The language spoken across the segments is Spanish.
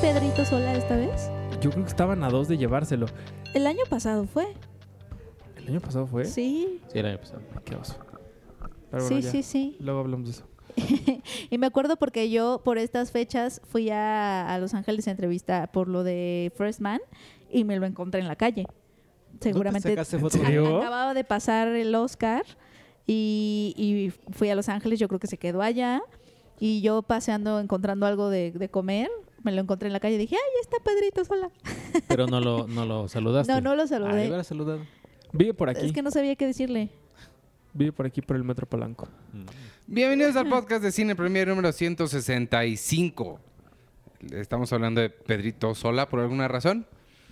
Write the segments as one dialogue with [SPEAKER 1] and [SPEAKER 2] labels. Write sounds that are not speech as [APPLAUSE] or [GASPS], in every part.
[SPEAKER 1] Pedrito sola esta vez?
[SPEAKER 2] Yo creo que estaban a dos de llevárselo.
[SPEAKER 1] El año pasado fue.
[SPEAKER 2] ¿El año pasado fue?
[SPEAKER 1] Sí,
[SPEAKER 3] Sí, el año pasado.
[SPEAKER 2] Qué oso. Pero
[SPEAKER 1] sí,
[SPEAKER 2] Ah, bueno, ya.
[SPEAKER 1] sí, sí.
[SPEAKER 2] Luego hablamos de eso.
[SPEAKER 1] Y me acuerdo porque yo por estas fechas fui a, a Los Ángeles a entrevista por lo de First Man y me lo encontré en la calle. Seguramente
[SPEAKER 3] ¿No te sacaste
[SPEAKER 2] ¿En
[SPEAKER 3] foto
[SPEAKER 1] [LAUGHS]
[SPEAKER 3] con
[SPEAKER 1] ac-
[SPEAKER 2] serio?
[SPEAKER 3] él?
[SPEAKER 1] acababa de pasar el Oscar y, y fui a Los Ángeles, yo creo que se quedó allá y yo paseando, encontrando algo de, de comer, me lo encontré en la calle y dije, ¡ay, está Pedrito sola!
[SPEAKER 3] Pero no lo, no lo saludaste.
[SPEAKER 1] No, no lo
[SPEAKER 3] Ah, le
[SPEAKER 1] saludé.
[SPEAKER 3] hubiera saludado.
[SPEAKER 2] Vive por aquí.
[SPEAKER 1] es que no sabía qué decirle.
[SPEAKER 2] Vive por aquí, por el Metro Palanco.
[SPEAKER 3] Mm.
[SPEAKER 4] Bienvenidos al podcast de Cine Premier número 165. Estamos hablando de Pedrito Sola por alguna razón.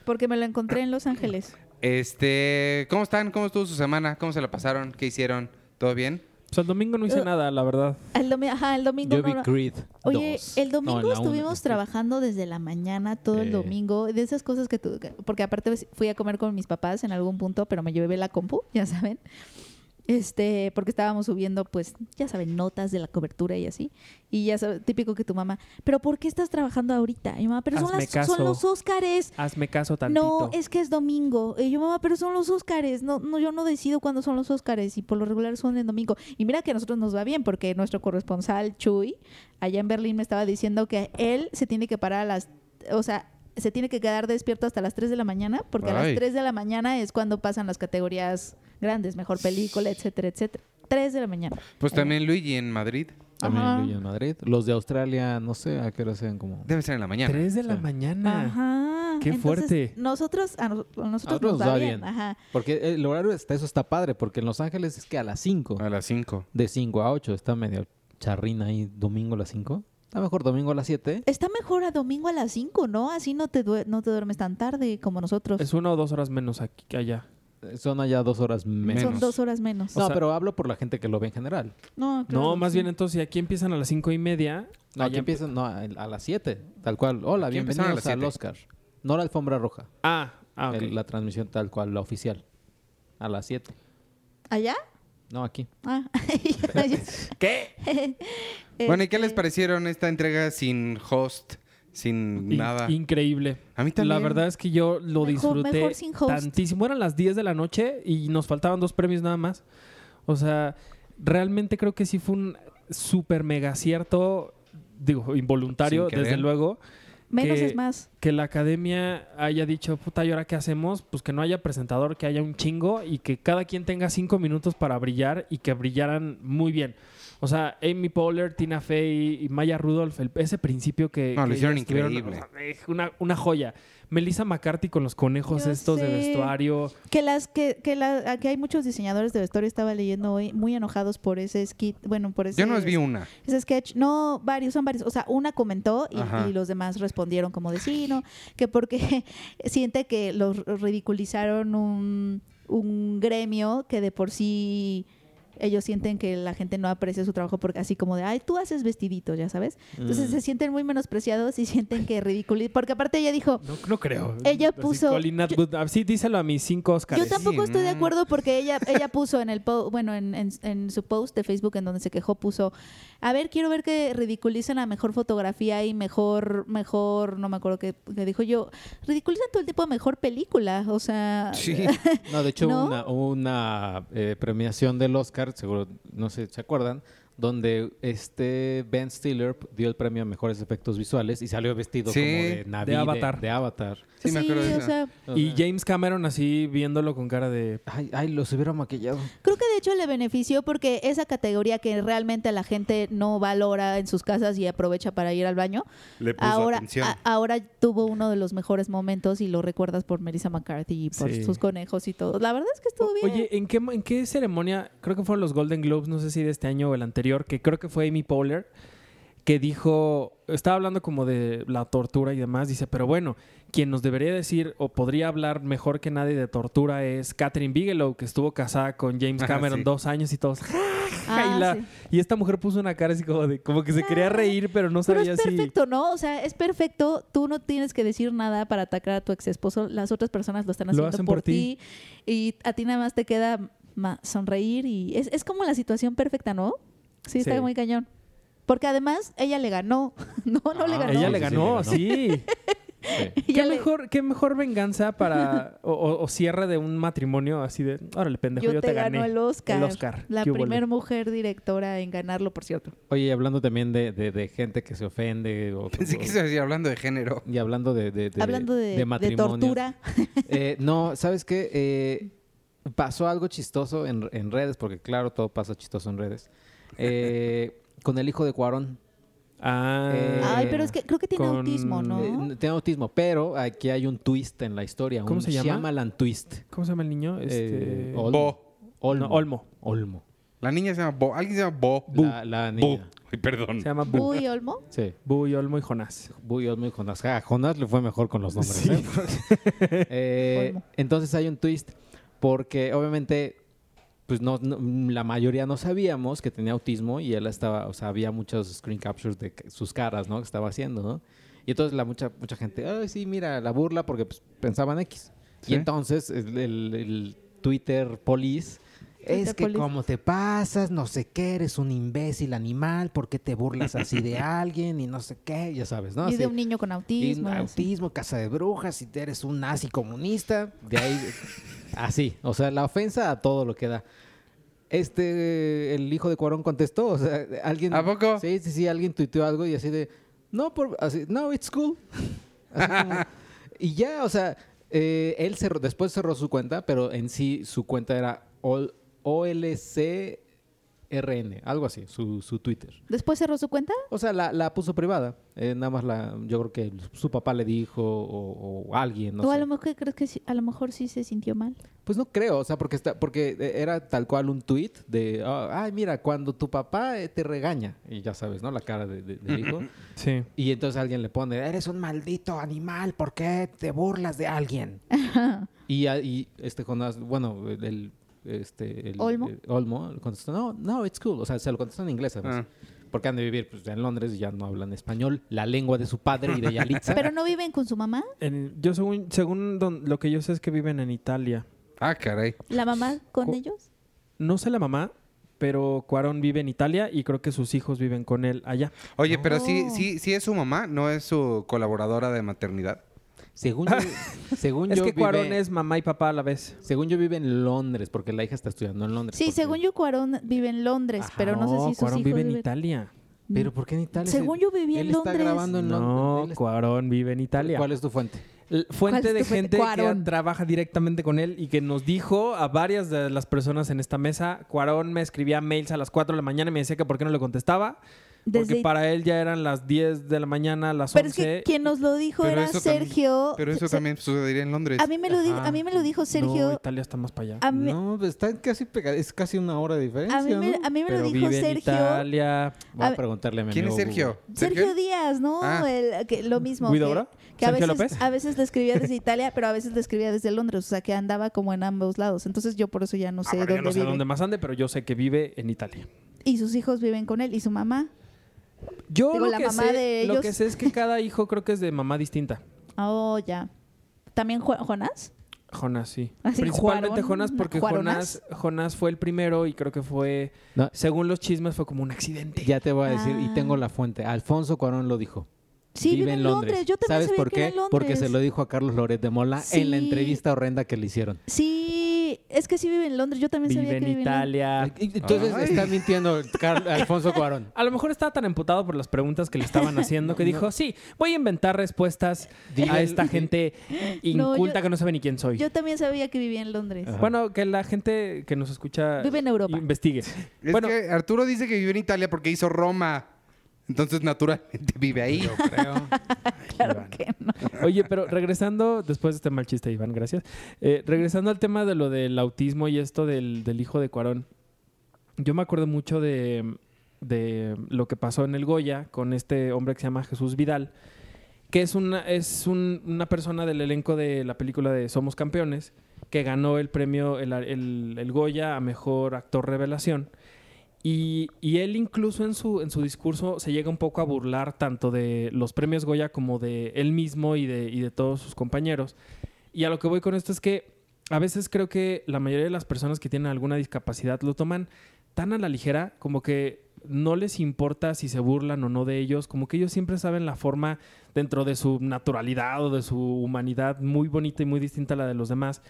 [SPEAKER 1] Porque me lo encontré en Los Ángeles.
[SPEAKER 4] Este, ¿cómo están? ¿Cómo estuvo su semana? ¿Cómo se la pasaron? ¿Qué hicieron? ¿Todo bien?
[SPEAKER 2] Pues el domingo no hice
[SPEAKER 1] Uh.
[SPEAKER 2] nada, la verdad.
[SPEAKER 1] El, domi- ajá, el domingo
[SPEAKER 3] Yo
[SPEAKER 1] no
[SPEAKER 3] vi
[SPEAKER 1] lo-
[SPEAKER 3] Creed.
[SPEAKER 1] Oye,
[SPEAKER 3] dos.
[SPEAKER 1] el
[SPEAKER 3] No,
[SPEAKER 1] domingo
[SPEAKER 3] en la una. este,
[SPEAKER 1] estuvimos trabajando desde la mañana todo el
[SPEAKER 3] Eh.
[SPEAKER 1] domingo, de esas cosas que tú, que- porque aparte pues, fui a comer con mis papás en algún punto, pero me llevé la compu, ya saben. Este, porque estábamos subiendo, pues, ya saben, notas de la cobertura y así. Y ya sabes, típico que tu mamá, pero ¿por qué estás trabajando ahorita? Y mi mamá, pero son,
[SPEAKER 2] Hazme
[SPEAKER 1] las-
[SPEAKER 2] caso.
[SPEAKER 1] son los Óscares.
[SPEAKER 2] Hazme caso tantito.
[SPEAKER 1] No, es que es domingo. Y yo, mamá, pero son los Óscares. No, no, yo no decido cuándo son los Óscares y por lo regular son el domingo. Y mira que a nosotros nos va bien porque nuestro corresponsal Chuy allá en Berlín me estaba diciendo que él se tiene que parar a las, o sea, se tiene que quedar despierto hasta las 3 de la mañana porque a las
[SPEAKER 4] Ay.
[SPEAKER 1] 3 de la mañana es cuando pasan las categorías grandes, mejor película, etcétera, etcétera. 3 de la mañana.
[SPEAKER 2] Eh.
[SPEAKER 4] Pues también Luigi en Madrid.
[SPEAKER 3] También
[SPEAKER 1] Ajá.
[SPEAKER 3] incluye en Madrid. Los de Australia, no sé a qué hora sean como.
[SPEAKER 4] Debe ser en la mañana.
[SPEAKER 2] Tres de la
[SPEAKER 3] Sí.
[SPEAKER 2] mañana.
[SPEAKER 1] Ajá.
[SPEAKER 2] Ah, Qué fuerte.
[SPEAKER 1] Nosotros, a, nos- a nosotros
[SPEAKER 3] Nosotros
[SPEAKER 1] nos va bien. Ajá.
[SPEAKER 3] Porque el horario está, eso está padre, porque en Los Ángeles es que a las 5.
[SPEAKER 4] A las 5.
[SPEAKER 3] De 5 a 8 está medio charrina ahí, domingo a las 5. Está mejor domingo a las 7.
[SPEAKER 1] Está mejor a domingo a las 5, ¿no? Así no te, due- no te duermes tan tarde como nosotros.
[SPEAKER 2] Es una o dos horas menos aquí que allá.
[SPEAKER 3] Son allá dos horas menos.
[SPEAKER 1] Son dos horas menos.
[SPEAKER 3] No,
[SPEAKER 2] O sea-
[SPEAKER 3] pero hablo por la gente que lo ve en general.
[SPEAKER 1] No,
[SPEAKER 2] no,
[SPEAKER 1] claro,
[SPEAKER 2] más
[SPEAKER 1] sí.
[SPEAKER 2] bien entonces, si aquí empiezan a las cinco y media. allá
[SPEAKER 3] No, aquí empiezan no, a a las 7, tal cual. Hola,
[SPEAKER 4] Aquí empezaron a
[SPEAKER 3] bienvenidos
[SPEAKER 4] las
[SPEAKER 3] al
[SPEAKER 4] siete.
[SPEAKER 3] Oscar. No la alfombra roja,
[SPEAKER 2] emp- Ah, ah, ok.
[SPEAKER 3] el- la transmisión tal cual, la oficial. A las 7.
[SPEAKER 1] ¿Allá?
[SPEAKER 3] No, aquí.
[SPEAKER 1] Ah. [LAUGHS]
[SPEAKER 2] [LAUGHS] ¿Qué? Este
[SPEAKER 4] Bueno, ¿y qué
[SPEAKER 1] Este,
[SPEAKER 4] les parecieron esta entrega sin host, sin
[SPEAKER 2] In-
[SPEAKER 4] nada?
[SPEAKER 2] Increíble.
[SPEAKER 4] A mí también.
[SPEAKER 2] La verdad es que yo lo
[SPEAKER 1] Mejor-
[SPEAKER 2] disfruté
[SPEAKER 1] mejor sin host.
[SPEAKER 2] tantísimo. Eran las 10 de la noche y nos faltaban dos premios nada más. O sea, realmente creo que sí fue un súper mega acierto, digo, involuntario,
[SPEAKER 4] Sin querer.
[SPEAKER 2] desde luego.
[SPEAKER 1] Menos
[SPEAKER 2] que-
[SPEAKER 1] es más.
[SPEAKER 2] Que la academia haya dicho, puta, ¿y ahora qué hacemos? Pues que no haya presentador, que haya un chingo y que cada quien tenga cinco minutos para brillar y que brillaran muy bien. O sea, Amy Poehler, Tina Fey y Maya Rudolph, el- ese principio que.
[SPEAKER 4] No, lo
[SPEAKER 2] que
[SPEAKER 4] hicieron
[SPEAKER 2] ellas tuvieron, o
[SPEAKER 4] increíble.
[SPEAKER 2] sea, eh, una, una joya. Melissa McCarthy con los conejos
[SPEAKER 1] Yo
[SPEAKER 2] estos de
[SPEAKER 1] sé.
[SPEAKER 2] vestuario.
[SPEAKER 1] Que las que, que la, aquí hay muchos diseñadores de vestuario estaba leyendo hoy muy enojados por ese skit, bueno, por ese
[SPEAKER 4] Yo no les vi una.
[SPEAKER 1] ese sketch, no, varios, son varios. O sea, una comentó
[SPEAKER 4] Ajá.
[SPEAKER 1] y, y los demás respondieron como de sí, no, que porque [LAUGHS] siente que los ridiculizaron un, un gremio que de por sí ellos sienten que la gente no aprecia su trabajo porque así como de, ay, tú haces vestiditos, ya sabes. Entonces
[SPEAKER 3] Mm.
[SPEAKER 1] se sienten muy menospreciados y sienten que ridiculizan. Porque aparte ella dijo,
[SPEAKER 2] No, no creo.
[SPEAKER 1] Ella
[SPEAKER 2] Así,
[SPEAKER 1] puso-
[SPEAKER 2] Colin Atwood. Ah, Sí, díselo a mis cinco Oscars.
[SPEAKER 1] yo tampoco estoy de
[SPEAKER 4] no.
[SPEAKER 1] acuerdo porque ella,
[SPEAKER 4] [LAUGHS]
[SPEAKER 1] ella puso en el po- bueno, en, en- en su post de Facebook en donde se quejó, puso a ver, quiero ver que ridiculizan a mejor fotografía y mejor, mejor, no me acuerdo qué, qué dijo yo, ridiculizan todo el tipo de mejor película. O sea,
[SPEAKER 4] Sí.
[SPEAKER 3] No, de hecho
[SPEAKER 1] ¿No?
[SPEAKER 3] hubo una, hubo una, eh, premiación del Oscar, seguro, no sé, ¿se acuerdan? Donde este Ben Stiller dio el premio a mejores efectos visuales y salió vestido
[SPEAKER 4] Sí,
[SPEAKER 3] como de Navi,
[SPEAKER 2] de Avatar.
[SPEAKER 3] De, Avatar.
[SPEAKER 4] Sí, me acuerdo de
[SPEAKER 1] o
[SPEAKER 4] eso.
[SPEAKER 1] sea,
[SPEAKER 2] Y James Cameron así viéndolo con cara de.
[SPEAKER 3] Ay, ay, los hubiera maquillado.
[SPEAKER 1] creo que de hecho le benefició porque esa categoría que realmente la gente no valora en sus casas y aprovecha para ir al baño,
[SPEAKER 4] Le
[SPEAKER 1] ahora, a- ahora tuvo uno de los mejores momentos y lo recuerdas por Melissa McCarthy y por
[SPEAKER 2] Sí.
[SPEAKER 1] sus conejos y todo. La verdad es que estuvo bien.
[SPEAKER 2] Oye, ¿en qué, ¿en qué ceremonia? Creo que fueron los Golden Globes, no sé si de este año o el anterior, que creo que fue Amy Poehler, que dijo, estaba hablando como de la tortura y demás, dice, pero bueno, quien nos debería decir o podría hablar mejor que nadie de tortura es Catherine Bigelow, que estuvo casada con James
[SPEAKER 4] Ah,
[SPEAKER 2] Cameron
[SPEAKER 4] sí.
[SPEAKER 2] dos años y todos. [LAUGHS] "Ja, ja",
[SPEAKER 1] Ah,
[SPEAKER 2] y, la-
[SPEAKER 1] sí. Ah,
[SPEAKER 2] y esta mujer puso una cara así como de, como que se quería reír, pero no
[SPEAKER 1] Pero
[SPEAKER 2] sabía
[SPEAKER 1] es
[SPEAKER 2] si...
[SPEAKER 1] perfecto, ¿no? O sea, es perfecto. Tú no tienes que decir nada para atacar a tu ex esposo. Las otras personas lo están
[SPEAKER 2] Lo
[SPEAKER 1] haciendo
[SPEAKER 2] hacen
[SPEAKER 1] por,
[SPEAKER 2] por ti.
[SPEAKER 1] ti. Y a ti nada más te queda ma- sonreír y es, es como la situación perfecta, ¿no? Sí, está
[SPEAKER 2] Sí.
[SPEAKER 1] muy cañón. Porque además ella le ganó. [LAUGHS] No, no le
[SPEAKER 3] Ah,
[SPEAKER 1] ganó.
[SPEAKER 2] Ella le
[SPEAKER 3] Sí, sí, sí,
[SPEAKER 2] ganó,
[SPEAKER 3] le ganó.
[SPEAKER 2] sí.
[SPEAKER 3] Sí.
[SPEAKER 1] [LAUGHS] Ella
[SPEAKER 2] ¿Qué,
[SPEAKER 1] le-
[SPEAKER 2] mejor, qué mejor venganza para o, o- o cierre de un matrimonio así de, órale, pendejo, yo,
[SPEAKER 1] Yo te
[SPEAKER 2] gané
[SPEAKER 1] ganó el Oscar.
[SPEAKER 2] el Oscar.
[SPEAKER 1] La
[SPEAKER 2] ¿Qué hubo le?
[SPEAKER 1] primera mujer directora en ganarlo, por cierto.
[SPEAKER 3] Oye, y hablando también de, de- de gente que se ofende. o-
[SPEAKER 4] Pensé que se decía hablando de género.
[SPEAKER 3] Y hablando de, de, de-
[SPEAKER 1] Hablando de, de
[SPEAKER 3] matrimonios.
[SPEAKER 1] tortura.
[SPEAKER 3] Eh, no, ¿sabes qué? Eh, pasó algo chistoso en, en redes, porque claro, todo pasa chistoso en redes. Eh, con el hijo de Cuarón.
[SPEAKER 2] Ah,
[SPEAKER 3] Eh,
[SPEAKER 1] Ay, pero es que creo que tiene
[SPEAKER 2] con-
[SPEAKER 1] autismo, ¿no?
[SPEAKER 3] Eh, tiene autismo, pero aquí hay un twist en la historia.
[SPEAKER 2] ¿Cómo
[SPEAKER 3] un
[SPEAKER 2] se llama?
[SPEAKER 3] Shyamalan twist.
[SPEAKER 2] ¿Cómo se llama el niño? Este...
[SPEAKER 3] Eh, Olmo.
[SPEAKER 4] Bo.
[SPEAKER 3] Olmo.
[SPEAKER 2] No, Olmo.
[SPEAKER 3] Olmo.
[SPEAKER 4] La niña se llama Bo. Alguien se llama Bo.
[SPEAKER 3] La, la
[SPEAKER 4] Bu.
[SPEAKER 3] niña.
[SPEAKER 4] Ay, perdón.
[SPEAKER 2] Se llama Bu.
[SPEAKER 1] Uy, Olmo.
[SPEAKER 3] Sí.
[SPEAKER 2] Bu y Olmo y Jonás.
[SPEAKER 3] Uy, Olmo y Jonás. Ja, Jonás le fue mejor con los nombres.
[SPEAKER 2] Sí.
[SPEAKER 3] ¿eh? Eh,
[SPEAKER 1] Olmo.
[SPEAKER 3] entonces hay un twist, porque obviamente, pues no, no- la mayoría no sabíamos que tenía autismo y él estaba, o sea, había muchos screen captures de c- sus caras, ¿no? Que estaba haciendo, ¿no? Y entonces la mucha, mucha gente, ay, sí, mira, la burla, porque pues, pensaban X.
[SPEAKER 4] Sí.
[SPEAKER 3] Y entonces el, el- el Twitter police. Es
[SPEAKER 1] Twitter
[SPEAKER 3] que
[SPEAKER 1] police.
[SPEAKER 3] como te pasas, no sé qué, eres un imbécil animal, ¿por qué te burlas así
[SPEAKER 1] [LAUGHS]
[SPEAKER 3] de alguien y no sé qué? Ya sabes, ¿no?
[SPEAKER 1] y de
[SPEAKER 3] Así.
[SPEAKER 1] un niño con
[SPEAKER 3] Y
[SPEAKER 1] autismo. así.
[SPEAKER 3] autismo, casa de brujas, y te eres un nazi comunista, de ahí así, o sea, la ofensa a todo lo que da. Este el hijo de Cuarón contestó, o sea, alguien
[SPEAKER 4] ¿A poco?
[SPEAKER 3] Sí, sí, sí, alguien tuiteó algo y así de no por así, no, it's cool. Así como- y ya, o sea, eh, él cerró, después cerró su cuenta, pero en sí su cuenta era ol- OLCRN, algo así, su, su Twitter.
[SPEAKER 1] Después cerró su cuenta.
[SPEAKER 3] O sea, la, la puso privada. Eh, nada más la, yo creo que su papá le dijo o, o alguien, no
[SPEAKER 1] ¿Tú a
[SPEAKER 3] sé.
[SPEAKER 1] lo mejor crees que sí- a lo mejor sí se sintió mal?
[SPEAKER 2] Ah,
[SPEAKER 3] Pues no creo, o sea, porque está, porque eh, era tal cual un tweet de, ah, ay, mira, cuando tu papá eh, te regaña y ya sabes, ¿no? La cara de- de- del hijo.
[SPEAKER 2] Sí.
[SPEAKER 3] Y entonces alguien le pone, eres un maldito animal, ¿por qué te burlas
[SPEAKER 1] [LAUGHS]
[SPEAKER 3] de alguien? y, a- y este Jonás, bueno, el, el- este, el-
[SPEAKER 1] Olmo.
[SPEAKER 3] el Olmo contestó, no, no, it's cool. O sea, se lo contestó en inglés además.
[SPEAKER 2] Ah.
[SPEAKER 3] Porque han de vivir pues, en Londres y ya no hablan español, la lengua de su padre y de
[SPEAKER 2] ah.
[SPEAKER 3] Yalitza.
[SPEAKER 1] [LAUGHS] ¿Pero no viven con su mamá?
[SPEAKER 2] En- yo según, según don- lo que yo sé es que viven en Italia.
[SPEAKER 4] Ah, caray.
[SPEAKER 1] ¿La mamá con
[SPEAKER 2] Co-
[SPEAKER 1] ellos?
[SPEAKER 2] No sé la mamá, pero Cuarón vive en Italia y creo que sus hijos viven con él allá.
[SPEAKER 4] Oye, pero sí,
[SPEAKER 1] No.
[SPEAKER 4] sí, sí es su mamá, no es su colaboradora de maternidad.
[SPEAKER 3] Según yo, según
[SPEAKER 2] [LAUGHS] Es
[SPEAKER 3] yo
[SPEAKER 2] que
[SPEAKER 3] vive-
[SPEAKER 2] Cuarón es mamá y papá a la vez.
[SPEAKER 3] Según yo vive en Londres, porque la hija está estudiando en Londres.
[SPEAKER 1] Sí,
[SPEAKER 3] porque-
[SPEAKER 1] según yo, Cuarón vive en Londres,
[SPEAKER 3] Ajá,
[SPEAKER 1] pero no, sé si sus
[SPEAKER 2] Cuarón
[SPEAKER 1] hijos
[SPEAKER 2] vive en
[SPEAKER 1] viven-
[SPEAKER 2] Italia.
[SPEAKER 3] Pero ¿por qué en Italia?
[SPEAKER 1] Según yo vivía
[SPEAKER 3] Él
[SPEAKER 1] en Londres.
[SPEAKER 3] está grabando en
[SPEAKER 2] No,
[SPEAKER 3] Londres. Él
[SPEAKER 2] Cuarón vive en
[SPEAKER 3] está-
[SPEAKER 2] Italia.
[SPEAKER 3] ¿Cuál es tu fuente?
[SPEAKER 2] L-
[SPEAKER 1] ¿Cuál
[SPEAKER 2] Fuente
[SPEAKER 1] es
[SPEAKER 2] de
[SPEAKER 1] tu fuente?
[SPEAKER 2] gente que
[SPEAKER 1] Cuarón.
[SPEAKER 2] trabaja directamente con él y que nos dijo a varias de las personas en esta mesa, Cuarón me escribía mails a las 4 de la mañana y me decía que por qué no le contestaba, porque
[SPEAKER 1] Desde-
[SPEAKER 2] para él ya eran las 10 de la mañana, las
[SPEAKER 1] Pero es
[SPEAKER 2] 11.
[SPEAKER 1] que quien nos lo dijo
[SPEAKER 4] Pero
[SPEAKER 1] era
[SPEAKER 4] eso también-
[SPEAKER 1] Sergio.
[SPEAKER 4] Pero eso
[SPEAKER 1] Oh, Se-
[SPEAKER 4] también sucedería en Londres.
[SPEAKER 1] A mí, me lo dijo, a
[SPEAKER 2] Ajá.
[SPEAKER 1] mí me lo dijo
[SPEAKER 2] No,
[SPEAKER 1] Sergio.
[SPEAKER 2] Italia está más para allá.
[SPEAKER 1] a mí,
[SPEAKER 3] No, pues están casi pega- es casi una hora de diferencia.
[SPEAKER 1] a mí me,
[SPEAKER 3] ¿no?
[SPEAKER 1] a mí me lo
[SPEAKER 2] Pero
[SPEAKER 1] dijo
[SPEAKER 2] vive en
[SPEAKER 1] Sergio.
[SPEAKER 2] Italia.
[SPEAKER 3] Voy a
[SPEAKER 1] a-
[SPEAKER 3] preguntarle a mi
[SPEAKER 4] ¿Quién es
[SPEAKER 3] amigo
[SPEAKER 4] Sergio?
[SPEAKER 1] Sergio Díaz, ¿no?
[SPEAKER 4] Ah.
[SPEAKER 1] El- que- lo mismo. que-
[SPEAKER 2] ¿Guidobra?
[SPEAKER 1] Que a
[SPEAKER 2] ¿Sergio
[SPEAKER 1] veces, ah,
[SPEAKER 2] López?
[SPEAKER 1] a veces le escribía desde Italia, pero a veces le escribía desde Londres. O sea, que andaba como en ambos lados. Entonces yo por eso ya no sé
[SPEAKER 2] Ahora Ah, ya
[SPEAKER 1] dónde
[SPEAKER 2] no sé
[SPEAKER 1] vive.
[SPEAKER 2] dónde más ande, pero yo sé que vive en Italia.
[SPEAKER 1] Y sus hijos viven con él y su mamá.
[SPEAKER 2] Yo
[SPEAKER 1] Digo,
[SPEAKER 2] lo,
[SPEAKER 1] la
[SPEAKER 2] que
[SPEAKER 1] mamá
[SPEAKER 2] sé,
[SPEAKER 1] de
[SPEAKER 2] lo
[SPEAKER 1] ellos.
[SPEAKER 2] que sé es que cada hijo creo que es de mamá distinta.
[SPEAKER 1] Oh, ya. ¿También Ju- Jonás?
[SPEAKER 2] Jonas, sí.
[SPEAKER 1] Así,
[SPEAKER 2] Principalmente
[SPEAKER 1] Cuarón,
[SPEAKER 2] Jonas, porque
[SPEAKER 1] Cuaronas.
[SPEAKER 2] Jonas, Jonas fue el primero y creo que fue,
[SPEAKER 3] No.
[SPEAKER 2] según los chismes, fue como un accidente.
[SPEAKER 3] Ya te voy a decir, y
[SPEAKER 1] Ah.
[SPEAKER 3] tengo la fuente. Alfonso Cuarón lo dijo.
[SPEAKER 1] Sí, vive, en Londres. Yo también
[SPEAKER 3] ¿Sabes
[SPEAKER 1] sabía
[SPEAKER 3] por
[SPEAKER 1] que era
[SPEAKER 3] qué?
[SPEAKER 1] en Londres.
[SPEAKER 3] Porque se lo dijo a Carlos Loret de Mola en la
[SPEAKER 1] Sí.
[SPEAKER 3] entrevista horrenda que le hicieron.
[SPEAKER 1] Sí, es que sí vive en Londres. Yo también
[SPEAKER 2] Vive
[SPEAKER 1] sabía que
[SPEAKER 2] en
[SPEAKER 1] vive en Londres.
[SPEAKER 2] Italia.
[SPEAKER 3] Y- Entonces
[SPEAKER 4] Ay.
[SPEAKER 3] está mintiendo Carl- Alfonso
[SPEAKER 1] [LAUGHS]
[SPEAKER 3] Cuarón.
[SPEAKER 2] A lo mejor estaba tan emputado por las preguntas que le estaban haciendo que dijo, sí, voy a inventar respuestas
[SPEAKER 3] Dile-
[SPEAKER 2] a
[SPEAKER 1] [LAUGHS]
[SPEAKER 2] esta gente
[SPEAKER 1] No,
[SPEAKER 2] inculta
[SPEAKER 1] yo-
[SPEAKER 2] que no sabe ni quién soy.
[SPEAKER 1] Yo también sabía que vivía en Londres.
[SPEAKER 3] Ajá.
[SPEAKER 2] Bueno, que la gente que nos escucha
[SPEAKER 1] Vive en Europa.
[SPEAKER 2] investigue.
[SPEAKER 4] Es
[SPEAKER 2] bueno,
[SPEAKER 4] que Arturo dice que vivió en Italia porque hizo Roma. Entonces, naturalmente [LAUGHS] vive ahí.
[SPEAKER 1] [LAUGHS] claro que no.
[SPEAKER 2] Oye, pero regresando, después de este mal chiste, Iván, gracias. Eh, regresando al tema de lo del autismo y esto del, del hijo de Cuarón, yo me acuerdo mucho de, de lo que pasó en el Goya con este hombre que se llama Jesús Vidal, que es una, es un- una persona del elenco de la película de Somos Campeones, que ganó el premio, el, el- el Goya a Mejor Actor Revelación. Y, y él incluso en su, en su discurso se llega un poco a burlar tanto de los premios Goya como de él mismo y de, y de todos sus compañeros. Y a lo que voy con esto es que a veces creo que la mayoría de las personas que tienen alguna discapacidad lo toman tan a la ligera como que no les importa si se burlan o no de ellos, como que ellos siempre saben la forma dentro de su naturalidad o de su humanidad muy bonita y muy distinta a la de los demás,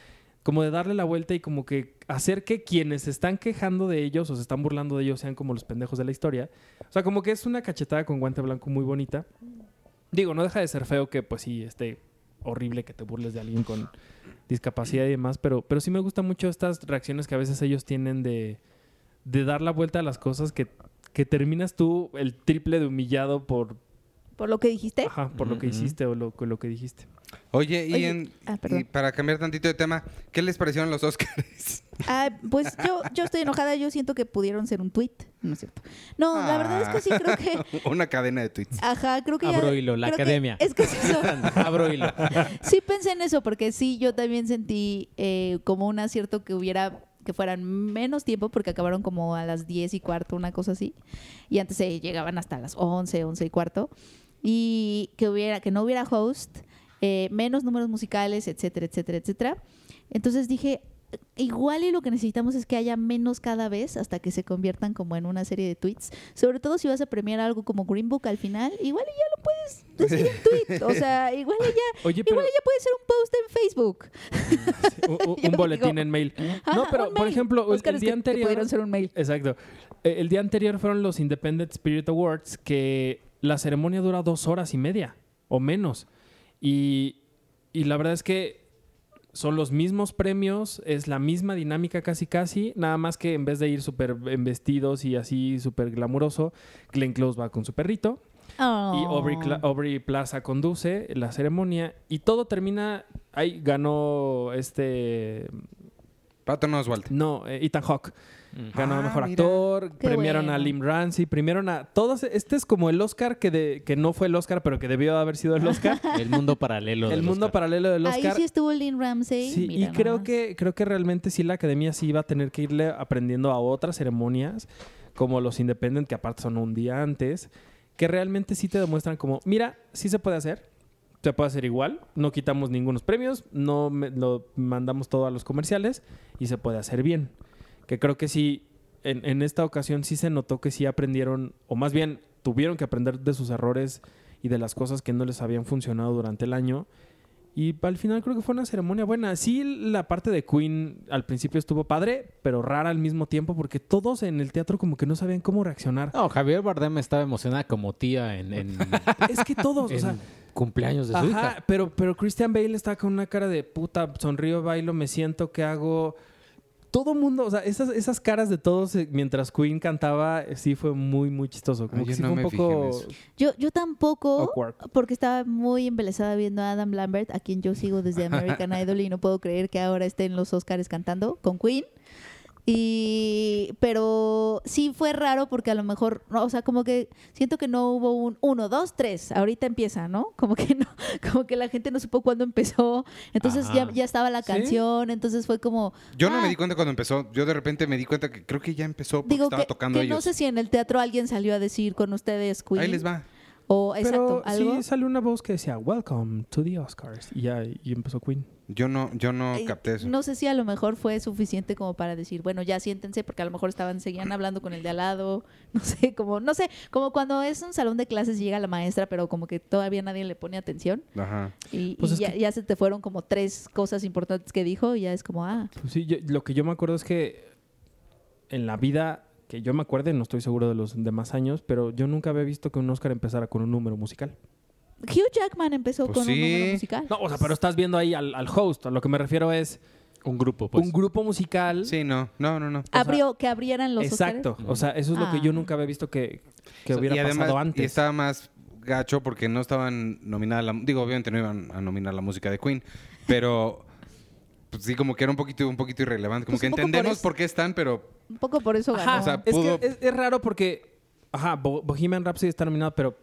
[SPEAKER 2] como de darle la vuelta y como que hacer que quienes se están quejando de ellos o se están burlando de ellos sean como los pendejos de la historia. O sea, como que es una cachetada con guante blanco muy bonita. Digo, no deja de ser feo que pues sí esté horrible que te burles de alguien con discapacidad y demás, pero, pero sí me gustan mucho estas reacciones que a veces ellos tienen de, de dar la vuelta a las cosas que, que terminas tú el triple de humillado por,
[SPEAKER 1] Por lo que dijiste.
[SPEAKER 2] ajá, por lo que
[SPEAKER 3] ¿Eh? Ujú, ujú.
[SPEAKER 2] hiciste o lo, con lo que dijiste.
[SPEAKER 4] Oye, y,
[SPEAKER 1] Oye,
[SPEAKER 4] en-
[SPEAKER 1] ah, perdón.
[SPEAKER 3] [LAUGHS]
[SPEAKER 4] y para cambiar tantito de tema, ¿qué les parecieron
[SPEAKER 1] [LAUGHS]
[SPEAKER 4] los Oscars?
[SPEAKER 1] Ah, pues yo, yo estoy enojada, yo siento que pudieron ser un tweet, ¿no es cierto? No, la verdad es que sí creo que,
[SPEAKER 4] Una cadena de tweets.
[SPEAKER 1] ajá, creo que ya-
[SPEAKER 3] Ah. Abro hilo, la
[SPEAKER 1] creo que-
[SPEAKER 3] academia.
[SPEAKER 1] es que es eso.
[SPEAKER 3] [LAUGHS] Abro hilo.
[SPEAKER 1] Sí pensé en eso, porque sí, yo también sentí eh, como un acierto que hubiera que fueran menos tiempo porque acabaron como a las 10 y cuarto, una cosa así. Y antes se llegaban hasta las 11, 11 y cuarto. Y que hubiera que no hubiera host, eh, menos números musicales, etcétera, etcétera, etcétera. Entonces dije, igual y lo que necesitamos es que haya menos cada vez hasta que se conviertan como en una serie de tweets. Sobre todo si vas a premiar algo como Green Book al final, igual y ya lo puedes decir en tweet. O sea, igual y ya
[SPEAKER 2] Oye, pero
[SPEAKER 1] Igual ella puede ser un post en Facebook.
[SPEAKER 2] u- u-
[SPEAKER 1] [LAUGHS] yo
[SPEAKER 2] un boletín
[SPEAKER 1] digo-
[SPEAKER 2] en mail.
[SPEAKER 1] Ajá,
[SPEAKER 2] No, pero
[SPEAKER 1] un
[SPEAKER 2] por
[SPEAKER 1] mail.
[SPEAKER 2] ejemplo, el,
[SPEAKER 1] Óscar,
[SPEAKER 2] el
[SPEAKER 1] es
[SPEAKER 2] día
[SPEAKER 1] que- que
[SPEAKER 2] anterior...
[SPEAKER 1] pudieron ser un mail.
[SPEAKER 2] Exacto. Eh, El día anterior fueron los Independent Spirit Awards, que la ceremonia dura dos horas y media o menos. Y, y la verdad es que son los mismos premios, es la misma dinámica casi casi, nada más que en vez de ir súper en vestidos y así súper glamuroso, Glenn Close va con su perrito y Aubrey, Cla-
[SPEAKER 1] Oh.
[SPEAKER 2] Aubrey Plaza conduce la ceremonia y todo termina, ahí ganó este,
[SPEAKER 4] Patton Oswald.
[SPEAKER 2] no, eh, Ethan Hawke.
[SPEAKER 3] Mm.
[SPEAKER 2] Ganó a
[SPEAKER 4] Ah,
[SPEAKER 2] Mejor
[SPEAKER 4] mira.
[SPEAKER 2] Actor,
[SPEAKER 1] Qué
[SPEAKER 2] premiaron a
[SPEAKER 1] bueno.
[SPEAKER 2] Lim Ramsey, premiaron a todos. Este es como el Oscar que, de- que no fue el Oscar, pero que debió haber sido
[SPEAKER 1] [LAUGHS]
[SPEAKER 2] el Oscar.
[SPEAKER 3] El mundo paralelo.
[SPEAKER 2] el
[SPEAKER 3] del
[SPEAKER 2] mundo
[SPEAKER 3] Oscar.
[SPEAKER 2] paralelo del
[SPEAKER 1] Ahí
[SPEAKER 2] Oscar.
[SPEAKER 1] sí estuvo Lynn Ramsey.
[SPEAKER 2] Sí,
[SPEAKER 1] Mira
[SPEAKER 2] y creo
[SPEAKER 1] nomás.
[SPEAKER 2] que, creo que realmente sí la academia sí iba a tener que irle aprendiendo a otras ceremonias, como los Independent, que aparte son un día antes, que realmente sí te demuestran como, mira, sí se puede hacer, se puede hacer igual, no quitamos ningunos premios, no me- lo mandamos todo a los comerciales y se puede hacer bien. Que creo que sí, en, en esta ocasión sí se notó que sí aprendieron, o más bien tuvieron que aprender de sus errores y de las cosas que no les habían funcionado durante el año. Y al final creo que fue una ceremonia buena. Sí, la parte de Queen al principio estuvo padre, pero rara al mismo tiempo porque todos en el teatro como que no sabían cómo reaccionar.
[SPEAKER 3] No, Javier Bardem estaba emocionada como tía en,
[SPEAKER 1] [LAUGHS]
[SPEAKER 3] en,
[SPEAKER 2] Es que todos, o sea,
[SPEAKER 3] [LAUGHS] en cumpleaños de su
[SPEAKER 2] ajá,
[SPEAKER 3] hija.
[SPEAKER 2] pero, pero Christian Bale está con una cara de puta, sonrío, bailo, me siento, ¿qué hago? Todo mundo, o sea, esas, esas caras de todos eh, mientras Queen cantaba, eh, sí fue muy, muy chistoso. Como
[SPEAKER 4] Ah,
[SPEAKER 2] que
[SPEAKER 4] yo
[SPEAKER 2] sí
[SPEAKER 4] no
[SPEAKER 2] fue un
[SPEAKER 4] me fijé en
[SPEAKER 2] poco...
[SPEAKER 4] eso.
[SPEAKER 1] Yo, yo tampoco,
[SPEAKER 2] Awkward.
[SPEAKER 1] porque estaba muy embelesada viendo a Adam Lambert, a quien yo sigo desde
[SPEAKER 4] [LAUGHS]
[SPEAKER 1] American Idol y no puedo creer que ahora esté en los Oscars cantando con Queen. Y, pero sí fue raro porque a lo mejor, no, o sea, como que siento que no hubo un uno, dos, tres, ahorita empieza, ¿no? [LAUGHS] Como que no, como que la gente no supo cuándo empezó, entonces
[SPEAKER 3] Ajá.
[SPEAKER 1] ya, ya estaba la
[SPEAKER 2] Sí.
[SPEAKER 1] canción, entonces fue como,
[SPEAKER 4] Yo no
[SPEAKER 1] Ah.
[SPEAKER 4] me di cuenta cuando empezó. Yo de repente me di cuenta que creo que ya empezó porque
[SPEAKER 1] digo
[SPEAKER 4] estaba
[SPEAKER 1] que,
[SPEAKER 4] tocando
[SPEAKER 1] que
[SPEAKER 4] ellos.
[SPEAKER 1] no sé si en el teatro alguien salió a decir con ustedes Queen.
[SPEAKER 4] Ahí les va.
[SPEAKER 1] O exacto,
[SPEAKER 2] Pero
[SPEAKER 1] algo.
[SPEAKER 2] sí salió una voz que decía, Welcome to the Oscars. Y ya y empezó Queen.
[SPEAKER 4] Yo no, yo no
[SPEAKER 1] Eh,
[SPEAKER 4] capté eso.
[SPEAKER 1] No sé si a lo mejor fue suficiente como para decir, bueno, ya siéntense, porque a lo mejor estaban, seguían hablando con el de al lado, [LAUGHS] no sé, como, no sé, como cuando es un salón de clases llega la maestra, pero como que todavía nadie le pone atención
[SPEAKER 4] Ajá.
[SPEAKER 1] y,
[SPEAKER 2] Pues
[SPEAKER 1] y
[SPEAKER 2] es
[SPEAKER 1] ya,
[SPEAKER 2] que-
[SPEAKER 1] ya se te fueron como tres cosas importantes que dijo y ya es como, ah,
[SPEAKER 2] Pues sí, yo- lo que yo me acuerdo es que en la vida, que yo me acuerde, no estoy seguro de los demás años, pero yo nunca había visto que un Oscar empezara con un número musical.
[SPEAKER 1] Hugh Jackman empezó
[SPEAKER 4] Pues
[SPEAKER 1] con un
[SPEAKER 4] sí.
[SPEAKER 1] número musical.
[SPEAKER 2] No, o sea, pero estás viendo ahí al, al host. A lo que me refiero es
[SPEAKER 3] Un grupo, pues.
[SPEAKER 2] un grupo musical.
[SPEAKER 4] Sí, no, no, no, no.
[SPEAKER 1] Abrió, que abrieran los Óscares.
[SPEAKER 2] Exacto. O sea, eso es lo que
[SPEAKER 1] Ah.
[SPEAKER 2] yo nunca había visto que, que
[SPEAKER 4] O sea,
[SPEAKER 2] hubiera
[SPEAKER 4] y además-
[SPEAKER 2] pasado
[SPEAKER 4] Y
[SPEAKER 2] antes.
[SPEAKER 4] estaba más gacho porque no estaban nominada la, digo, obviamente no iban a nominar la música de Queen, pero pues, sí como que era un poquito un poquito irrelevante, como
[SPEAKER 1] Pues
[SPEAKER 4] que
[SPEAKER 1] un poco por
[SPEAKER 4] entendemos
[SPEAKER 1] eso.
[SPEAKER 4] por, qué están, pero
[SPEAKER 1] Un poco por eso ganó.
[SPEAKER 2] Ajá,
[SPEAKER 4] O sea,
[SPEAKER 2] es,
[SPEAKER 4] pudo-
[SPEAKER 2] que es, es raro porque. Ajá, Bo- Bohemian Rhapsody está nominado, pero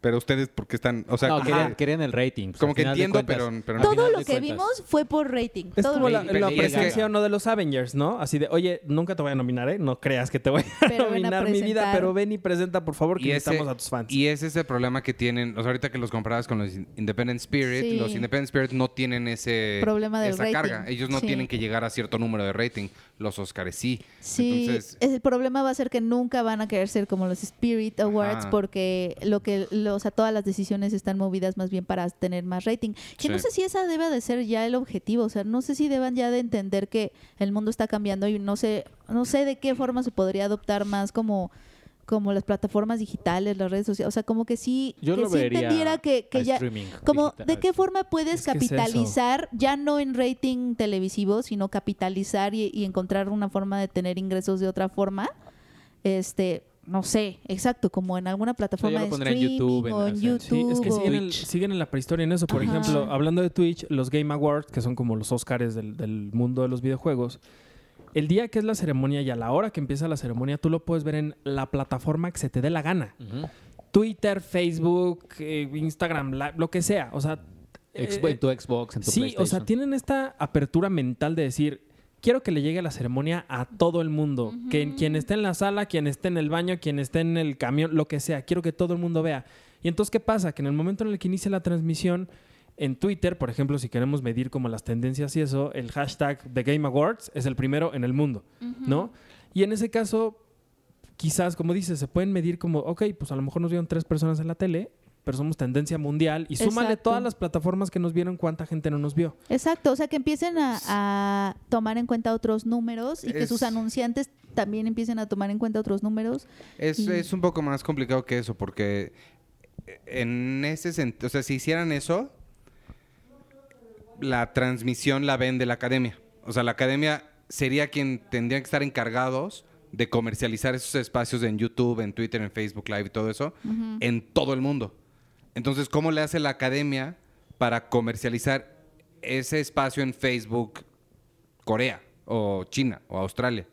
[SPEAKER 4] pero ustedes por qué están, o sea,
[SPEAKER 3] no,
[SPEAKER 4] como
[SPEAKER 3] querían,
[SPEAKER 4] que-
[SPEAKER 3] querían el rating. pues,
[SPEAKER 4] como
[SPEAKER 3] al
[SPEAKER 4] que
[SPEAKER 3] final de
[SPEAKER 4] entiendo,
[SPEAKER 3] cuentas.
[SPEAKER 4] pero- pero
[SPEAKER 3] Al
[SPEAKER 4] no.
[SPEAKER 1] Todo
[SPEAKER 3] final
[SPEAKER 1] lo
[SPEAKER 3] de
[SPEAKER 1] que
[SPEAKER 3] cuentas.
[SPEAKER 1] vimos fue por rating.
[SPEAKER 2] es
[SPEAKER 1] todo
[SPEAKER 2] como
[SPEAKER 1] lo
[SPEAKER 2] la,
[SPEAKER 1] que-
[SPEAKER 2] la
[SPEAKER 4] Lady Gaga.
[SPEAKER 2] presencia o no de los Avengers, ¿no? Así de, oye, nunca te voy a nominar, ¿eh? No creas que te voy a
[SPEAKER 1] Pero ven a
[SPEAKER 2] nominar mi vida,
[SPEAKER 1] presentar.
[SPEAKER 2] pero ven y presenta, por favor, que
[SPEAKER 4] y
[SPEAKER 2] necesitamos a tus fans.
[SPEAKER 4] y ese es el problema que tienen, o sea, ahorita que los comparabas con los in- Independent Spirit,
[SPEAKER 1] Sí.
[SPEAKER 4] los Independent Spirit no tienen ese
[SPEAKER 1] Problema del
[SPEAKER 4] esa
[SPEAKER 1] rating.
[SPEAKER 4] carga, ellos no
[SPEAKER 1] Sí.
[SPEAKER 4] tienen que llegar a cierto número de rating, los Oscars sí.
[SPEAKER 1] Sí,
[SPEAKER 4] Entonces,
[SPEAKER 1] es- el problema va a ser que nunca van a querer ser como los Spirit Awards
[SPEAKER 4] Ajá.
[SPEAKER 1] porque lo que los a todas las decisiones están movidas más bien para tener más rating. Que no
[SPEAKER 4] Sí.
[SPEAKER 1] sé si esa debe de ser ya el objetivo, o sea, no sé si deban ya de entender que el mundo está cambiando y no sé no sé de qué forma se podría adoptar más como como las plataformas digitales, las redes sociales, o sea, como que sí
[SPEAKER 3] Yo
[SPEAKER 1] que
[SPEAKER 3] lo
[SPEAKER 1] sí
[SPEAKER 3] vería
[SPEAKER 1] entendiera que, que
[SPEAKER 3] a
[SPEAKER 1] ya
[SPEAKER 3] streaming
[SPEAKER 1] como
[SPEAKER 3] digital.
[SPEAKER 1] de qué forma puedes
[SPEAKER 2] Es que es eso.
[SPEAKER 1] capitalizar ya no en rating televisivo sino capitalizar y, y encontrar una forma de tener ingresos de otra forma este no sé exacto como en alguna plataforma
[SPEAKER 3] lo
[SPEAKER 1] de
[SPEAKER 3] pondría en
[SPEAKER 1] streaming
[SPEAKER 3] YouTube, en-
[SPEAKER 1] o en
[SPEAKER 3] o sea,
[SPEAKER 1] YouTube
[SPEAKER 2] Sí, es que
[SPEAKER 1] o-
[SPEAKER 2] siguen, en-
[SPEAKER 3] Twitch.
[SPEAKER 2] siguen en la prehistoria en eso. Por
[SPEAKER 1] Ajá.
[SPEAKER 2] ejemplo, hablando de Twitch, los Game Awards, que son como los Oscars del, del mundo de los videojuegos, el día que es la ceremonia y a la hora que empieza la ceremonia, tú lo puedes ver en la plataforma que se te dé la gana.
[SPEAKER 3] Ujú.
[SPEAKER 2] Twitter, Facebook, eh, Instagram, la- lo que sea. O sea,
[SPEAKER 3] Ex-
[SPEAKER 2] eh,
[SPEAKER 3] en tu Xbox, en tu
[SPEAKER 2] sí, o sea,
[SPEAKER 3] PlayStation.
[SPEAKER 2] tienen esta apertura mental de decir, quiero que le llegue la ceremonia a todo el mundo, que quien esté en la sala, quien esté en el baño, quien esté en el camión, lo que sea, quiero que todo el mundo vea. Y entonces, ¿qué pasa? Que en el momento en el que inicia la transmisión en Twitter, por ejemplo, si queremos medir como las tendencias y eso, el hashtag The Game Awards es el primero en el mundo, ¿no? Y en ese caso, quizás, como dices, se pueden medir como, ok, pues a lo mejor nos vieron tres personas en la tele, pero somos tendencia mundial y súmale
[SPEAKER 1] Exacto.
[SPEAKER 2] todas las plataformas que nos vieron, cuánta gente no nos vio.
[SPEAKER 1] exacto o sea que empiecen a, a tomar en cuenta otros números y que
[SPEAKER 4] Es-
[SPEAKER 1] sus anunciantes también empiecen a tomar en cuenta otros números
[SPEAKER 4] Es,
[SPEAKER 1] Y-
[SPEAKER 4] es un poco más complicado que eso, porque eh, en ese sentido, o sea, si hicieran eso, la transmisión la vende la academia. O sea, la academia sería quien tendría que estar encargados de comercializar esos espacios en YouTube, en Twitter, en Facebook Live y todo eso, en todo el mundo. Entonces, ¿cómo le hace la academia para comercializar ese espacio en Facebook Corea o China o Australia?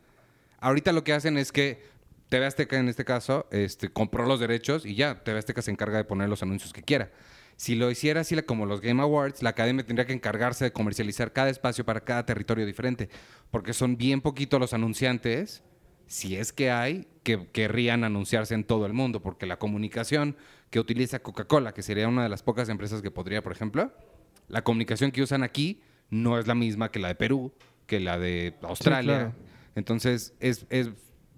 [SPEAKER 4] Ahorita lo que hacen es que TV Azteca en este caso este, compró los derechos y ya, TV Azteca se encarga de poner los anuncios que quiera. Si lo hiciera así la- como los Game Awards, la academia tendría que encargarse de comercializar cada espacio para cada territorio diferente, porque son bien poquitos los anunciantes, si es que hay, que querrían anunciarse en todo el mundo, porque la comunicación que utiliza Coca-Cola, que sería una de las pocas empresas que podría, por ejemplo, la comunicación que usan aquí no es la misma que la de Perú, que la de Australia.
[SPEAKER 2] claro.
[SPEAKER 4] Entonces es, es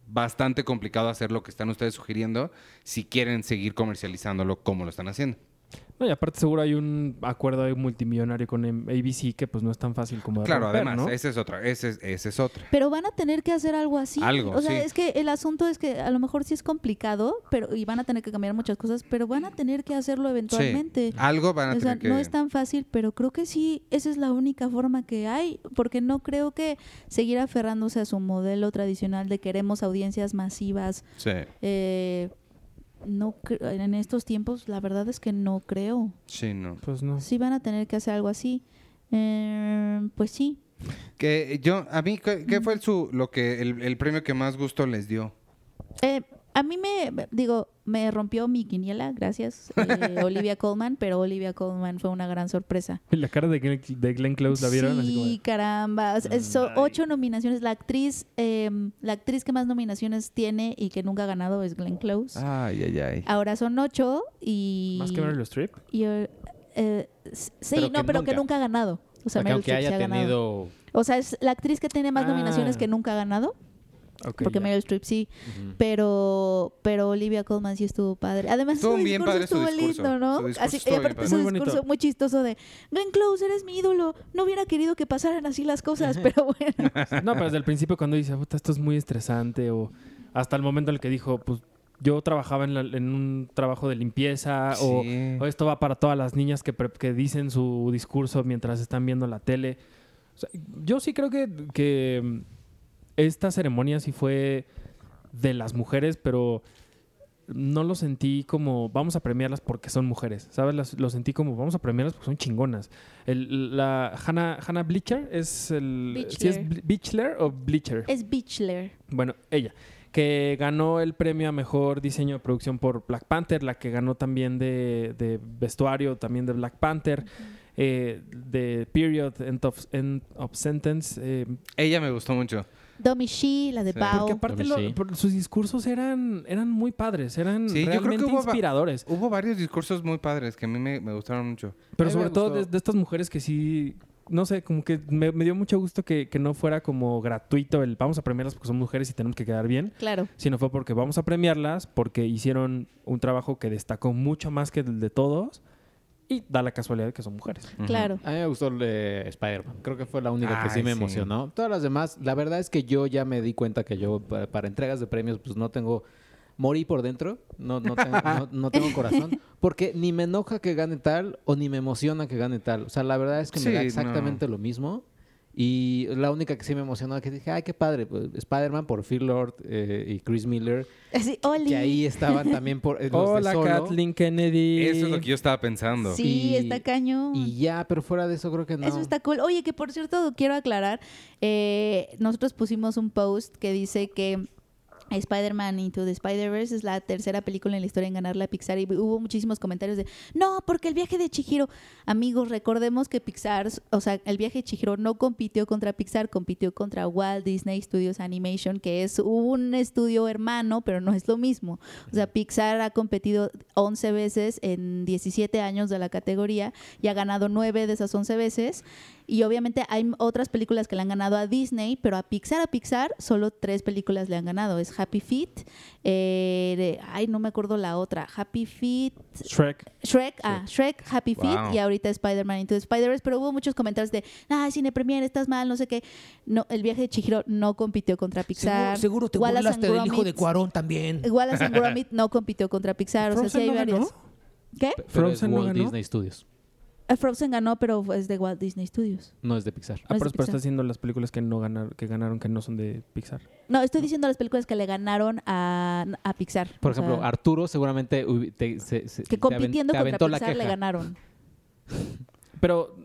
[SPEAKER 4] bastante complicado hacer lo que están ustedes sugiriendo si quieren seguir comercializándolo como lo están haciendo.
[SPEAKER 2] No, y aparte seguro hay un acuerdo ahí multimillonario con em- ABC que pues no es tan fácil como de
[SPEAKER 4] claro,
[SPEAKER 2] romper,
[SPEAKER 4] además,
[SPEAKER 2] ¿no?
[SPEAKER 4] esa es otra, esa es, esa es otra.
[SPEAKER 1] Pero van a tener que hacer algo así.
[SPEAKER 4] Algo,
[SPEAKER 1] o sea,
[SPEAKER 4] sí.
[SPEAKER 1] es que el asunto es que a lo mejor sí es complicado, pero y van a tener que cambiar muchas cosas, pero van a tener que hacerlo eventualmente.
[SPEAKER 4] Sí, algo van a
[SPEAKER 1] o sea,
[SPEAKER 4] tener que...
[SPEAKER 1] no es tan fácil, pero creo que sí, esa es la única forma que hay, porque no creo que seguir aferrándose a su modelo tradicional de queremos audiencias masivas.
[SPEAKER 4] Sí,
[SPEAKER 1] eh, no cre- en estos tiempos, la verdad es que no creo.
[SPEAKER 4] sí, no.
[SPEAKER 2] Pues no.
[SPEAKER 1] Sí van a tener que hacer algo así. Eh, pues sí,
[SPEAKER 4] Que yo, a mí, ¿qué, qué
[SPEAKER 1] Mm.
[SPEAKER 4] fue el su, lo que, el, el premio que más gusto les dio?
[SPEAKER 1] Eh, a mí me, me- digo, me rompió mi quiniela, gracias,
[SPEAKER 2] [LAUGHS]
[SPEAKER 1] eh, Olivia Colman, pero Olivia Colman fue una gran sorpresa.
[SPEAKER 2] Y [LAUGHS] La cara de Glenn, de Glenn Close la vieron así como...
[SPEAKER 1] sí,
[SPEAKER 2] de-
[SPEAKER 1] caramba. o sea, son ocho nominaciones. La actriz, eh, la actriz que más nominaciones tiene y que nunca ha ganado es Glenn Close.
[SPEAKER 4] Ay, ay, ay.
[SPEAKER 1] Ahora son ocho y...
[SPEAKER 2] Ah. Más que Meryl Streep.
[SPEAKER 1] y, eh, eh, s- sí,
[SPEAKER 3] Pero
[SPEAKER 1] no,
[SPEAKER 3] que
[SPEAKER 1] pero que
[SPEAKER 3] nunca.
[SPEAKER 1] nunca ha ganado. O sea,
[SPEAKER 3] Porque
[SPEAKER 1] Meryl
[SPEAKER 3] aunque
[SPEAKER 1] Streep sí
[SPEAKER 3] haya
[SPEAKER 1] ha ganado.
[SPEAKER 3] tenido...
[SPEAKER 1] O sea, es la actriz que tiene más
[SPEAKER 2] Ah.
[SPEAKER 1] nominaciones que nunca ha ganado,
[SPEAKER 2] Ok,
[SPEAKER 1] porque
[SPEAKER 2] ya.
[SPEAKER 1] Meryl Streep sí.
[SPEAKER 3] Ujú.
[SPEAKER 1] pero pero Olivia Colman sí estuvo padre. Además,
[SPEAKER 4] Estuvo
[SPEAKER 1] su
[SPEAKER 4] bien
[SPEAKER 1] discurso
[SPEAKER 4] padre su
[SPEAKER 1] estuvo
[SPEAKER 4] discurso.
[SPEAKER 1] lindo, ¿no?
[SPEAKER 4] Su discurso
[SPEAKER 1] Así-
[SPEAKER 4] estuvo
[SPEAKER 1] y
[SPEAKER 4] bien
[SPEAKER 1] aparte
[SPEAKER 4] padre.
[SPEAKER 1] su
[SPEAKER 2] Muy bonito.
[SPEAKER 1] discurso muy chistoso de Glenn Close, eres mi ídolo. No hubiera querido que pasaran así las cosas, pero bueno. [LAUGHS]
[SPEAKER 2] No, pero desde el principio cuando dice, puta, esto es muy estresante, o hasta el momento en el que dijo, pues yo trabajaba en, la- en un trabajo de limpieza, o,
[SPEAKER 4] Sí.
[SPEAKER 2] o esto va para todas las niñas que, pre- que dicen su discurso mientras están viendo la tele. O sea, yo sí creo que, que mm, esta ceremonia sí fue de las mujeres, pero no lo sentí como vamos a premiarlas porque son mujeres, ¿sabes? Las- lo sentí como vamos a premiarlas porque son chingonas. El- la Hannah, Hannah Bleacher es el... ¿sí es
[SPEAKER 1] Bichler.
[SPEAKER 2] Bl- Bichler o Bleacher?
[SPEAKER 1] Es Bichler.
[SPEAKER 2] Bueno, ella, que ganó el premio a mejor diseño de producción por Black Panther, la que ganó también de, de vestuario, también de Black Panther, eh, de Period, End of, End of Sentence. eh,
[SPEAKER 4] Ella me gustó mucho.
[SPEAKER 1] Domi Shi, la de
[SPEAKER 4] Sí.
[SPEAKER 1] Bao.
[SPEAKER 2] porque aparte lo-
[SPEAKER 3] Sí.
[SPEAKER 2] por- sus discursos eran, eran muy padres, eran
[SPEAKER 4] Sí, yo creo que
[SPEAKER 2] realmente
[SPEAKER 4] hubo va-
[SPEAKER 2] inspiradores.
[SPEAKER 4] Hubo varios discursos muy padres que a mí me, me gustaron mucho.
[SPEAKER 2] Pero
[SPEAKER 3] A mí me
[SPEAKER 2] sobre todo de,
[SPEAKER 3] gustó.
[SPEAKER 2] de estas mujeres que sí no sé, como que me, me dio mucho gusto que, que no fuera como gratuito el vamos a premiarlas porque son mujeres y tenemos que quedar bien,
[SPEAKER 1] Claro.
[SPEAKER 2] sino fue porque vamos a premiarlas porque hicieron un trabajo que destacó mucho más que el de todos y da la casualidad de que son mujeres.
[SPEAKER 1] Claro.
[SPEAKER 3] A mí me gustó el de Spider-Man. Creo que fue la única que sí
[SPEAKER 4] Ay,
[SPEAKER 3] me
[SPEAKER 4] sí.
[SPEAKER 3] emocionó. Todas las demás, la verdad es que yo ya me di cuenta que yo para, para entregas de premios pues no tengo... Morí por dentro, no, no, tengo, no- no tengo
[SPEAKER 1] [LAUGHS]
[SPEAKER 3] corazón, porque ni me enoja que gane tal o ni me emociona que gane tal. O sea, la verdad es que
[SPEAKER 4] Sí,
[SPEAKER 3] me da
[SPEAKER 4] no.
[SPEAKER 3] exactamente lo mismo. Y la única que sí me emocionó que dije, ay, qué padre, pues, Spider-Man por Phil Lord eh, y Chris Miller,
[SPEAKER 1] Así, Oli.
[SPEAKER 3] que ahí estaban también por eh, los de
[SPEAKER 2] Hola,
[SPEAKER 3] Solo.
[SPEAKER 2] Kathleen Kennedy.
[SPEAKER 4] Eso es lo que yo estaba pensando.
[SPEAKER 1] Sí,
[SPEAKER 3] Y-
[SPEAKER 1] está cañón.
[SPEAKER 3] Y ya, pero fuera de eso creo que no.
[SPEAKER 1] Eso está cool. Oye, que por cierto, quiero aclarar, eh, nosotros pusimos un post que dice que Spider-Man Into the Spider-Verse es la tercera película en la historia en ganar la Pixar y hubo muchísimos comentarios de, no, porque el viaje de Chihiro, amigos, recordemos que Pixar, o sea, el viaje de Chihiro no compitió contra Pixar, compitió contra Walt Disney Studios Animation, que es un estudio hermano, pero no es lo mismo. O sea, Pixar ha competido 11 veces en 17 años de la categoría y ha ganado 9 de esas 11 veces. Y obviamente hay otras películas que le han ganado a Disney, pero a Pixar, a Pixar, solo tres películas le han ganado. Es Happy Feet, eh, de- ay, no me acuerdo la otra, Happy Feet,
[SPEAKER 2] Shrek.
[SPEAKER 1] Shrek, ah, Shrek, Happy Feet
[SPEAKER 4] Wow.
[SPEAKER 1] y ahorita Spider-Man Into the Spider-Verse, pero hubo muchos comentarios de, ah, Cine Premier, estás mal, no sé qué. No, el viaje de Chihiro no compitió contra Pixar.
[SPEAKER 5] Seguro, seguro te
[SPEAKER 1] Wallace and
[SPEAKER 5] burlaste del hijo de
[SPEAKER 1] Gromit-
[SPEAKER 5] Cuarón también.
[SPEAKER 1] Wallace and
[SPEAKER 3] [LAUGHS]
[SPEAKER 1] Gromit no compitió contra Pixar, o sea, sí
[SPEAKER 2] ¿Frozen
[SPEAKER 1] hay
[SPEAKER 2] no ganó?
[SPEAKER 1] varias. ¿Qué?
[SPEAKER 3] Pero es
[SPEAKER 2] Frozen no
[SPEAKER 3] Walt
[SPEAKER 2] ganó.
[SPEAKER 3] Disney Studios,
[SPEAKER 1] Eh, Frozen ganó, pero es de Walt Disney Studios.
[SPEAKER 3] no es de Pixar.
[SPEAKER 1] No
[SPEAKER 2] Ah,
[SPEAKER 1] es de
[SPEAKER 2] pero, pero
[SPEAKER 1] Pixar.
[SPEAKER 2] está haciendo las películas que no ganaron, que ganaron que no son de Pixar.
[SPEAKER 1] No, estoy diciendo las películas que le ganaron a, a Pixar.
[SPEAKER 3] Por
[SPEAKER 1] O sea,
[SPEAKER 3] ejemplo, Arturo seguramente hubi- te, se- se-
[SPEAKER 1] que
[SPEAKER 3] te aven-
[SPEAKER 1] compitiendo
[SPEAKER 3] te
[SPEAKER 1] contra
[SPEAKER 3] aventó la
[SPEAKER 1] Pixar le
[SPEAKER 3] queja.
[SPEAKER 1] ganaron.
[SPEAKER 2] Pero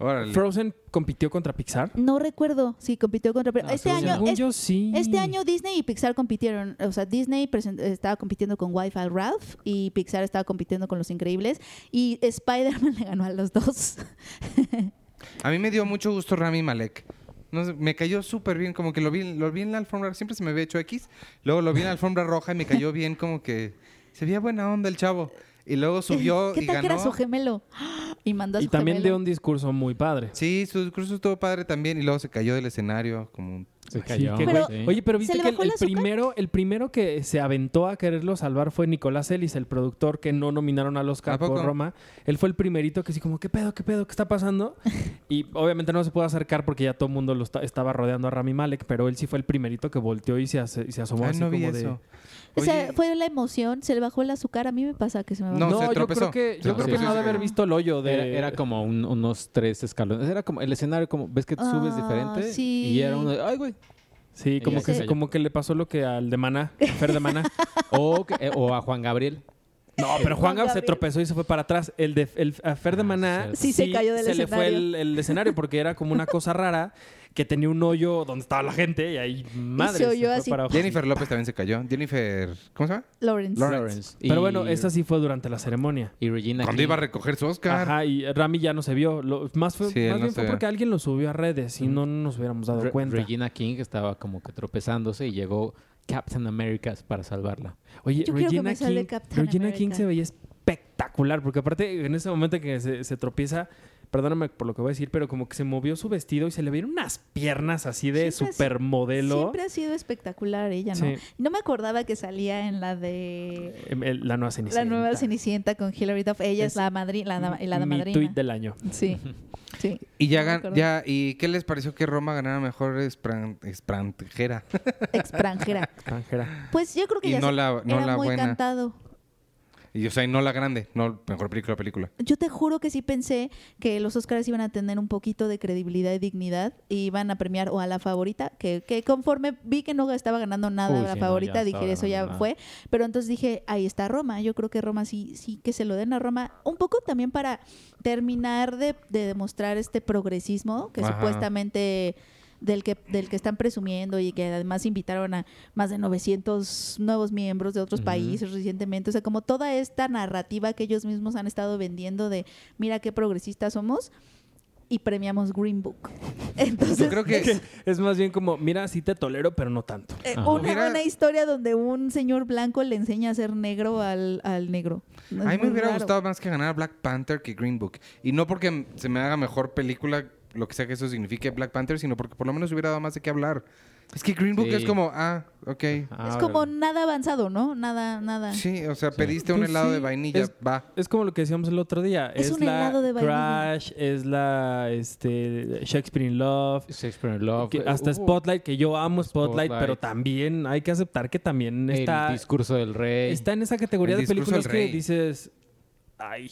[SPEAKER 4] Órale.
[SPEAKER 2] Frozen compitió contra Pixar.
[SPEAKER 1] No recuerdo si compitió contra. pero
[SPEAKER 3] No,
[SPEAKER 1] este
[SPEAKER 3] según
[SPEAKER 1] año,
[SPEAKER 2] Ah, Según
[SPEAKER 1] es-
[SPEAKER 2] yo sí.
[SPEAKER 1] este año Disney y Pixar compitieron. O sea, Disney presen- estaba compitiendo con Wi-Fi Ralph y Pixar estaba compitiendo con Los Increíbles y Spider-Man [LAUGHS] le ganó a los dos.
[SPEAKER 4] A mí me dio mucho gusto Rami Malek. No sé, me cayó súper bien, como que lo vi, lo vi en la alfombra, siempre se me había hecho X. Luego lo vi en la alfombra roja y me
[SPEAKER 1] [LAUGHS]
[SPEAKER 4] cayó bien, como que se veía buena onda el chavo. Y luego subió
[SPEAKER 1] ¿Qué
[SPEAKER 4] y
[SPEAKER 1] tal que era
[SPEAKER 4] ganó.
[SPEAKER 1] su gemelo? [GASPS] ¡Ah! Y mandó a su
[SPEAKER 2] Y también dio
[SPEAKER 1] gemelo.
[SPEAKER 2] un discurso muy padre.
[SPEAKER 4] Sí, su discurso estuvo padre también y luego se cayó del escenario como un...
[SPEAKER 3] Se
[SPEAKER 2] Ay,
[SPEAKER 3] cayó.
[SPEAKER 2] qué
[SPEAKER 1] Pero-
[SPEAKER 2] güey. Oye, pero
[SPEAKER 1] ¿se
[SPEAKER 2] viste
[SPEAKER 1] le
[SPEAKER 2] que el,
[SPEAKER 1] bajó el
[SPEAKER 2] el
[SPEAKER 1] azúcar?
[SPEAKER 2] primero, el primero que se aventó a quererlo salvar fue Nicolás Ellis, el productor que no nominaron al
[SPEAKER 4] ¿A
[SPEAKER 2] Oscar
[SPEAKER 4] poco?
[SPEAKER 2] por Roma. Él fue el primerito que sí como, ¿qué pedo, qué pedo, qué está pasando?
[SPEAKER 1] [LAUGHS]
[SPEAKER 2] y obviamente no se pudo acercar porque ya todo el mundo lo esta- estaba rodeando a Rami Malek, pero él sí fue el primerito que volteó y se, ase- y se asomó
[SPEAKER 4] Ah,
[SPEAKER 2] así
[SPEAKER 4] no vi
[SPEAKER 2] como de...
[SPEAKER 4] eso.
[SPEAKER 1] O sea,
[SPEAKER 4] Oye,
[SPEAKER 1] fue la emoción, se le bajó el azúcar. A mí me pasa que se me bajó.
[SPEAKER 4] No,
[SPEAKER 2] No,
[SPEAKER 4] se
[SPEAKER 2] yo
[SPEAKER 4] tropezó.
[SPEAKER 2] creo que,
[SPEAKER 4] Se
[SPEAKER 2] yo creo que
[SPEAKER 3] tropezó y
[SPEAKER 2] no ha
[SPEAKER 3] se
[SPEAKER 2] de haber
[SPEAKER 4] cayó.
[SPEAKER 2] visto el hoyo de...
[SPEAKER 3] Era, era como un- unos tres escalones. Era como el escenario, como ves que te subes
[SPEAKER 1] Ah,
[SPEAKER 3] diferente.
[SPEAKER 1] sí.
[SPEAKER 3] Y era uno de, ay, güey.
[SPEAKER 2] Sí,
[SPEAKER 3] Y
[SPEAKER 2] como
[SPEAKER 3] ya
[SPEAKER 2] que,
[SPEAKER 3] se cayó.
[SPEAKER 2] como que le pasó lo que al de Maná, a Fer de Maná.
[SPEAKER 3] O, que- eh, o a
[SPEAKER 1] [LAUGHS]
[SPEAKER 3] Juan Gabriel.
[SPEAKER 2] No, pero
[SPEAKER 1] Juan
[SPEAKER 2] Juan Gabriel se
[SPEAKER 1] Gabriel.
[SPEAKER 2] tropezó y se fue para atrás. El de el, a Fer de
[SPEAKER 3] Ah,
[SPEAKER 2] Maná
[SPEAKER 3] cierto.
[SPEAKER 1] Sí, se cayó del
[SPEAKER 2] se le fue
[SPEAKER 1] escenario.
[SPEAKER 2] el, el escenario porque era como una cosa rara que tenía un hoyo donde estaba la gente y ahí madre.
[SPEAKER 1] oyó
[SPEAKER 2] fue
[SPEAKER 1] así.
[SPEAKER 2] para abajo.
[SPEAKER 4] Jennifer López también se cayó. Jennifer... ¿Cómo se llama?
[SPEAKER 1] Lawrence.
[SPEAKER 2] Pero bueno,
[SPEAKER 3] Y-
[SPEAKER 2] esa sí fue durante la ceremonia.
[SPEAKER 3] Y Regina.
[SPEAKER 4] Cuando
[SPEAKER 3] King.
[SPEAKER 4] iba a recoger su Oscar.
[SPEAKER 2] Ajá, y Rami ya no se vio. Lo- más fue,
[SPEAKER 4] Sí, él
[SPEAKER 2] más
[SPEAKER 4] no
[SPEAKER 2] bien
[SPEAKER 4] se
[SPEAKER 2] fue
[SPEAKER 4] vio.
[SPEAKER 2] porque alguien lo subió a redes y no nos hubiéramos dado
[SPEAKER 3] Re-
[SPEAKER 2] cuenta.
[SPEAKER 3] Regina King estaba como que tropezándose y llegó Captain America para salvarla.
[SPEAKER 2] Oye,
[SPEAKER 1] Yo quiero que
[SPEAKER 2] Regina,
[SPEAKER 1] me salga
[SPEAKER 2] King,
[SPEAKER 1] Captain
[SPEAKER 2] Regina King
[SPEAKER 1] America.
[SPEAKER 2] se veía espectacular, porque aparte en ese momento que se, se tropieza, perdóname por lo que voy a decir, pero como que se movió su vestido y se le vieron unas piernas así
[SPEAKER 1] Siempre
[SPEAKER 2] de
[SPEAKER 1] ha si-
[SPEAKER 2] supermodelo.
[SPEAKER 1] Siempre ha sido espectacular ella, ¿no?
[SPEAKER 2] Sí.
[SPEAKER 1] No me acordaba que salía en la de
[SPEAKER 2] Em, el- La nueva
[SPEAKER 1] La
[SPEAKER 2] Cenicienta.
[SPEAKER 1] Nueva Cenicienta con Hilary Duff. Ella es,
[SPEAKER 2] Es
[SPEAKER 1] la madrina, la, dama- la
[SPEAKER 2] Mi
[SPEAKER 1] madrina.
[SPEAKER 2] tweet del año.
[SPEAKER 1] Sí, sí.
[SPEAKER 4] Y ya,
[SPEAKER 1] No me
[SPEAKER 4] gan-
[SPEAKER 1] acuerdo.
[SPEAKER 4] ya... ¿Y qué les pareció que Roma ganara mejor espran- extranjera?
[SPEAKER 1] Extranjera.
[SPEAKER 2] Extranjera.
[SPEAKER 1] Pues yo creo que
[SPEAKER 4] Y
[SPEAKER 1] ya
[SPEAKER 4] no
[SPEAKER 1] se-
[SPEAKER 4] la- no
[SPEAKER 1] era
[SPEAKER 4] la
[SPEAKER 1] muy
[SPEAKER 4] buena.
[SPEAKER 1] cantado.
[SPEAKER 4] Y o sea, y no la grande, no mejor película, película.
[SPEAKER 1] Yo te juro que sí pensé que los Oscars iban a tener un poquito de credibilidad y dignidad y iban a premiar o a la favorita, que, que conforme vi que no estaba ganando nada
[SPEAKER 3] Uy,
[SPEAKER 1] la
[SPEAKER 3] sí, no,
[SPEAKER 1] favorita,
[SPEAKER 3] ya
[SPEAKER 1] dije,
[SPEAKER 3] estaba
[SPEAKER 1] eso ya
[SPEAKER 3] ganando nada".
[SPEAKER 1] fue. Pero entonces dije, ahí está Roma, yo creo que Roma sí, sí que se lo den a Roma, un poco también para terminar de, de demostrar este progresismo que
[SPEAKER 4] Ajá.
[SPEAKER 1] supuestamente del que, del que están presumiendo y que además invitaron a más de 900 nuevos miembros de otros
[SPEAKER 3] Ujú.
[SPEAKER 1] países recientemente. O sea, como toda esta narrativa que ellos mismos han estado vendiendo de mira qué progresistas somos y premiamos Green Book. [LAUGHS] Entonces,
[SPEAKER 4] Yo creo
[SPEAKER 2] [LAUGHS]
[SPEAKER 4] que...
[SPEAKER 1] es,
[SPEAKER 2] Es más bien como, mira, sí te tolero, pero no tanto.
[SPEAKER 1] eh,
[SPEAKER 3] Ajá.
[SPEAKER 1] una,
[SPEAKER 4] Mira-
[SPEAKER 1] una historia donde un señor blanco le enseña a ser negro al, al negro. Es
[SPEAKER 4] A mí me
[SPEAKER 1] muy
[SPEAKER 4] hubiera
[SPEAKER 1] raro.
[SPEAKER 4] gustado más que ganara Black Panther que Green Book. Y no porque m- se me haga mejor película lo que sea que eso signifique Black Panther, sino porque por lo menos hubiera dado más de qué hablar. Es que Green Book
[SPEAKER 3] Sí.
[SPEAKER 4] es como, ah, ok.
[SPEAKER 3] Ah,
[SPEAKER 1] es como
[SPEAKER 3] órale.
[SPEAKER 1] nada avanzado, ¿no? Nada, nada.
[SPEAKER 4] Sí, o sea, pediste un
[SPEAKER 2] Pues
[SPEAKER 4] helado
[SPEAKER 2] sí,
[SPEAKER 4] de vainilla,
[SPEAKER 2] es-
[SPEAKER 4] va.
[SPEAKER 2] Es como lo que decíamos el otro día.
[SPEAKER 1] Es
[SPEAKER 2] Es,
[SPEAKER 1] un
[SPEAKER 2] la
[SPEAKER 1] helado de vainilla.
[SPEAKER 2] Crash, es la este, Shakespeare in Love.
[SPEAKER 3] Shakespeare in Love.
[SPEAKER 2] que
[SPEAKER 3] eh,
[SPEAKER 2] hasta
[SPEAKER 4] uh.
[SPEAKER 3] hubo
[SPEAKER 2] Spotlight, que yo amo Spotlight,
[SPEAKER 3] Spotlight.
[SPEAKER 2] pero también hay que aceptar que también
[SPEAKER 3] El
[SPEAKER 2] está,
[SPEAKER 3] discurso del rey.
[SPEAKER 2] está en esa categoría de
[SPEAKER 4] El discurso
[SPEAKER 2] películas
[SPEAKER 4] del
[SPEAKER 2] que
[SPEAKER 4] rey.
[SPEAKER 2] dices, ay,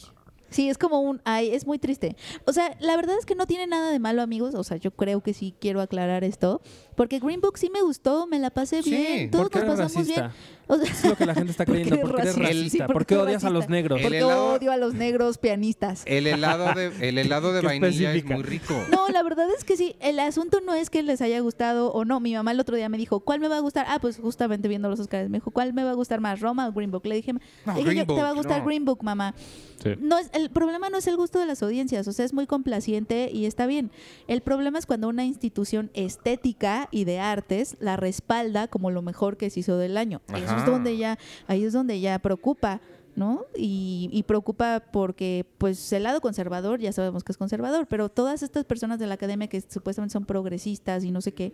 [SPEAKER 1] Sí, es como un, ay, es muy triste. O sea, la verdad es que no tiene nada de malo, amigos. O sea, yo creo que sí quiero aclarar esto. Porque Green Book sí me gustó, me la pasé
[SPEAKER 4] Sí,
[SPEAKER 1] bien, todos
[SPEAKER 2] ¿por qué
[SPEAKER 1] nos
[SPEAKER 2] eres
[SPEAKER 1] pasamos bien.
[SPEAKER 2] racista?
[SPEAKER 1] O sea,
[SPEAKER 2] Es lo que la gente
[SPEAKER 1] [LAUGHS]
[SPEAKER 2] está
[SPEAKER 1] ¿por qué
[SPEAKER 2] creyendo, porque eres
[SPEAKER 1] racista?
[SPEAKER 2] racista,
[SPEAKER 1] Sí, ¿por
[SPEAKER 2] ¿por
[SPEAKER 1] qué
[SPEAKER 2] qué odias a los
[SPEAKER 1] racista?
[SPEAKER 2] negros?
[SPEAKER 4] [LAUGHS] El
[SPEAKER 1] porque
[SPEAKER 4] helado-
[SPEAKER 1] odio a los negros pianistas.
[SPEAKER 4] El helado de, el
[SPEAKER 2] [LAUGHS]
[SPEAKER 4] helado de
[SPEAKER 2] Qué
[SPEAKER 4] vainilla es
[SPEAKER 2] específica.
[SPEAKER 4] muy rico.
[SPEAKER 1] No, la verdad es que sí. El asunto no es que les haya gustado o no. Mi mamá el otro día me dijo, ¿cuál me va a gustar? Ah, pues justamente viendo los Oscars. Me dijo, ¿cuál me va a gustar más, Roma o Green Book? Le dije,
[SPEAKER 4] No,
[SPEAKER 1] dije
[SPEAKER 4] Green
[SPEAKER 1] yo, te va a
[SPEAKER 4] Book,
[SPEAKER 1] gustar
[SPEAKER 4] no.
[SPEAKER 1] Green Book, mamá.
[SPEAKER 3] Sí.
[SPEAKER 1] No es, el problema no es el gusto de las audiencias, o sea, es muy complaciente y está bien. El problema es cuando una institución estética y de artes la respalda como lo mejor que se hizo del año. Eso es
[SPEAKER 4] Ajá.
[SPEAKER 1] donde ya, ahí es donde ya preocupa. ¿no? Y, y preocupa porque pues el lado conservador ya sabemos que es conservador, pero todas estas personas de la academia que supuestamente son progresistas y no sé qué,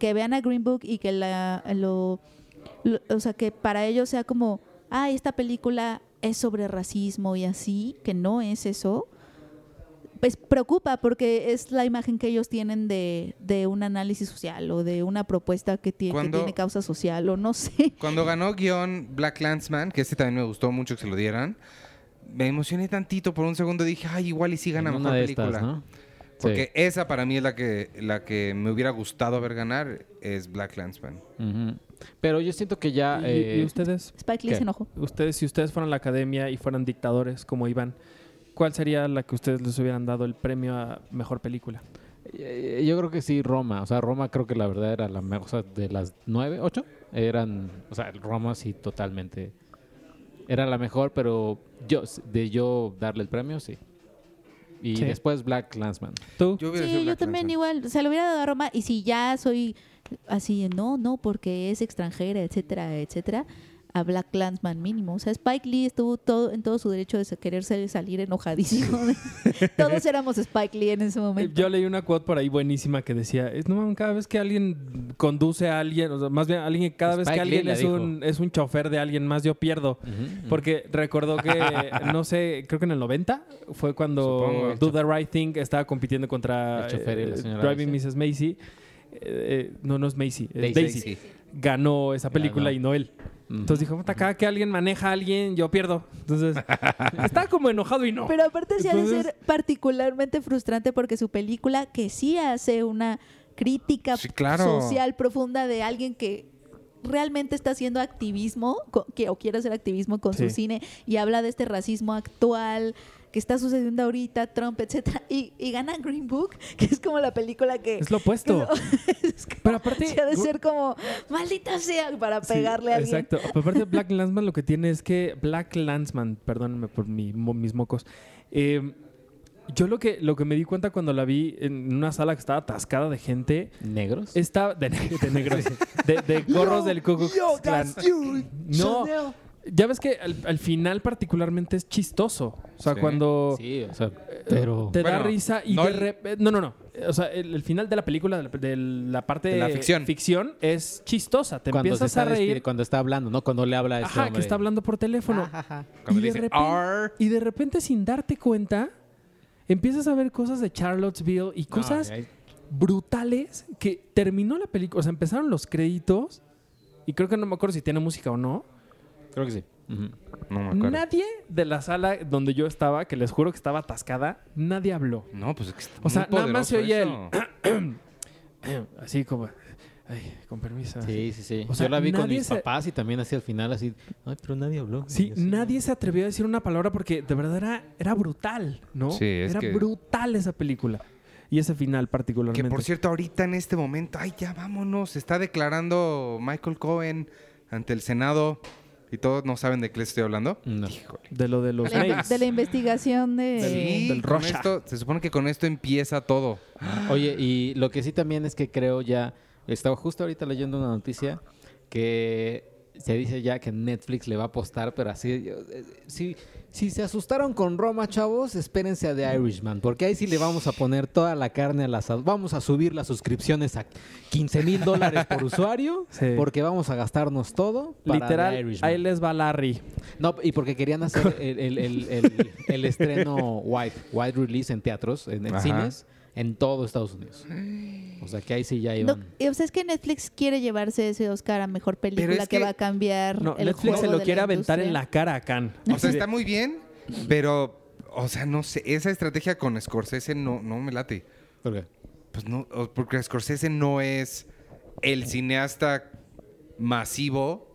[SPEAKER 1] que vean a Green Book y que la, lo, lo- o sea, que para ellos sea como, ah, esta película es sobre racismo y así, que no es eso, pues preocupa porque es la imagen que ellos tienen de, de un análisis social o de una propuesta que, tiene que
[SPEAKER 4] Cuando-
[SPEAKER 1] tiene causa social o no sé.
[SPEAKER 4] Cuando ganó guión Black Landsman, que este también me gustó mucho que se lo dieran, me emocioné tantito por un segundo. Dije, ay, igual y sí
[SPEAKER 3] en
[SPEAKER 4] gana
[SPEAKER 3] una
[SPEAKER 4] mejor
[SPEAKER 3] de
[SPEAKER 4] película.
[SPEAKER 3] estas, ¿no?
[SPEAKER 4] Porque
[SPEAKER 3] Sí.
[SPEAKER 4] esa para mí es la que, la que me hubiera gustado ver ganar, es Black Landsman.
[SPEAKER 3] Ujú. Pero yo siento que ya.
[SPEAKER 4] ah,
[SPEAKER 2] ¿Y-
[SPEAKER 3] eh,
[SPEAKER 2] ¿Y, ustedes?
[SPEAKER 1] Spike Lee
[SPEAKER 3] ¿Qué?
[SPEAKER 1] se enojó.
[SPEAKER 2] Ustedes, si ustedes fueran la academia y fueran dictadores como Iván, ¿cuál sería la que ustedes les hubieran dado el premio a mejor película?
[SPEAKER 3] Eh, Yo creo que sí, Roma. O sea, Roma creo que la verdad era la mejor. O sea, de las nueve, ocho, eran. O sea, Roma sí, totalmente. Era la mejor, pero yo de yo darle el premio, sí. Y
[SPEAKER 2] Sí.
[SPEAKER 3] después Black Landsman.
[SPEAKER 2] ¿Tú?
[SPEAKER 4] Yo hubiera sido
[SPEAKER 1] Sí, yo
[SPEAKER 4] Black
[SPEAKER 1] también
[SPEAKER 4] Landsman.
[SPEAKER 1] igual, se lo hubiera dado a Roma y si ya soy así, no, no, porque es extranjera, etcétera, etcétera, a Black Clansman mínimo. O sea, Spike Lee estuvo todo en todo su derecho de sa- quererse salir enojadísimo. [LAUGHS] de- Todos éramos Spike Lee en ese
[SPEAKER 2] Eh,
[SPEAKER 1] momento.
[SPEAKER 2] Yo leí una quote por ahí buenísima que decía, es, no, mames, cada vez que alguien conduce a alguien, o sea, más bien alguien, cada vez que
[SPEAKER 3] Spike Lee
[SPEAKER 2] alguien
[SPEAKER 3] la
[SPEAKER 2] es un, es un chofer de alguien más, yo pierdo. Porque recordó
[SPEAKER 3] [LAUGHS]
[SPEAKER 2] que, no sé, creo que en el 90 fue cuando
[SPEAKER 4] Supongo.
[SPEAKER 2] Do the Right Thing estaba compitiendo contra
[SPEAKER 3] El chofer y la
[SPEAKER 2] eh,
[SPEAKER 3] señora
[SPEAKER 2] Driving
[SPEAKER 3] Daisy.
[SPEAKER 2] Mrs. Macy. Eh, eh, no, no es Macy, es
[SPEAKER 3] Daisy.
[SPEAKER 2] Daisy.
[SPEAKER 4] Daisy.
[SPEAKER 2] Ganó esa película
[SPEAKER 3] Ganó.
[SPEAKER 2] y no él. Entonces dijo, "Puta, cada que alguien maneja a alguien, yo pierdo.
[SPEAKER 3] [LAUGHS]
[SPEAKER 2] Entonces, estaba como enojado y no.
[SPEAKER 1] Pero aparte sí ha de
[SPEAKER 2] Entonces-
[SPEAKER 1] ser particularmente frustrante porque su película, que sí hace una crítica
[SPEAKER 4] Sí, claro.
[SPEAKER 1] social profunda de alguien que realmente está haciendo activismo co- que, o quiere hacer activismo con su
[SPEAKER 2] Sí.
[SPEAKER 1] cine y habla de este racismo actual que está sucediendo ahorita, Trump, etcétera, y, y gana Green Book, que es como la película que...
[SPEAKER 2] es lo opuesto.
[SPEAKER 1] [LAUGHS] es como-
[SPEAKER 2] Pero aparte,
[SPEAKER 1] sí ha de
[SPEAKER 2] Gru-
[SPEAKER 1] ser como, maldita sea, para
[SPEAKER 2] Sí,
[SPEAKER 1] pegarle a alguien.
[SPEAKER 2] Exacto. Pero aparte, Black Landsman lo que tiene es que Black Landsman, perdónenme por mi mo- mis mocos. eh, yo lo que, lo que me di cuenta cuando la vi en una sala que estaba atascada de gente,
[SPEAKER 3] ¿Negros?
[SPEAKER 2] estaba de, ne- de [LAUGHS] negros, de, de gorros del Ku Klux Klan. No, ya ves que al, al final particularmente es chistoso. O sea,
[SPEAKER 4] Sí.
[SPEAKER 2] cuando
[SPEAKER 3] Sí, o sea, pero.
[SPEAKER 2] Oh. Eh, te da
[SPEAKER 4] Bueno,
[SPEAKER 2] risa y
[SPEAKER 4] no
[SPEAKER 2] de
[SPEAKER 4] el-
[SPEAKER 2] repe- No, no, no. O sea, el, el final de la película, de la, de la parte
[SPEAKER 4] De la ficción.
[SPEAKER 2] es chistosa. Te
[SPEAKER 3] cuando se
[SPEAKER 2] empiezas
[SPEAKER 3] está
[SPEAKER 2] a reír.
[SPEAKER 3] despide- cuando está hablando, ¿no? Cuando le habla a este
[SPEAKER 2] Ajá, que
[SPEAKER 3] hombre.
[SPEAKER 2] está hablando por teléfono.
[SPEAKER 4] Cuando
[SPEAKER 2] Y de
[SPEAKER 4] le dicen,
[SPEAKER 2] repente-
[SPEAKER 4] "Arr".
[SPEAKER 2] Y de repente, sin darte cuenta, empiezas a ver cosas de Charlottesville
[SPEAKER 4] Ah,
[SPEAKER 2] y
[SPEAKER 3] No,
[SPEAKER 2] cosas
[SPEAKER 3] ahí-
[SPEAKER 2] brutales que terminó la película. O sea, empezaron los créditos y creo que no me acuerdo si tiene música o no.
[SPEAKER 3] Creo que sí. Ujú.
[SPEAKER 4] No me acuerdo.
[SPEAKER 2] Nadie de la sala donde yo estaba, que les juro que estaba atascada, nadie habló.
[SPEAKER 4] No, pues es que está
[SPEAKER 2] O
[SPEAKER 4] muy
[SPEAKER 2] sea, nada más se
[SPEAKER 4] poderoso
[SPEAKER 2] oye
[SPEAKER 4] eso.
[SPEAKER 2] Así como, ay, con permiso.
[SPEAKER 3] Sí, sí, sí.
[SPEAKER 2] O sea,
[SPEAKER 3] Yo la vi con
[SPEAKER 2] nadie
[SPEAKER 3] mis
[SPEAKER 2] se-
[SPEAKER 3] papás y también así al final, así. Ay, pero nadie habló.
[SPEAKER 2] Sí,
[SPEAKER 3] Y así,
[SPEAKER 2] nadie se atrevió a decir una palabra porque de verdad era, era brutal, ¿no?
[SPEAKER 4] Sí, es
[SPEAKER 2] era
[SPEAKER 4] que-
[SPEAKER 2] brutal esa película. Y ese final particularmente.
[SPEAKER 4] Que por cierto, ahorita en este momento, ay, ya vámonos, se está declarando Michael Cohen ante el Senado y todos no saben de qué les estoy hablando.
[SPEAKER 3] No.
[SPEAKER 2] De lo de los
[SPEAKER 1] La-
[SPEAKER 2] gays.
[SPEAKER 1] de la investigación de...
[SPEAKER 4] Sí,
[SPEAKER 2] del
[SPEAKER 4] con
[SPEAKER 2] Russia.
[SPEAKER 4] esto- se supone que con esto empieza todo.
[SPEAKER 3] Oye, y lo que sí también es que creo ya, estaba justo ahorita leyendo una noticia que se dice ya que Netflix le va a apostar, pero así. yo, eh, Si, si se asustaron con Roma, chavos, espérense a The Irishman, porque ahí sí le vamos a poner toda la carne al asado. Vamos a subir las suscripciones a 15 mil
[SPEAKER 2] [LAUGHS]
[SPEAKER 3] dólares por usuario,
[SPEAKER 2] Sí.
[SPEAKER 3] porque vamos a gastarnos todo. Para The
[SPEAKER 2] Literal,
[SPEAKER 3] Irishman.
[SPEAKER 2] ahí les va Larry.
[SPEAKER 3] No, y porque querían hacer el, el- el- el- el estreno wide, wide release en teatros, en, en
[SPEAKER 4] Ajá.
[SPEAKER 3] cines, en todo Estados Unidos. O sea que ahí sí ya
[SPEAKER 1] No,
[SPEAKER 3] iban.
[SPEAKER 1] y, o sea, es que Netflix quiere llevarse ese Oscar a mejor película
[SPEAKER 4] es
[SPEAKER 1] que,
[SPEAKER 4] que-
[SPEAKER 1] va a cambiar.
[SPEAKER 2] No,
[SPEAKER 1] el
[SPEAKER 2] Netflix se
[SPEAKER 1] juego
[SPEAKER 2] lo
[SPEAKER 1] de
[SPEAKER 2] quiere
[SPEAKER 1] la
[SPEAKER 2] aventar en
[SPEAKER 1] industria.
[SPEAKER 2] la cara a Khan.
[SPEAKER 4] O
[SPEAKER 2] Así
[SPEAKER 4] sea,
[SPEAKER 2] de-
[SPEAKER 4] está muy bien, pero, o sea, no sé, esa estrategia con Scorsese no, no me late.
[SPEAKER 3] ¿Por qué?
[SPEAKER 4] Pues no, o- porque Scorsese no es el cineasta masivo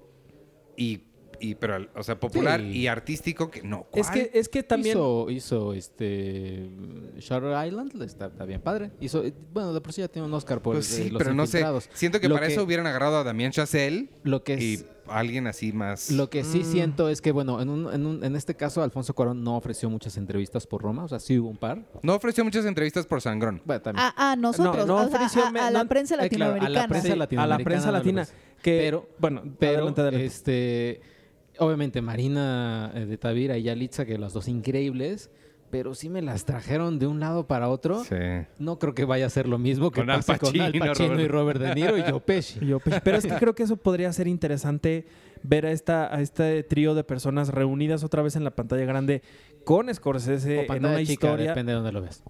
[SPEAKER 4] y, y- pero, al- o sea, popular
[SPEAKER 3] Sí.
[SPEAKER 4] y artístico que no.
[SPEAKER 2] es,
[SPEAKER 4] ¿cuál?
[SPEAKER 2] que, es que también.
[SPEAKER 3] Hizo, hizo este. Shutter Island, está, está bien padre. Hizo, eh, bueno, de por sí ya tiene un Oscar por
[SPEAKER 4] Pues
[SPEAKER 3] eh,
[SPEAKER 4] sí,
[SPEAKER 3] los
[SPEAKER 4] pero no sé.
[SPEAKER 3] infiltrados.
[SPEAKER 4] Siento que
[SPEAKER 3] Lo
[SPEAKER 4] para eso hubieran agarrado a Damián Chazelle
[SPEAKER 3] Lo que
[SPEAKER 4] y Mm.
[SPEAKER 3] es-
[SPEAKER 4] alguien así más.
[SPEAKER 3] Lo que sí siento es que, bueno, en, un- en un- en este caso, Alfonso Cuarón no ofreció muchas entrevistas por Roma, o sea, sí hubo un par.
[SPEAKER 4] No ofreció muchas entrevistas por Sangrón.
[SPEAKER 3] Bueno, también.
[SPEAKER 1] A, a Ah, nosotros,
[SPEAKER 2] No, no,
[SPEAKER 1] o sea,
[SPEAKER 2] Fricio,
[SPEAKER 1] a- a,
[SPEAKER 2] me-
[SPEAKER 1] la
[SPEAKER 2] no-
[SPEAKER 1] prensa
[SPEAKER 3] eh, claro, a la
[SPEAKER 1] latinoamericana.
[SPEAKER 3] prensa
[SPEAKER 2] Sí, a la
[SPEAKER 3] latinoamericana
[SPEAKER 2] prensa
[SPEAKER 3] no lo
[SPEAKER 2] latina.
[SPEAKER 3] ofrece.
[SPEAKER 2] Que,
[SPEAKER 3] Pero-
[SPEAKER 2] bueno,
[SPEAKER 3] Pero,
[SPEAKER 2] adelante, adelante.
[SPEAKER 3] este, obviamente Marina eh, de Tavira y Yalitza, que las dos increíbles, pero sí me las trajeron de un lado para otro. No creo que vaya a ser lo mismo que
[SPEAKER 4] Con Al
[SPEAKER 3] pase con Al
[SPEAKER 4] Pacino,
[SPEAKER 3] Pacino y Robert De Niro y
[SPEAKER 2] [LAUGHS]
[SPEAKER 3] Joe Pesci.
[SPEAKER 2] Y yo, pues, pero es que creo que eso podría ser interesante ver a, esta, a este trío de personas reunidas otra vez en la pantalla grande con Scorsese
[SPEAKER 3] O
[SPEAKER 2] en
[SPEAKER 3] pantalla
[SPEAKER 2] una
[SPEAKER 3] chica,
[SPEAKER 2] historia.
[SPEAKER 3] depende de dónde lo veas.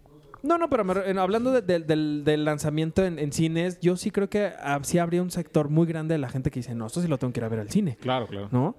[SPEAKER 2] No, no, pero me re- en- hablando de- del- del, del lanzamiento en, en cines, yo sí creo que ah, sí habría un sector muy grande de la gente que dice, no, esto sí lo tengo que ir a ver al cine,
[SPEAKER 3] Claro, claro.
[SPEAKER 2] ¿no?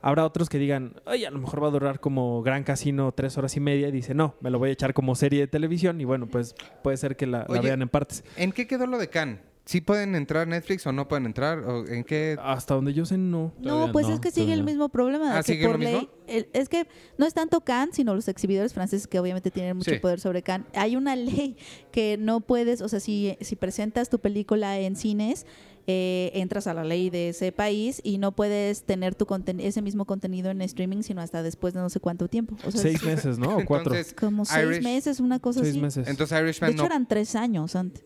[SPEAKER 2] Habrá otros que digan, ay, a lo mejor va a durar como Gran Casino tres horas y media y dice, no, me lo voy a echar como serie de televisión y bueno, pues puede ser que la, la
[SPEAKER 4] Oye.
[SPEAKER 2] vean en partes.
[SPEAKER 4] ¿En qué quedó lo de Cannes? ¿Sí pueden entrar Netflix o no pueden entrar? ¿O ¿En qué?
[SPEAKER 2] Hasta donde yo sé, no.
[SPEAKER 1] No,
[SPEAKER 3] Todavía
[SPEAKER 1] pues
[SPEAKER 3] no,
[SPEAKER 1] es que sigue
[SPEAKER 3] todavía
[SPEAKER 1] el
[SPEAKER 3] no.
[SPEAKER 1] mismo problema.
[SPEAKER 4] Ah,
[SPEAKER 1] que
[SPEAKER 4] ¿sigue lo
[SPEAKER 1] por
[SPEAKER 4] mismo?
[SPEAKER 1] ley- el- es que no es tanto Cannes, sino los exhibidores franceses que obviamente tienen mucho
[SPEAKER 4] Sí.
[SPEAKER 1] poder sobre Cannes. Hay una ley que no puedes, o sea, si, si presentas tu película en cines, eh, entras a la ley de ese país y no puedes tener tu conten- ese mismo contenido en streaming, sino hasta después de no sé cuánto tiempo. O sea,
[SPEAKER 2] Seis
[SPEAKER 1] es
[SPEAKER 2] meses, ¿no? O cuatro.
[SPEAKER 4] Entonces,
[SPEAKER 1] como seis
[SPEAKER 4] Irish-
[SPEAKER 1] meses, una cosa
[SPEAKER 2] Seis
[SPEAKER 1] así.
[SPEAKER 2] meses.
[SPEAKER 4] Entonces
[SPEAKER 1] De
[SPEAKER 4] Irishman,
[SPEAKER 1] hecho,
[SPEAKER 4] no,
[SPEAKER 1] eran tres años antes.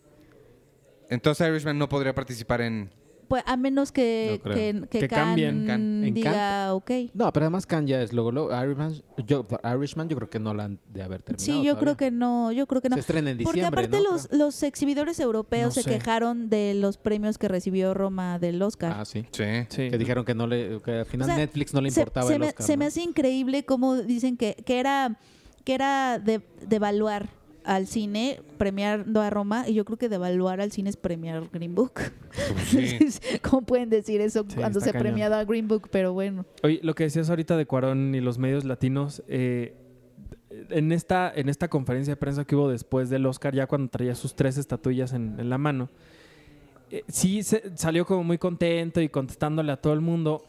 [SPEAKER 4] entonces Irishman no podría participar en...
[SPEAKER 1] Pues a menos que,
[SPEAKER 3] No creo.
[SPEAKER 1] que, que
[SPEAKER 2] Que
[SPEAKER 1] Cannes
[SPEAKER 2] cambien.
[SPEAKER 3] Cannes. En
[SPEAKER 1] diga, ok.
[SPEAKER 3] No, pero además Khan ya es luego, luego Irishman, yo, Irishman yo creo que no la han de haber terminado.
[SPEAKER 1] Sí, yo creo
[SPEAKER 3] todavía.
[SPEAKER 1] que no, yo creo que no.
[SPEAKER 3] Se estrena en
[SPEAKER 1] Porque
[SPEAKER 3] diciembre,
[SPEAKER 1] aparte
[SPEAKER 3] ¿no?
[SPEAKER 1] los, los exhibidores europeos
[SPEAKER 2] No
[SPEAKER 1] se
[SPEAKER 2] sé.
[SPEAKER 1] quejaron de los premios que recibió Roma del Oscar.
[SPEAKER 3] Ah, sí.
[SPEAKER 4] Sí.
[SPEAKER 2] Sí.
[SPEAKER 3] Que dijeron que no le que al final
[SPEAKER 1] O sea,
[SPEAKER 3] Netflix no le
[SPEAKER 1] se,
[SPEAKER 3] importaba
[SPEAKER 1] se
[SPEAKER 3] el
[SPEAKER 1] me,
[SPEAKER 3] Oscar.
[SPEAKER 1] se me
[SPEAKER 3] ¿no?
[SPEAKER 1] hace increíble cómo dicen que, que era que era de, devaluar al cine premiando a Roma y yo creo que devaluar al cine es premiar Green Book.
[SPEAKER 4] Sí.
[SPEAKER 1] [LAUGHS] ¿Cómo pueden decir eso
[SPEAKER 2] Sí,
[SPEAKER 1] cuando
[SPEAKER 2] está
[SPEAKER 1] se ha
[SPEAKER 2] cañón.
[SPEAKER 1] premiado a Green Book? Pero bueno.
[SPEAKER 2] Oye, lo que decías ahorita de Cuarón y los medios latinos, eh, en, esta, en esta conferencia de prensa que hubo después del Oscar, ya cuando traía sus tres estatuillas en, en la mano, eh, sí se- salió como muy contento y contestándole a todo el mundo.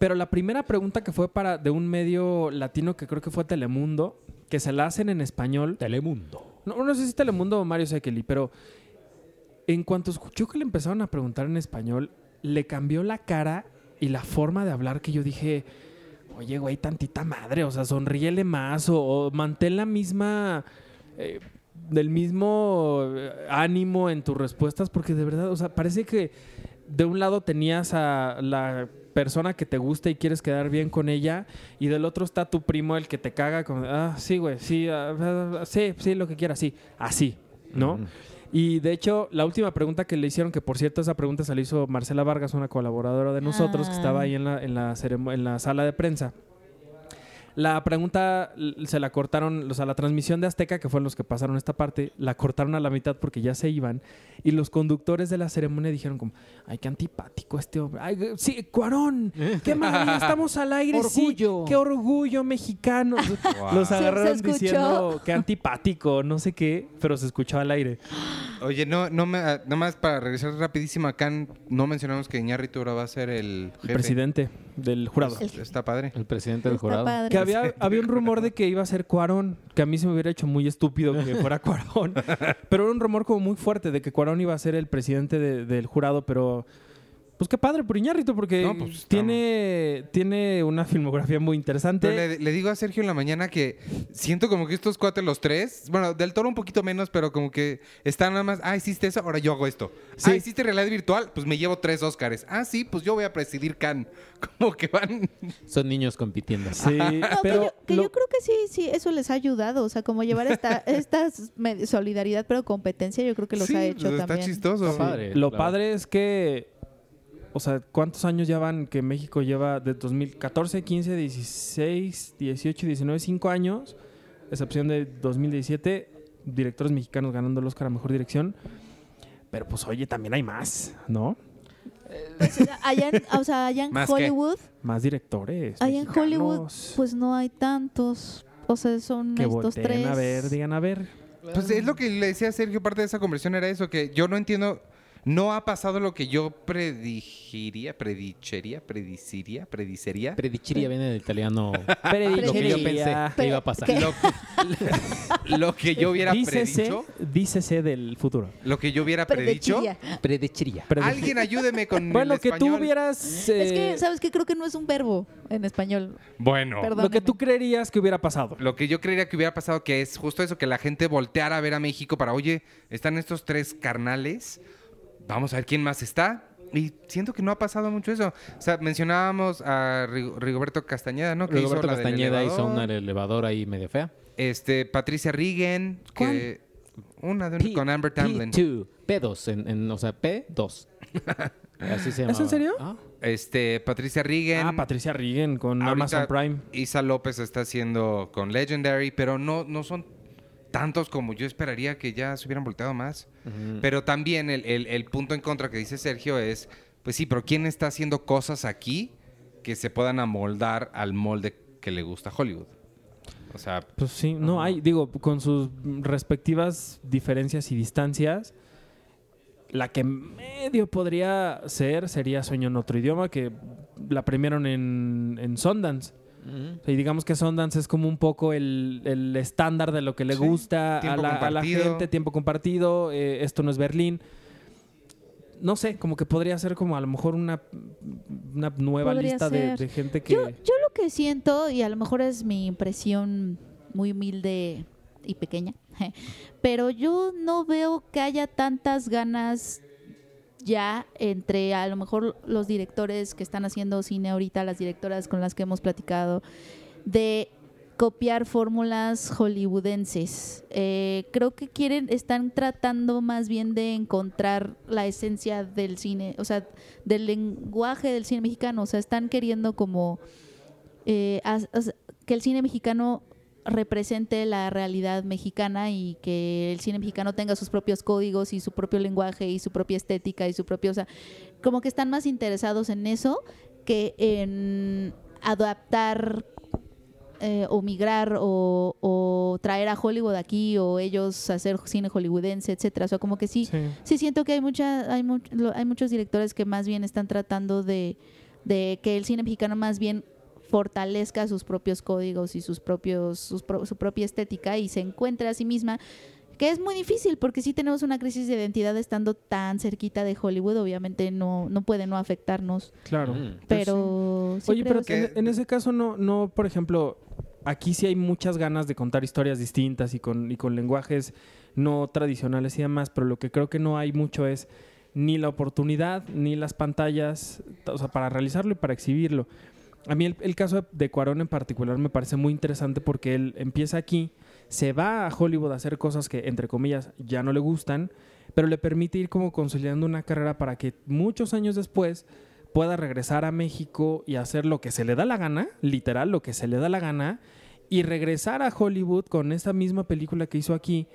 [SPEAKER 2] Pero la primera pregunta que fue para de un medio latino que creo que fue Telemundo, que se la hacen en español,
[SPEAKER 3] Telemundo.
[SPEAKER 2] no, no sé si Telemundo o Mario Sekeli, pero en cuanto escuchó que le empezaron a preguntar en español, le cambió la cara y la forma de hablar que yo dije, oye, güey, tantita madre, o sea, sonríele más o, o mantén la misma... eh, del mismo eh, ánimo en tus respuestas, porque de verdad, o sea, parece que de un lado tenías a la persona que te gusta y quieres quedar bien con ella, y del otro está tu primo el que te caga con, ah, sí, güey, sí, ah, ah, ah, sí, sí, lo que quieras, sí, así, ¿no?
[SPEAKER 3] Mm,
[SPEAKER 2] Y de hecho, la última pregunta que le hicieron, que por cierto esa pregunta se la hizo Marcela Vargas, una colaboradora de nosotros, que
[SPEAKER 1] Ah.
[SPEAKER 2] estaba ahí en la, en la, ceremo- en la sala de prensa. La pregunta l- se la cortaron, o sea, la transmisión de Azteca, que fueron los que pasaron esta parte, la cortaron a la mitad porque ya se iban. Y los conductores de la ceremonia dijeron como, ay, qué antipático este hombre. Ay, g- sí, Cuarón, qué maravilla, estamos al aire. sí,
[SPEAKER 3] Orgullo.
[SPEAKER 2] qué orgullo mexicano.
[SPEAKER 4] Wow.
[SPEAKER 2] Los agarraron
[SPEAKER 1] escuchó.
[SPEAKER 2] diciendo, qué antipático, no sé qué, pero se escuchó al aire.
[SPEAKER 4] Oye, no, no me, ah, nada más para regresar rapidísimo a Cannes, no mencionamos que Iñárritu ahora va a ser el
[SPEAKER 2] El
[SPEAKER 4] jefe.
[SPEAKER 2] presidente del jurado.
[SPEAKER 1] El-
[SPEAKER 4] Está padre.
[SPEAKER 3] El presidente del
[SPEAKER 1] Está
[SPEAKER 3] jurado.
[SPEAKER 1] padre.
[SPEAKER 2] Que había, había un rumor de que iba a ser Cuarón, que a mí se me hubiera hecho muy estúpido que fuera
[SPEAKER 4] [LAUGHS]
[SPEAKER 2] Cuarón, pero era un rumor como muy fuerte de que Cuarón iba a ser el presidente de- del jurado, pero Pues qué padre por Iñárritu, porque
[SPEAKER 4] No, pues, está-
[SPEAKER 2] tiene, tiene una filmografía muy interesante.
[SPEAKER 4] Pero le, le digo a Sergio en la mañana que siento como que estos cuates, los tres, bueno, del toro un poquito menos, pero como que están nada más, ah, hiciste eso, ahora yo hago esto.
[SPEAKER 2] Sí.
[SPEAKER 4] Ah, hiciste realidad virtual, pues me llevo tres Óscares. Ah, sí, pues yo voy a presidir Cannes. [LAUGHS] Como que van.
[SPEAKER 3] Son niños compitiendo.
[SPEAKER 1] [LAUGHS]
[SPEAKER 2] Sí,
[SPEAKER 1] No, que
[SPEAKER 2] pero
[SPEAKER 1] yo, que
[SPEAKER 2] lo-
[SPEAKER 1] yo creo que sí, sí, eso les ha ayudado. O sea, como llevar
[SPEAKER 2] [LAUGHS]
[SPEAKER 1] esta, esta me- solidaridad, pero competencia, yo creo que los
[SPEAKER 4] sí,
[SPEAKER 1] ha hecho
[SPEAKER 4] pues está
[SPEAKER 1] también.
[SPEAKER 4] chistoso.
[SPEAKER 3] Está padre.
[SPEAKER 2] lo
[SPEAKER 3] Eh, claro.
[SPEAKER 2] padre es que, o sea, ¿cuántos años ya van que México lleva de 2014, 15, 16, 18, 19, 5 años, excepción de 2017, directores mexicanos ganando el Oscar a Mejor Dirección? Pero pues oye, también hay más, ¿no?
[SPEAKER 1] Allá en, o sea, allá en
[SPEAKER 4] ¿Más qué?
[SPEAKER 1] Hollywood,
[SPEAKER 2] [LAUGHS] Más directores.
[SPEAKER 1] allá en Hollywood,
[SPEAKER 2] mexicanos
[SPEAKER 1] pues no hay tantos. O sea, son
[SPEAKER 2] que
[SPEAKER 1] estos
[SPEAKER 2] volteen
[SPEAKER 1] tres.
[SPEAKER 2] a ver, digan a ver.
[SPEAKER 4] Pues es lo que le decía a Sergio, parte de esa conversión era eso, que yo no entiendo, no ha pasado lo que yo predigiría, predichería, prediciría, predicería.
[SPEAKER 3] Predichiria viene del italiano.
[SPEAKER 2] Pero
[SPEAKER 3] [LAUGHS] Lo que yo pensé
[SPEAKER 2] diría-
[SPEAKER 3] que
[SPEAKER 1] Pero-
[SPEAKER 3] iba a pasar.
[SPEAKER 1] ¿qué? ¿eh?
[SPEAKER 4] lo, lo que [LAUGHS] yo hubiera
[SPEAKER 2] Dícese,
[SPEAKER 4] predicho,
[SPEAKER 2] dícese del futuro.
[SPEAKER 4] lo que yo hubiera predicho.
[SPEAKER 1] Predichiría.
[SPEAKER 3] Predichiria.
[SPEAKER 4] Alguien ayúdeme
[SPEAKER 2] [LAUGHS]
[SPEAKER 4] con
[SPEAKER 2] Bueno,
[SPEAKER 4] el
[SPEAKER 2] que tú
[SPEAKER 4] español.
[SPEAKER 2] hubieras.
[SPEAKER 1] Es
[SPEAKER 2] eh,
[SPEAKER 1] que, ¿sabes qué? Creo que no es un verbo en español.
[SPEAKER 4] Bueno,
[SPEAKER 1] Perdón.
[SPEAKER 2] eh, lo que tú creerías que hubiera pasado.
[SPEAKER 4] lo que yo creería que hubiera pasado que es justo eso, que la gente volteara a ver a México para, oye, están estos tres carnales, vamos a ver quién más está. Y siento que no ha pasado mucho eso. O sea, mencionábamos a Rig- Rigoberto Castañeda, ¿no? Que hizo
[SPEAKER 3] Roberto
[SPEAKER 4] la del
[SPEAKER 3] Castañeda hizo
[SPEAKER 4] elevador.
[SPEAKER 3] una elevadora ahí medio fea.
[SPEAKER 4] Este, Patricia Regan, que una de un-
[SPEAKER 3] P-
[SPEAKER 4] con Amber Tamblyn.
[SPEAKER 3] P2, P2, en, en- o sea, P2. Así se Ah, llama.
[SPEAKER 2] en serio?
[SPEAKER 4] Este, Patricia Regan.
[SPEAKER 2] Ah, Patricia Regan con
[SPEAKER 4] Ahorita
[SPEAKER 2] Amazon Prime.
[SPEAKER 4] Isa López está haciendo con Legendary, pero no, no son tantos como yo esperaría que ya se hubieran volteado más. Pero también el, el- el punto en contra que dice Sergio es, pues sí, pero ¿quién está haciendo cosas aquí que se puedan amoldar al molde que le gusta Hollywood? O sea,
[SPEAKER 2] Pues sí, no hay, digo, con sus respectivas diferencias y distancias, la que medio podría ser sería Sueño en otro idioma, que la premiaron en, en Sundance. O sea, Y digamos que Sundance es como un poco el, el estándar de lo que le
[SPEAKER 4] Sí,
[SPEAKER 2] gusta a
[SPEAKER 4] tiempo
[SPEAKER 2] la, a la
[SPEAKER 4] compartido.
[SPEAKER 2] gente, tiempo compartido, eh, esto no es Berlín. No sé, como que podría ser como a lo mejor una, una nueva
[SPEAKER 1] Podría
[SPEAKER 2] lista de,
[SPEAKER 1] ser.
[SPEAKER 2] de gente que...
[SPEAKER 1] Yo, yo lo que siento, y a lo mejor es mi impresión muy humilde y pequeña, [LAUGHS] pero yo no veo que haya tantas ganas ya entre a lo mejor los directores que están haciendo cine ahorita, las directoras con las que hemos platicado, de copiar fórmulas hollywoodenses. Eh, creo que quieren, están tratando más bien de encontrar la esencia del cine, o sea, del lenguaje del cine mexicano. O sea, están queriendo como eh, as- as- que el cine mexicano represente la realidad mexicana y que el cine mexicano tenga sus propios códigos y su propio lenguaje y su propia estética y su propio, o sea, como que están más interesados en eso que en adaptar eh, o migrar o, o traer a Hollywood aquí o ellos hacer cine hollywoodense, etcétera. O sea, como que sí,
[SPEAKER 2] Sí.
[SPEAKER 1] sí siento que hay mucha hay, much- lo- hay muchos directores que más bien están tratando de, de que el cine mexicano más bien fortalezca sus propios códigos y sus propios sus pro- su propia estética y se encuentre a sí misma que es muy difícil porque sí tenemos una crisis de identidad estando tan cerquita de Hollywood obviamente no no puede no afectarnos
[SPEAKER 2] Claro.
[SPEAKER 3] Mm.
[SPEAKER 1] pero Pues sí
[SPEAKER 2] Pues Oye, pero
[SPEAKER 1] creo que-
[SPEAKER 2] en, en ese caso no, no, por ejemplo, aquí sí hay muchas ganas de contar historias distintas y con, y con lenguajes no tradicionales y demás, pero lo que creo que no hay mucho es ni la oportunidad, ni las pantallas, t- o sea, para realizarlo y para exhibirlo. A mí el, el caso de- de Cuarón en particular me parece muy interesante porque él empieza aquí, se va a Hollywood a hacer cosas que, entre comillas, ya no le gustan, pero le permite ir como consolidando una carrera para que muchos años después pueda regresar a México y hacer lo que se le da la gana, literal, lo que se le da la gana, y regresar a Hollywood con esa misma película que hizo aquí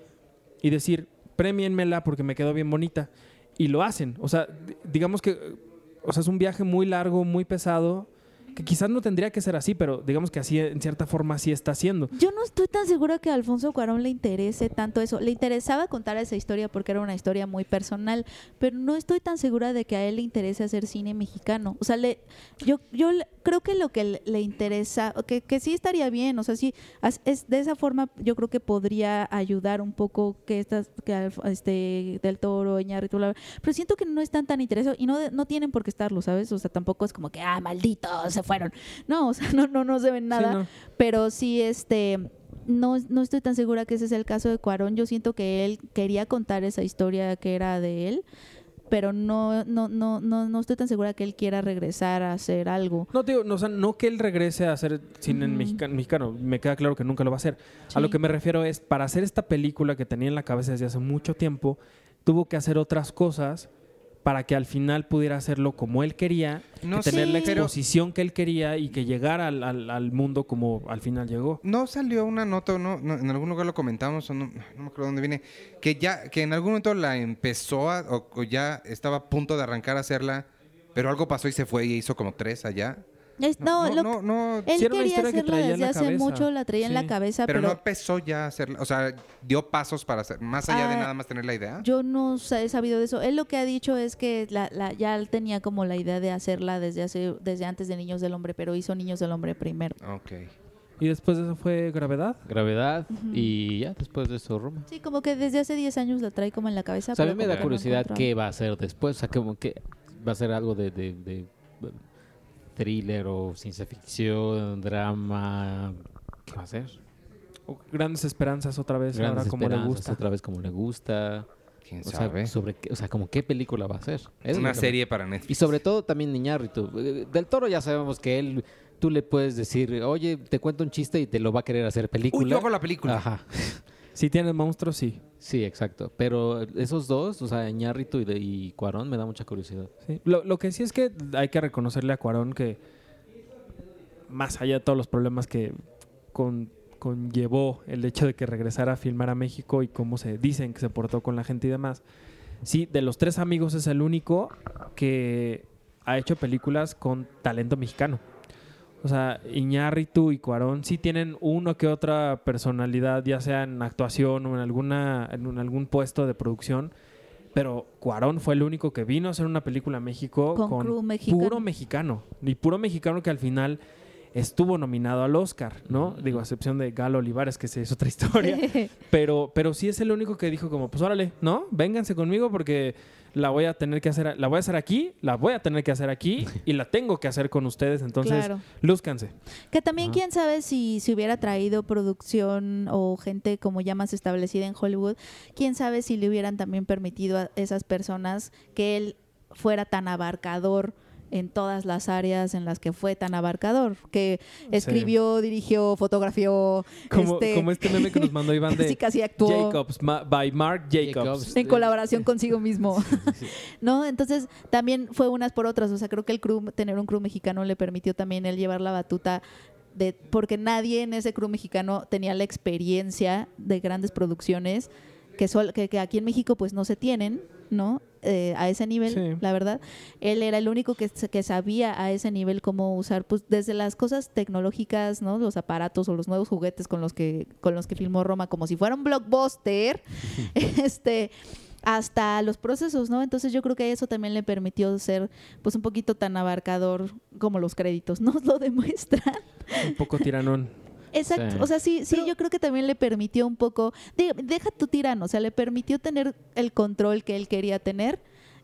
[SPEAKER 2] y decir, premienmela porque me quedó bien bonita. Y lo hacen. O sea, di- digamos que eh, o sea, es un viaje muy largo, muy pesado, que quizás no tendría que ser así, pero digamos que así en cierta forma sí está siendo.
[SPEAKER 1] Yo no estoy tan segura que a Alfonso Cuarón le interese tanto eso. Le interesaba contar esa historia porque era una historia muy personal, pero no estoy tan segura de que a él le interese hacer cine mexicano. O sea, le, yo, yo le- creo que lo que le- le interesa, o que, que sí estaría bien, o sea, sí, as- es, de esa forma yo creo que podría ayudar un poco que estas, que al- este, del toro, Iñárritu, bla, bla, pero siento que no están tan interesados y no, de- no tienen por qué estarlo, ¿sabes? O sea, tampoco es como que, ah, malditos, se fueron. No, o sea, [LAUGHS] no, no, no se ven nada,
[SPEAKER 2] no.
[SPEAKER 1] pero sí, este, no, no estoy tan segura que ese es el caso de Cuarón. Yo siento que él quería contar esa historia que era de él, pero no, no, no, no, no estoy tan segura que él quiera regresar a hacer algo.
[SPEAKER 2] No, te digo, no, o sea, no que él regrese a hacer cine en
[SPEAKER 1] Ujú.
[SPEAKER 2] mexicano, mexicano, me queda claro que nunca lo va a hacer.
[SPEAKER 1] Sí.
[SPEAKER 2] A lo que me refiero es, para hacer esta película que tenía en la cabeza desde hace mucho tiempo, tuvo que hacer otras cosas para que al final pudiera hacerlo como él quería,
[SPEAKER 4] No
[SPEAKER 2] que tener la
[SPEAKER 1] sé, pero-
[SPEAKER 2] exposición que él quería y que llegara al, al- al mundo como al final llegó.
[SPEAKER 4] No salió una nota, no, no, en algún lugar lo comentamos, o no, no me acuerdo dónde viene, que ya, que en algún momento la empezó a- o, o ya estaba a punto de arrancar a hacerla, pero algo pasó y se fue y hizo como tres allá.
[SPEAKER 1] Es- no, lo-
[SPEAKER 4] no, no,
[SPEAKER 1] él
[SPEAKER 2] Sí, era una
[SPEAKER 1] quería
[SPEAKER 2] historia que
[SPEAKER 1] hacerlo
[SPEAKER 2] traía en
[SPEAKER 1] desde
[SPEAKER 2] la
[SPEAKER 1] hace
[SPEAKER 2] cabeza.
[SPEAKER 1] mucho, la traía en la
[SPEAKER 2] Sí.
[SPEAKER 1] cabeza,
[SPEAKER 4] pero,
[SPEAKER 1] pero,
[SPEAKER 4] no empezó ya a hacerla, o sea, dio pasos para hacer, más allá de
[SPEAKER 1] Ah,
[SPEAKER 4] nada más tener la idea.
[SPEAKER 1] yo no sa- he sabido de eso. Él lo que ha dicho es que la, la- ya él tenía como la idea de hacerla desde hace, desde antes de Niños del Hombre, pero hizo Niños del Hombre primero.
[SPEAKER 4] Ok.
[SPEAKER 2] Y después de eso fue Gravedad.
[SPEAKER 3] Gravedad y ya después de eso Roma.
[SPEAKER 1] Sí, como que desde hace 10 años la trae como en la cabeza.
[SPEAKER 3] O sea, a mí
[SPEAKER 1] pero
[SPEAKER 3] me
[SPEAKER 1] como
[SPEAKER 3] da
[SPEAKER 1] que no
[SPEAKER 3] curiosidad
[SPEAKER 1] encontraba.
[SPEAKER 3] qué va a hacer después. O sea, como que va a ser algo de, de- de, bueno, thriller o ciencia ficción, drama. ¿Qué va a hacer?
[SPEAKER 2] O Grandes Esperanzas otra vez,
[SPEAKER 3] Grandes
[SPEAKER 2] ahora como le
[SPEAKER 3] esperanzas,
[SPEAKER 2] gusta.
[SPEAKER 3] otra vez como le gusta.
[SPEAKER 4] ¿Quién
[SPEAKER 3] O sea,
[SPEAKER 4] sabe?
[SPEAKER 3] sobre qué- o sea, como qué película va a hacer. Eso es lo
[SPEAKER 4] una
[SPEAKER 3] que me-
[SPEAKER 4] serie para Netflix.
[SPEAKER 3] Y sobre todo también Niñarritu. Del Toro ya sabemos que él, tú le puedes decir, oye, te cuento un chiste y te lo va a querer hacer película.
[SPEAKER 4] Uy, yo hago la película.
[SPEAKER 3] Ajá.
[SPEAKER 2] Si tienes monstruos, sí.
[SPEAKER 3] Sí, exacto. Pero esos dos, o sea, Iñárritu y, y Cuarón, me da mucha curiosidad.
[SPEAKER 2] Sí. Lo, lo que sí es que hay que reconocerle a Cuarón que, más allá de todos los problemas que con- conllevó el hecho de que regresara a filmar a México y cómo se dicen que se portó con la gente y demás, sí, de los tres amigos es el único que ha hecho películas con talento mexicano. O sea, Iñárritu y Cuarón sí tienen uno que otra personalidad, ya sea en actuación o en, alguna, en un- algún puesto de producción, pero Cuarón fue el único que vino a hacer una película a México
[SPEAKER 1] Con crew mexicano.
[SPEAKER 2] puro mexicano. Y puro mexicano que al final estuvo nominado al Oscar, ¿no? Digo, a excepción de Galo Olivares, que se
[SPEAKER 1] [LAUGHS]
[SPEAKER 2] es otra historia. Pero, pero sí es el único que dijo como, pues órale, ¿no? Vénganse conmigo porque la voy a tener que hacer, la voy a hacer aquí, la voy a tener que
[SPEAKER 1] [LAUGHS]
[SPEAKER 2] hacer aquí y la tengo que hacer con ustedes. Entonces,
[SPEAKER 1] Claro.
[SPEAKER 2] lúzcanse.
[SPEAKER 1] Que también
[SPEAKER 3] Ajá.
[SPEAKER 1] quién sabe si se hubiera traído producción o gente como ya más establecida en Hollywood, quién sabe si le hubieran también permitido a esas personas que él fuera tan abarcador en todas las áreas en las que fue tan abarcador, que escribió, dirigió, fotografió,
[SPEAKER 2] Como
[SPEAKER 1] este,
[SPEAKER 2] este, como este meme
[SPEAKER 1] [LAUGHS]
[SPEAKER 2] que nos mandó Iván
[SPEAKER 1] casi
[SPEAKER 2] de
[SPEAKER 1] casi actuó
[SPEAKER 2] Jacobs, ma- by Mark Jacobs.
[SPEAKER 3] Jacobs.
[SPEAKER 1] en colaboración consigo mismo. [LAUGHS] ¿No? Entonces, también fue unas por otras. O sea, creo que el crew, tener un crew mexicano le permitió también él llevar la batuta de, porque nadie en ese crew mexicano tenía la experiencia de grandes producciones que, sol- que, que aquí en México pues no se tienen, ¿no? Eh, a ese nivel,
[SPEAKER 2] Sí.
[SPEAKER 1] la verdad. Él era el único que, s- que sabía a ese nivel cómo usar, pues desde las cosas tecnológicas, ¿no? Los aparatos o los nuevos juguetes con los que, con los que filmó Roma, como si fuera un blockbuster, este, hasta los procesos, ¿no? Entonces yo creo que eso también le permitió ser, pues un poquito tan abarcador como los créditos, nos [LAUGHS] lo demuestran.
[SPEAKER 2] Un poco tiranón.
[SPEAKER 1] Exacto,
[SPEAKER 3] Sí.
[SPEAKER 1] o sea, sí, sí, yo creo que también le permitió un poco, de- deja tu tirano, o sea, le permitió tener el control que él quería tener.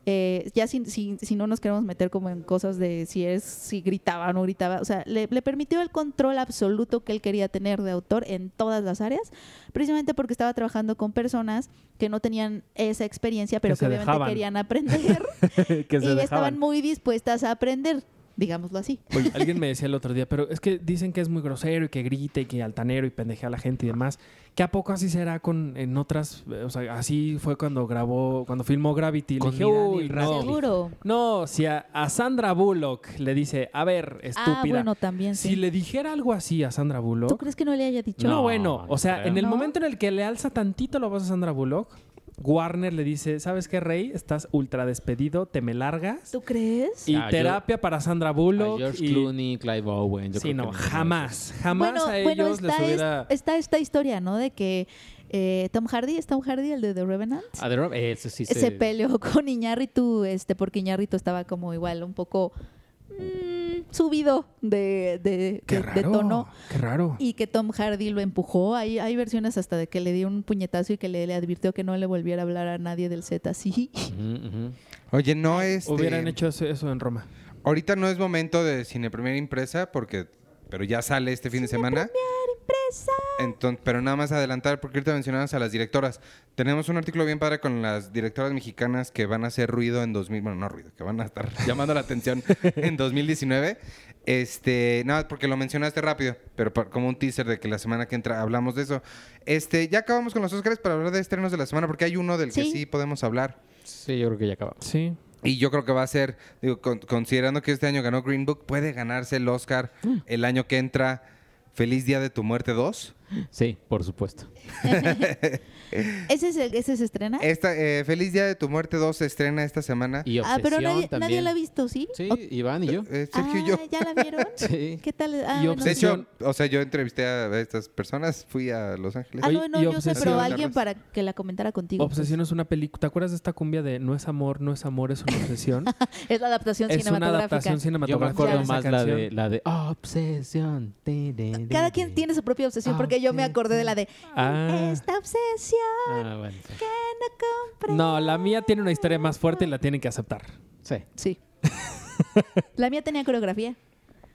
[SPEAKER 1] eh, ya si, si, si no nos queremos meter como en cosas de si es, si gritaba o no gritaba, o sea, le, le permitió el control absoluto que él quería tener de autor en todas las áreas, precisamente porque estaba trabajando con personas que no tenían esa experiencia, pero que,
[SPEAKER 2] Que se
[SPEAKER 1] obviamente
[SPEAKER 2] dejaban. [LAUGHS]
[SPEAKER 1] querían aprender
[SPEAKER 2] eh, que
[SPEAKER 1] y
[SPEAKER 2] se
[SPEAKER 1] estaban
[SPEAKER 2] dejaban.
[SPEAKER 1] muy dispuestas a aprender, digámoslo así.
[SPEAKER 2] Oye, alguien me decía el otro día, pero es que dicen que es muy grosero y que grita y que altanero y pendejea a la gente y demás. ¿Que a poco así será con en otras? eh, O sea, así fue cuando grabó, cuando filmó Gravity. Le
[SPEAKER 3] Con
[SPEAKER 2] dije,
[SPEAKER 3] Miranda y
[SPEAKER 2] "Uy, no".
[SPEAKER 3] Radcliffe.
[SPEAKER 1] Seguro.
[SPEAKER 2] No, si a, a Sandra Bullock le dice, a ver, estúpida.
[SPEAKER 1] Ah, bueno, también sí.
[SPEAKER 2] Si le dijera algo así a Sandra
[SPEAKER 1] ¿Tú
[SPEAKER 2] Bullock.
[SPEAKER 1] crees que no le haya dicho?
[SPEAKER 2] No,
[SPEAKER 3] No,
[SPEAKER 2] bueno,
[SPEAKER 3] no
[SPEAKER 2] o sea,
[SPEAKER 3] creo.
[SPEAKER 2] en el
[SPEAKER 1] ¿No?
[SPEAKER 2] momento en el que le alza tantito la voz a Sandra Bullock, Warner le dice, ¿sabes qué, Rey? Estás ultra despedido, te me largas.
[SPEAKER 1] ¿Tú crees?
[SPEAKER 2] Y
[SPEAKER 3] Ah, yo-
[SPEAKER 2] terapia para Sandra
[SPEAKER 3] A
[SPEAKER 2] Bullock.
[SPEAKER 3] George
[SPEAKER 2] y-
[SPEAKER 3] Clooney, Clive Owen. yo
[SPEAKER 2] Sí,
[SPEAKER 3] creo
[SPEAKER 2] no,
[SPEAKER 3] que
[SPEAKER 2] jamás, jamás
[SPEAKER 1] bueno,
[SPEAKER 2] a ellos
[SPEAKER 1] bueno,
[SPEAKER 2] les
[SPEAKER 1] está, este, es-
[SPEAKER 2] hubiera...
[SPEAKER 1] está esta historia, ¿no? De que eh, Tom Hardy, ¿es Tom Hardy el de The Revenant?
[SPEAKER 3] A The Rock, eh, ese
[SPEAKER 1] [LAUGHS]
[SPEAKER 3] sí
[SPEAKER 1] se peleó con Iñárritu, este, porque Iñárritu estaba como igual un poco mm, subido de, de-
[SPEAKER 2] Qué
[SPEAKER 1] de- de
[SPEAKER 2] raro.
[SPEAKER 1] tono.
[SPEAKER 2] Qué raro.
[SPEAKER 1] Y que Tom Hardy lo empujó. Hay, hay versiones hasta de que le dio un puñetazo y que le, le advirtió que no le volviera a hablar a nadie del set así.
[SPEAKER 3] Ujú, ujú.
[SPEAKER 4] Oye, no este,
[SPEAKER 1] este
[SPEAKER 4] es.
[SPEAKER 2] Hubieran hecho eso, eso en Roma.
[SPEAKER 4] Ahorita no es momento de cine primera impresa porque pero ya sale este fin de semana. Entonces, pero nada más adelantar porque ahorita mencionabas a las directoras. Tenemos un artículo bien padre con las directoras mexicanas que van a hacer ruido en 2000, bueno, no ruido, que van a estar [LAUGHS] llamando la atención en 2019. Este, nada, porque lo mencionaste rápido, pero por- como un teaser de que la semana que entra hablamos de eso. Este, ya acabamos con los Oscars para hablar de estrenos de la semana porque hay uno del que
[SPEAKER 1] Sí.
[SPEAKER 4] sí podemos hablar.
[SPEAKER 3] Sí, yo creo que ya acabamos.
[SPEAKER 2] Sí.
[SPEAKER 4] Y yo creo que va a ser, digo, con- considerando que este año ganó Green Book, puede ganarse el Oscar el año que entra. Feliz Día de tu Muerte 2.
[SPEAKER 3] Sí, por supuesto.
[SPEAKER 1] [LAUGHS] ¿Ese, es el, ¿Ese se estrena?
[SPEAKER 4] Esta, eh, Feliz Día de tu Muerte 2 se estrena esta semana.
[SPEAKER 3] Y
[SPEAKER 1] ah,
[SPEAKER 3] obsesión
[SPEAKER 1] pero nadie,
[SPEAKER 3] también.
[SPEAKER 1] nadie la ha visto, ¿sí?
[SPEAKER 3] Sí,
[SPEAKER 1] O-
[SPEAKER 3] Iván
[SPEAKER 1] [LAUGHS]
[SPEAKER 3] y yo.
[SPEAKER 4] Eh, Sergio y
[SPEAKER 1] Ah,
[SPEAKER 4] yo.
[SPEAKER 1] ¿Ya la vieron?
[SPEAKER 3] Sí.
[SPEAKER 1] ¿Qué tal? Ah,
[SPEAKER 2] Y
[SPEAKER 1] bueno,
[SPEAKER 4] De
[SPEAKER 1] sí.
[SPEAKER 4] hecho, o sea, yo entrevisté a estas personas, fui a Los Ángeles.
[SPEAKER 1] Ah,
[SPEAKER 2] Oye,
[SPEAKER 1] no, no,
[SPEAKER 2] y
[SPEAKER 1] yo sé,
[SPEAKER 2] Obsesión.
[SPEAKER 1] pero alguien para que la comentara contigo.
[SPEAKER 2] Obsesión es una película. ¿Te acuerdas de esta cumbia de No es amor, no es amor, es
[SPEAKER 1] [LAUGHS]
[SPEAKER 2] una obsesión?
[SPEAKER 1] Es la adaptación
[SPEAKER 2] es una
[SPEAKER 1] cinematográfica.
[SPEAKER 2] adaptación
[SPEAKER 3] Yo me
[SPEAKER 2] cinematográfica.
[SPEAKER 3] acuerdo
[SPEAKER 2] de esa
[SPEAKER 3] más la
[SPEAKER 2] canción.
[SPEAKER 3] de, la de obsesión. Ti, di, di,
[SPEAKER 1] Cada
[SPEAKER 3] di.
[SPEAKER 1] quien tiene su propia obsesión,
[SPEAKER 3] Ah,
[SPEAKER 1] porque yo me
[SPEAKER 3] sí,
[SPEAKER 1] acordé de
[SPEAKER 3] sí.
[SPEAKER 1] la de
[SPEAKER 2] Ah.
[SPEAKER 1] esta obsesión
[SPEAKER 3] Ah, bueno. sí.
[SPEAKER 1] que no compré.
[SPEAKER 2] No, la mía tiene una historia más fuerte y la tienen que aceptar.
[SPEAKER 3] Sí.
[SPEAKER 1] Sí. la mía tenía
[SPEAKER 2] [LAUGHS]
[SPEAKER 1] coreografía.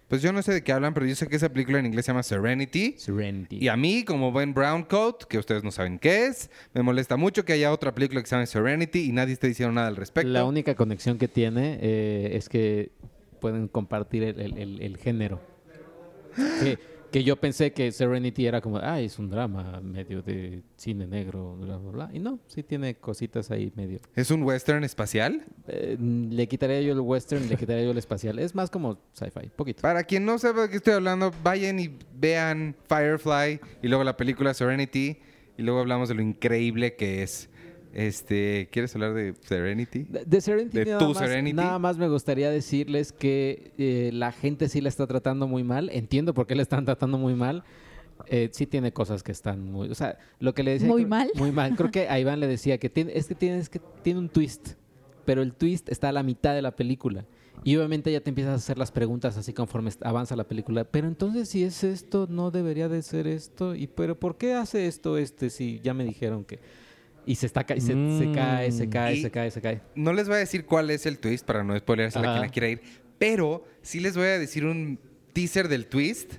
[SPEAKER 4] Pues yo no sé de qué hablan, pero yo sé que esa película en inglés se llama Serenity.
[SPEAKER 3] Serenity.
[SPEAKER 4] Y a mí, como buen brown coat, que ustedes no saben qué es, me molesta mucho que haya otra película que se llame Serenity y nadie esté diciendo nada al respecto.
[SPEAKER 3] La única conexión que tiene eh, es que pueden compartir el, el- el- el género. Que, que yo pensé que Serenity era como, ah, es un drama medio de cine negro, bla, bla, bla. Y no, sí tiene cositas ahí medio.
[SPEAKER 4] ¿Es un western espacial?
[SPEAKER 3] Eh, le quitaría yo el western, le quitaría yo el espacial. Es más como sci-fi, poquito.
[SPEAKER 4] Para quien no sepa de qué estoy hablando, vayan y vean Firefly y luego la película Serenity y luego hablamos de lo increíble que es. Este, ¿quieres hablar de Serenity?
[SPEAKER 3] De, de Serenity,
[SPEAKER 4] ¿De
[SPEAKER 3] nada,
[SPEAKER 4] tu
[SPEAKER 3] más,
[SPEAKER 4] Serenity?
[SPEAKER 3] nada más me gustaría decirles que eh, la gente sí la está tratando muy mal. Entiendo por qué la están tratando muy mal. Eh, sí tiene cosas que están muy... O sea, lo que le decía...
[SPEAKER 1] Muy
[SPEAKER 3] creo-
[SPEAKER 1] mal.
[SPEAKER 3] Muy mal. Creo que a Iván le decía que tiene, es que tiene, es que tiene un twist, pero el twist está a la mitad de la película. Y obviamente ya te empiezas a hacer las preguntas así conforme est- avanza la película. Pero entonces si es esto, no debería de ser esto. Y pero ¿por qué hace esto este si ya me dijeron que... Y se, está, ca- y se, se cae, se
[SPEAKER 2] Mm.
[SPEAKER 3] cae,
[SPEAKER 4] Y-
[SPEAKER 3] se cae, se cae.
[SPEAKER 4] No les voy a decir cuál es el twist para no spoilearse a
[SPEAKER 3] Ajá.
[SPEAKER 4] quien la quiera ir, pero sí les voy a decir un teaser del twist.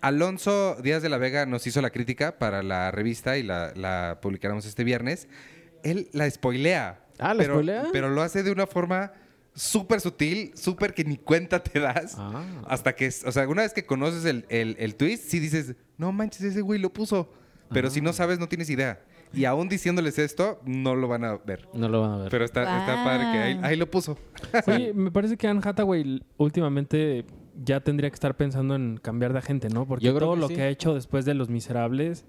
[SPEAKER 4] Alonso Díaz de la Vega nos hizo la crítica para la revista y la, la publicaremos este viernes. Él la spoilea.
[SPEAKER 3] Ah, ¿la
[SPEAKER 4] pero,
[SPEAKER 3] spoilea?
[SPEAKER 4] Pero lo hace de una forma súper sutil, súper que ni cuenta te das.
[SPEAKER 3] Ah.
[SPEAKER 4] Hasta que, es- o sea, una vez que conoces el, el- el twist, sí dices, no manches, ese güey lo puso. Pero
[SPEAKER 3] Ah.
[SPEAKER 4] si no sabes, no tienes idea. Y aún diciéndoles esto, no lo van a ver.
[SPEAKER 3] No lo van a ver.
[SPEAKER 4] Pero está, está
[SPEAKER 1] Guau.
[SPEAKER 4] padre que ahí, ahí lo puso.
[SPEAKER 2] Oye, me parece que Anne Hathaway l- últimamente ya tendría que estar pensando en cambiar de agente, ¿no? Porque
[SPEAKER 3] Yo creo
[SPEAKER 2] todo
[SPEAKER 3] que
[SPEAKER 2] lo
[SPEAKER 3] sí.
[SPEAKER 2] que ha hecho después de Los Miserables.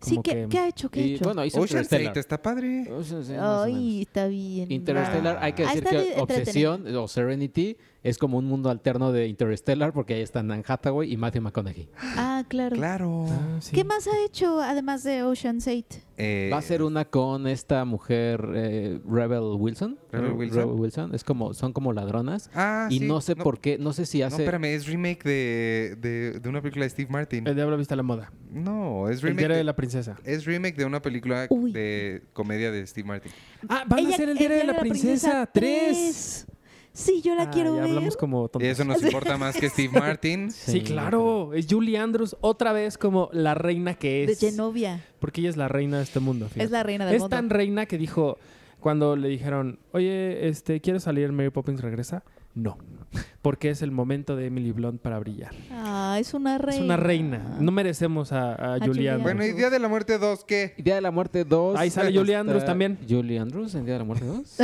[SPEAKER 1] Sí,
[SPEAKER 2] como
[SPEAKER 1] ¿qué,
[SPEAKER 2] que-
[SPEAKER 1] qué ha hecho? ¿Qué ha
[SPEAKER 3] y
[SPEAKER 1] hecho?
[SPEAKER 3] bueno, hizo
[SPEAKER 4] Ocean's
[SPEAKER 3] Interstellar.
[SPEAKER 4] Eight está padre.
[SPEAKER 3] Ocean's Eight, más o
[SPEAKER 1] Ay,
[SPEAKER 3] menos.
[SPEAKER 1] está bien.
[SPEAKER 3] Interstellar, hay que
[SPEAKER 1] Ah,
[SPEAKER 3] decir
[SPEAKER 1] está
[SPEAKER 3] que
[SPEAKER 1] entretenida.
[SPEAKER 3] Obsesión o Serenity es como un mundo alterno de Interstellar porque ahí están Anne Hathaway y Matthew McConaughey.
[SPEAKER 1] Ah, claro.
[SPEAKER 4] Claro.
[SPEAKER 2] Ah, sí.
[SPEAKER 1] ¿Qué más ha hecho además de Ocean's 8?
[SPEAKER 4] Eh,
[SPEAKER 3] Va a ser una con esta mujer eh, Rebel Wilson.
[SPEAKER 4] Rebel Wilson.
[SPEAKER 3] Es como, son como ladronas.
[SPEAKER 4] Ah,
[SPEAKER 3] y
[SPEAKER 4] sí,
[SPEAKER 3] no sé por qué, no sé si
[SPEAKER 4] No,
[SPEAKER 3] hace...
[SPEAKER 4] espérame, es remake de, de, de una película de Steve Martin.
[SPEAKER 2] El diablo viste a la moda.
[SPEAKER 4] no, es
[SPEAKER 2] El
[SPEAKER 4] remake.
[SPEAKER 2] diario
[SPEAKER 4] de-
[SPEAKER 2] de la princesa.
[SPEAKER 4] Es remake de una película
[SPEAKER 1] Uy.
[SPEAKER 4] de comedia de Steve Martin.
[SPEAKER 2] Ah, van
[SPEAKER 1] Ella-
[SPEAKER 2] a hacer el diario de la, princesa 3.
[SPEAKER 1] tres. Sí, yo la
[SPEAKER 2] Ah,
[SPEAKER 1] quiero
[SPEAKER 2] ya
[SPEAKER 1] ver.
[SPEAKER 2] hablamos como
[SPEAKER 4] Y
[SPEAKER 2] tontos.
[SPEAKER 4] eso nos importa más que Steve Martin.
[SPEAKER 2] Sí, claro. Es Julie Andrews otra vez como la reina que
[SPEAKER 1] De
[SPEAKER 2] es.
[SPEAKER 1] Genovia.
[SPEAKER 2] Porque ella es la reina de este mundo. fíjate.
[SPEAKER 1] Es la reina del
[SPEAKER 2] Es
[SPEAKER 1] mundo.
[SPEAKER 2] tan reina que dijo cuando le dijeron, oye, este, ¿quieres salir Mary Poppins regresa? No, porque es el momento de Emily Blunt para brillar.
[SPEAKER 1] Ah, es una reina.
[SPEAKER 2] Es una reina. No merecemos a, a
[SPEAKER 1] A Julie
[SPEAKER 2] Julie Andrews.
[SPEAKER 4] Bueno, y Día de la Muerte 2, ¿qué?
[SPEAKER 3] Día de la Muerte 2.
[SPEAKER 2] Ahí sale Julie Andrews también.
[SPEAKER 3] Julie Andrews en Día de la Muerte
[SPEAKER 1] [LAUGHS]
[SPEAKER 3] 2.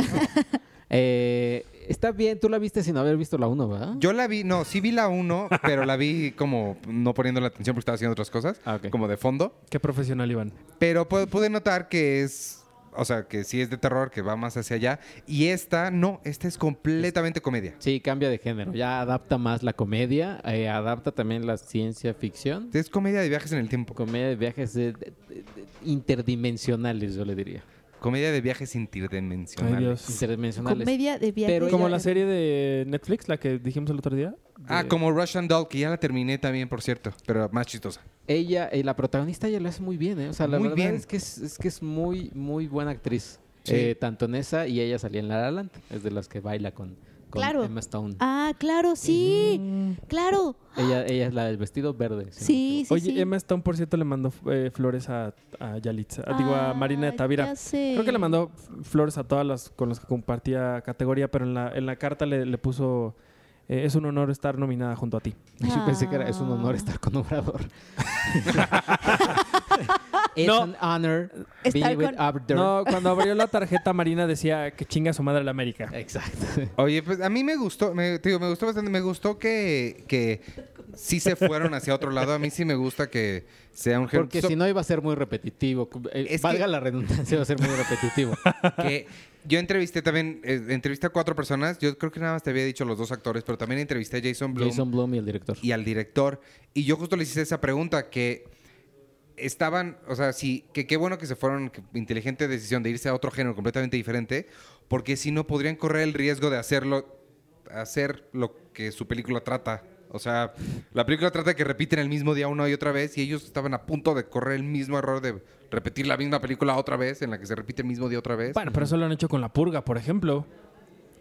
[SPEAKER 3] Eh, está bien, tú la viste sin haber visto la 1, ¿verdad?
[SPEAKER 4] Yo la vi, no, sí vi la 1, pero la vi como no poniendo la atención porque estaba haciendo otras cosas,
[SPEAKER 3] Ah, ok.
[SPEAKER 4] como de fondo.
[SPEAKER 2] Qué profesional, Iván.
[SPEAKER 4] Pero pu- pude notar que es, o sea, que sí es de terror, que va más hacia allá. Y esta, no, esta es completamente comedia.
[SPEAKER 3] Sí, cambia de género. Ya adapta más la comedia, eh, adapta también la ciencia ficción.
[SPEAKER 4] Es comedia de viajes en el tiempo.
[SPEAKER 3] Comedia de viajes eh, de- de- de- interdimensionales, yo le diría.
[SPEAKER 4] Comedia de viajes
[SPEAKER 2] Ay,
[SPEAKER 4] interdimensionales.
[SPEAKER 2] Dios.
[SPEAKER 3] interdimensionales.
[SPEAKER 1] Comedia de viaje.
[SPEAKER 3] Pero-
[SPEAKER 2] Como la serie de Netflix, la que dijimos el otro día.
[SPEAKER 4] Ah,
[SPEAKER 2] de-
[SPEAKER 4] como Russian Doll, que ya la terminé también, por cierto, pero más chistosa.
[SPEAKER 3] Ella, eh, la protagonista, ella lo hace muy bien, ¿eh? O sea, la
[SPEAKER 4] Muy
[SPEAKER 3] verdad
[SPEAKER 4] bien.
[SPEAKER 3] es que es, es que es muy, muy buena actriz.
[SPEAKER 4] Sí.
[SPEAKER 3] Eh, tanto en esa y ella salía en La La Land. Es de las que baila con, con
[SPEAKER 1] Claro.
[SPEAKER 3] Emma Stone.
[SPEAKER 1] Ah, claro, sí.
[SPEAKER 2] Mm.
[SPEAKER 1] Claro.
[SPEAKER 3] Ella, ella es la del vestido verde. si no me
[SPEAKER 1] Sí, sí,
[SPEAKER 2] Oye,
[SPEAKER 1] sí.
[SPEAKER 2] Emma Stone, por cierto, le mandó eh, flores a, a Yalitza. ah, digo, a
[SPEAKER 1] Ah,
[SPEAKER 2] Marina de Tavira.
[SPEAKER 1] ya sé.
[SPEAKER 2] Creo que le mandó f- flores a todas las con las que compartía categoría, pero en la, en la carta le, le puso... eh, es un honor estar nominada junto a ti.
[SPEAKER 3] equivoco.
[SPEAKER 1] Ah.
[SPEAKER 3] Yo pensé que era, es un honor estar con
[SPEAKER 4] [LAUGHS]
[SPEAKER 3] Obrador. Es
[SPEAKER 2] No.
[SPEAKER 3] un honor
[SPEAKER 1] Estar
[SPEAKER 3] being
[SPEAKER 1] con-
[SPEAKER 3] with Obrador.
[SPEAKER 2] No, cuando abrió la tarjeta Marina decía que chinga su madre la América.
[SPEAKER 3] Exacto.
[SPEAKER 4] Oye, pues a mí me gustó, me, te digo, me gustó bastante, me gustó que, que sí se fueron hacia otro lado. A mí sí me gusta que sea un
[SPEAKER 3] Porque
[SPEAKER 4] so-
[SPEAKER 3] si no iba a ser muy repetitivo. Eh,
[SPEAKER 4] Es que-
[SPEAKER 3] valga la redundancia, iba a ser muy repetitivo.
[SPEAKER 4] que yo entrevisté también, eh, entrevisté a cuatro personas. Yo creo que nada más te había dicho los dos actores, pero también entrevisté a Jason [LAUGHS] Blum
[SPEAKER 3] Jason Blum y el director.
[SPEAKER 4] y al director. Y yo justo les hice esa pregunta que estaban, o sea, sí, que qué bueno que se fueron, que inteligente decisión de irse a otro género completamente diferente, porque si no podrían correr el riesgo de hacerlo, hacer lo que su película trata. O sea, la película trata de que repiten el mismo día una y otra vez y ellos estaban a punto de correr el mismo error de repetir la misma película otra vez, en la que se repite el mismo día otra vez.
[SPEAKER 2] Bueno, pero eso lo han hecho con La Purga, por ejemplo.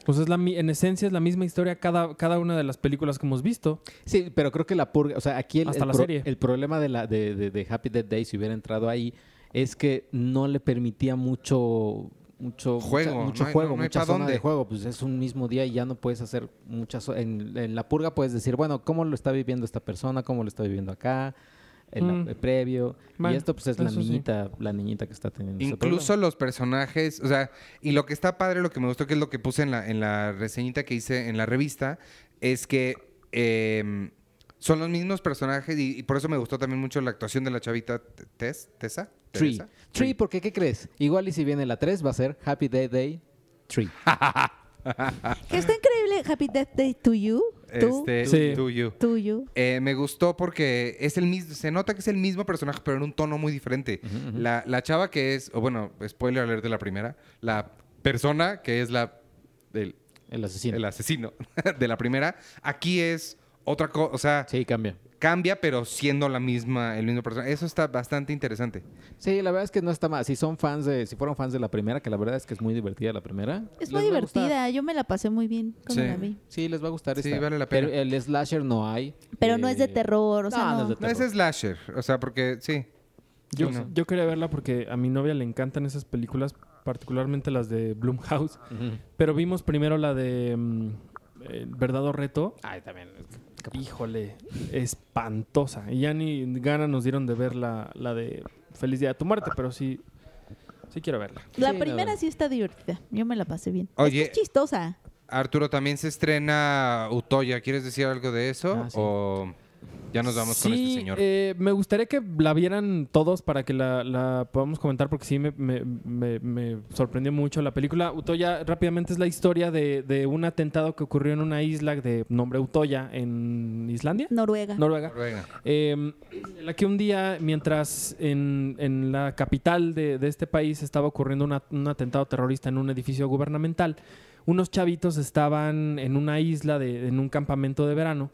[SPEAKER 2] Pues es la, mi- en esencia es la misma historia cada, cada una de las películas que hemos visto.
[SPEAKER 3] Sí, pero creo que la purga, o sea, aquí el,
[SPEAKER 2] Hasta
[SPEAKER 3] el
[SPEAKER 2] la
[SPEAKER 3] pro-
[SPEAKER 2] serie.
[SPEAKER 3] el problema de, la, de, de- de Happy Dead Day, si hubiera entrado ahí, es que no le permitía mucho mucho
[SPEAKER 4] Juego,
[SPEAKER 3] mucha- mucho
[SPEAKER 4] no hay-
[SPEAKER 3] juego,
[SPEAKER 4] no hay
[SPEAKER 3] mucha
[SPEAKER 4] pa'
[SPEAKER 3] zona
[SPEAKER 4] dónde.
[SPEAKER 3] de juego, pues es un mismo día y ya no puedes hacer muchas en, en la purga puedes decir, bueno, cómo lo está viviendo esta persona, cómo lo está viviendo acá, en la-
[SPEAKER 2] Mm.
[SPEAKER 3] el previo, y
[SPEAKER 2] Bueno,
[SPEAKER 3] esto pues es la
[SPEAKER 2] eso sí.
[SPEAKER 3] niñita, la niñita que está teniendo ese
[SPEAKER 4] Incluso los personajes, o sea, y lo que está padre, lo que me gustó, que es lo que puse en la, en la reseñita que hice en la revista, es que eh, son los mismos personajes y, y por eso me gustó también mucho la actuación de la chavita T- Tess, Tessa.
[SPEAKER 3] Tree.
[SPEAKER 4] Teresa.
[SPEAKER 3] Tree, ¿por qué? ¿Qué crees? Igual y si viene la 3 va a ser Happy Day Day Tree.
[SPEAKER 1] Que está increíble. Happy Death Day to you. Tú,
[SPEAKER 4] Este,
[SPEAKER 2] Sí.
[SPEAKER 4] to you.
[SPEAKER 1] to you.
[SPEAKER 4] Eh, me gustó porque es el mismo, se nota que es el mismo personaje, pero en un tono muy diferente. la, la chava que es, o bueno, spoiler alert de la primera, la persona que es la del
[SPEAKER 3] El asesino.
[SPEAKER 4] el asesino [LAUGHS] de la primera, aquí es otra cosa, o sea,
[SPEAKER 3] Sí, cambia.
[SPEAKER 4] cambia, pero siendo la misma, el mismo personaje. Eso está bastante interesante.
[SPEAKER 3] Sí, la verdad es que no está mal. Si son fans de, si fueron fans de la primera, que la verdad es que es muy divertida la primera.
[SPEAKER 1] Es
[SPEAKER 3] les
[SPEAKER 1] muy
[SPEAKER 3] va a gustar.
[SPEAKER 1] divertida. Yo me la pasé muy bien cuando
[SPEAKER 4] Sí.
[SPEAKER 1] la vi.
[SPEAKER 3] Sí, les va a gustar.
[SPEAKER 4] Sí,
[SPEAKER 3] esta.
[SPEAKER 4] vale la pena.
[SPEAKER 3] Pero el slasher no hay.
[SPEAKER 1] Pero no es de
[SPEAKER 3] Eh,
[SPEAKER 1] terror. O sea,
[SPEAKER 3] no, no
[SPEAKER 1] no.
[SPEAKER 3] es de
[SPEAKER 4] No es
[SPEAKER 3] terror.
[SPEAKER 4] slasher, o sea, porque sí.
[SPEAKER 2] Yo,
[SPEAKER 4] Sí, no.
[SPEAKER 2] yo quería verla porque a mi novia le encantan esas películas, particularmente las de Blumhouse.
[SPEAKER 3] Ujú.
[SPEAKER 2] Pero vimos primero la de mm, eh, Verdad o Reto.
[SPEAKER 3] Ay, también.
[SPEAKER 2] Híjole, espantosa. Y ya ni ganas nos dieron de ver la, la de Feliz Día de tu Muerte, pero sí, sí quiero verla.
[SPEAKER 1] La
[SPEAKER 3] Sí, la
[SPEAKER 1] primera
[SPEAKER 3] verdad.
[SPEAKER 1] sí está divertida. Yo me la pasé bien.
[SPEAKER 4] Oye.
[SPEAKER 1] Es que es chistosa.
[SPEAKER 4] Arturo, también se estrena Utoya. ¿Quieres decir algo de eso?
[SPEAKER 3] Ah, sí.
[SPEAKER 4] O ya nos vamos con
[SPEAKER 2] Sí,
[SPEAKER 4] este señor.
[SPEAKER 2] eh, me gustaría que la vieran todos para que la, la podamos comentar porque sí me, me- me- me sorprendió mucho la película. Utoya rápidamente es la historia de, de un atentado que ocurrió en una isla de nombre Utoya en Islandia,
[SPEAKER 1] Noruega.
[SPEAKER 2] Noruega.
[SPEAKER 4] Venga.
[SPEAKER 2] Eh, en la que un día, mientras en, en la capital de, de este país estaba ocurriendo una- un atentado terrorista en un edificio gubernamental, unos chavitos estaban en una isla, de, en un campamento de verano,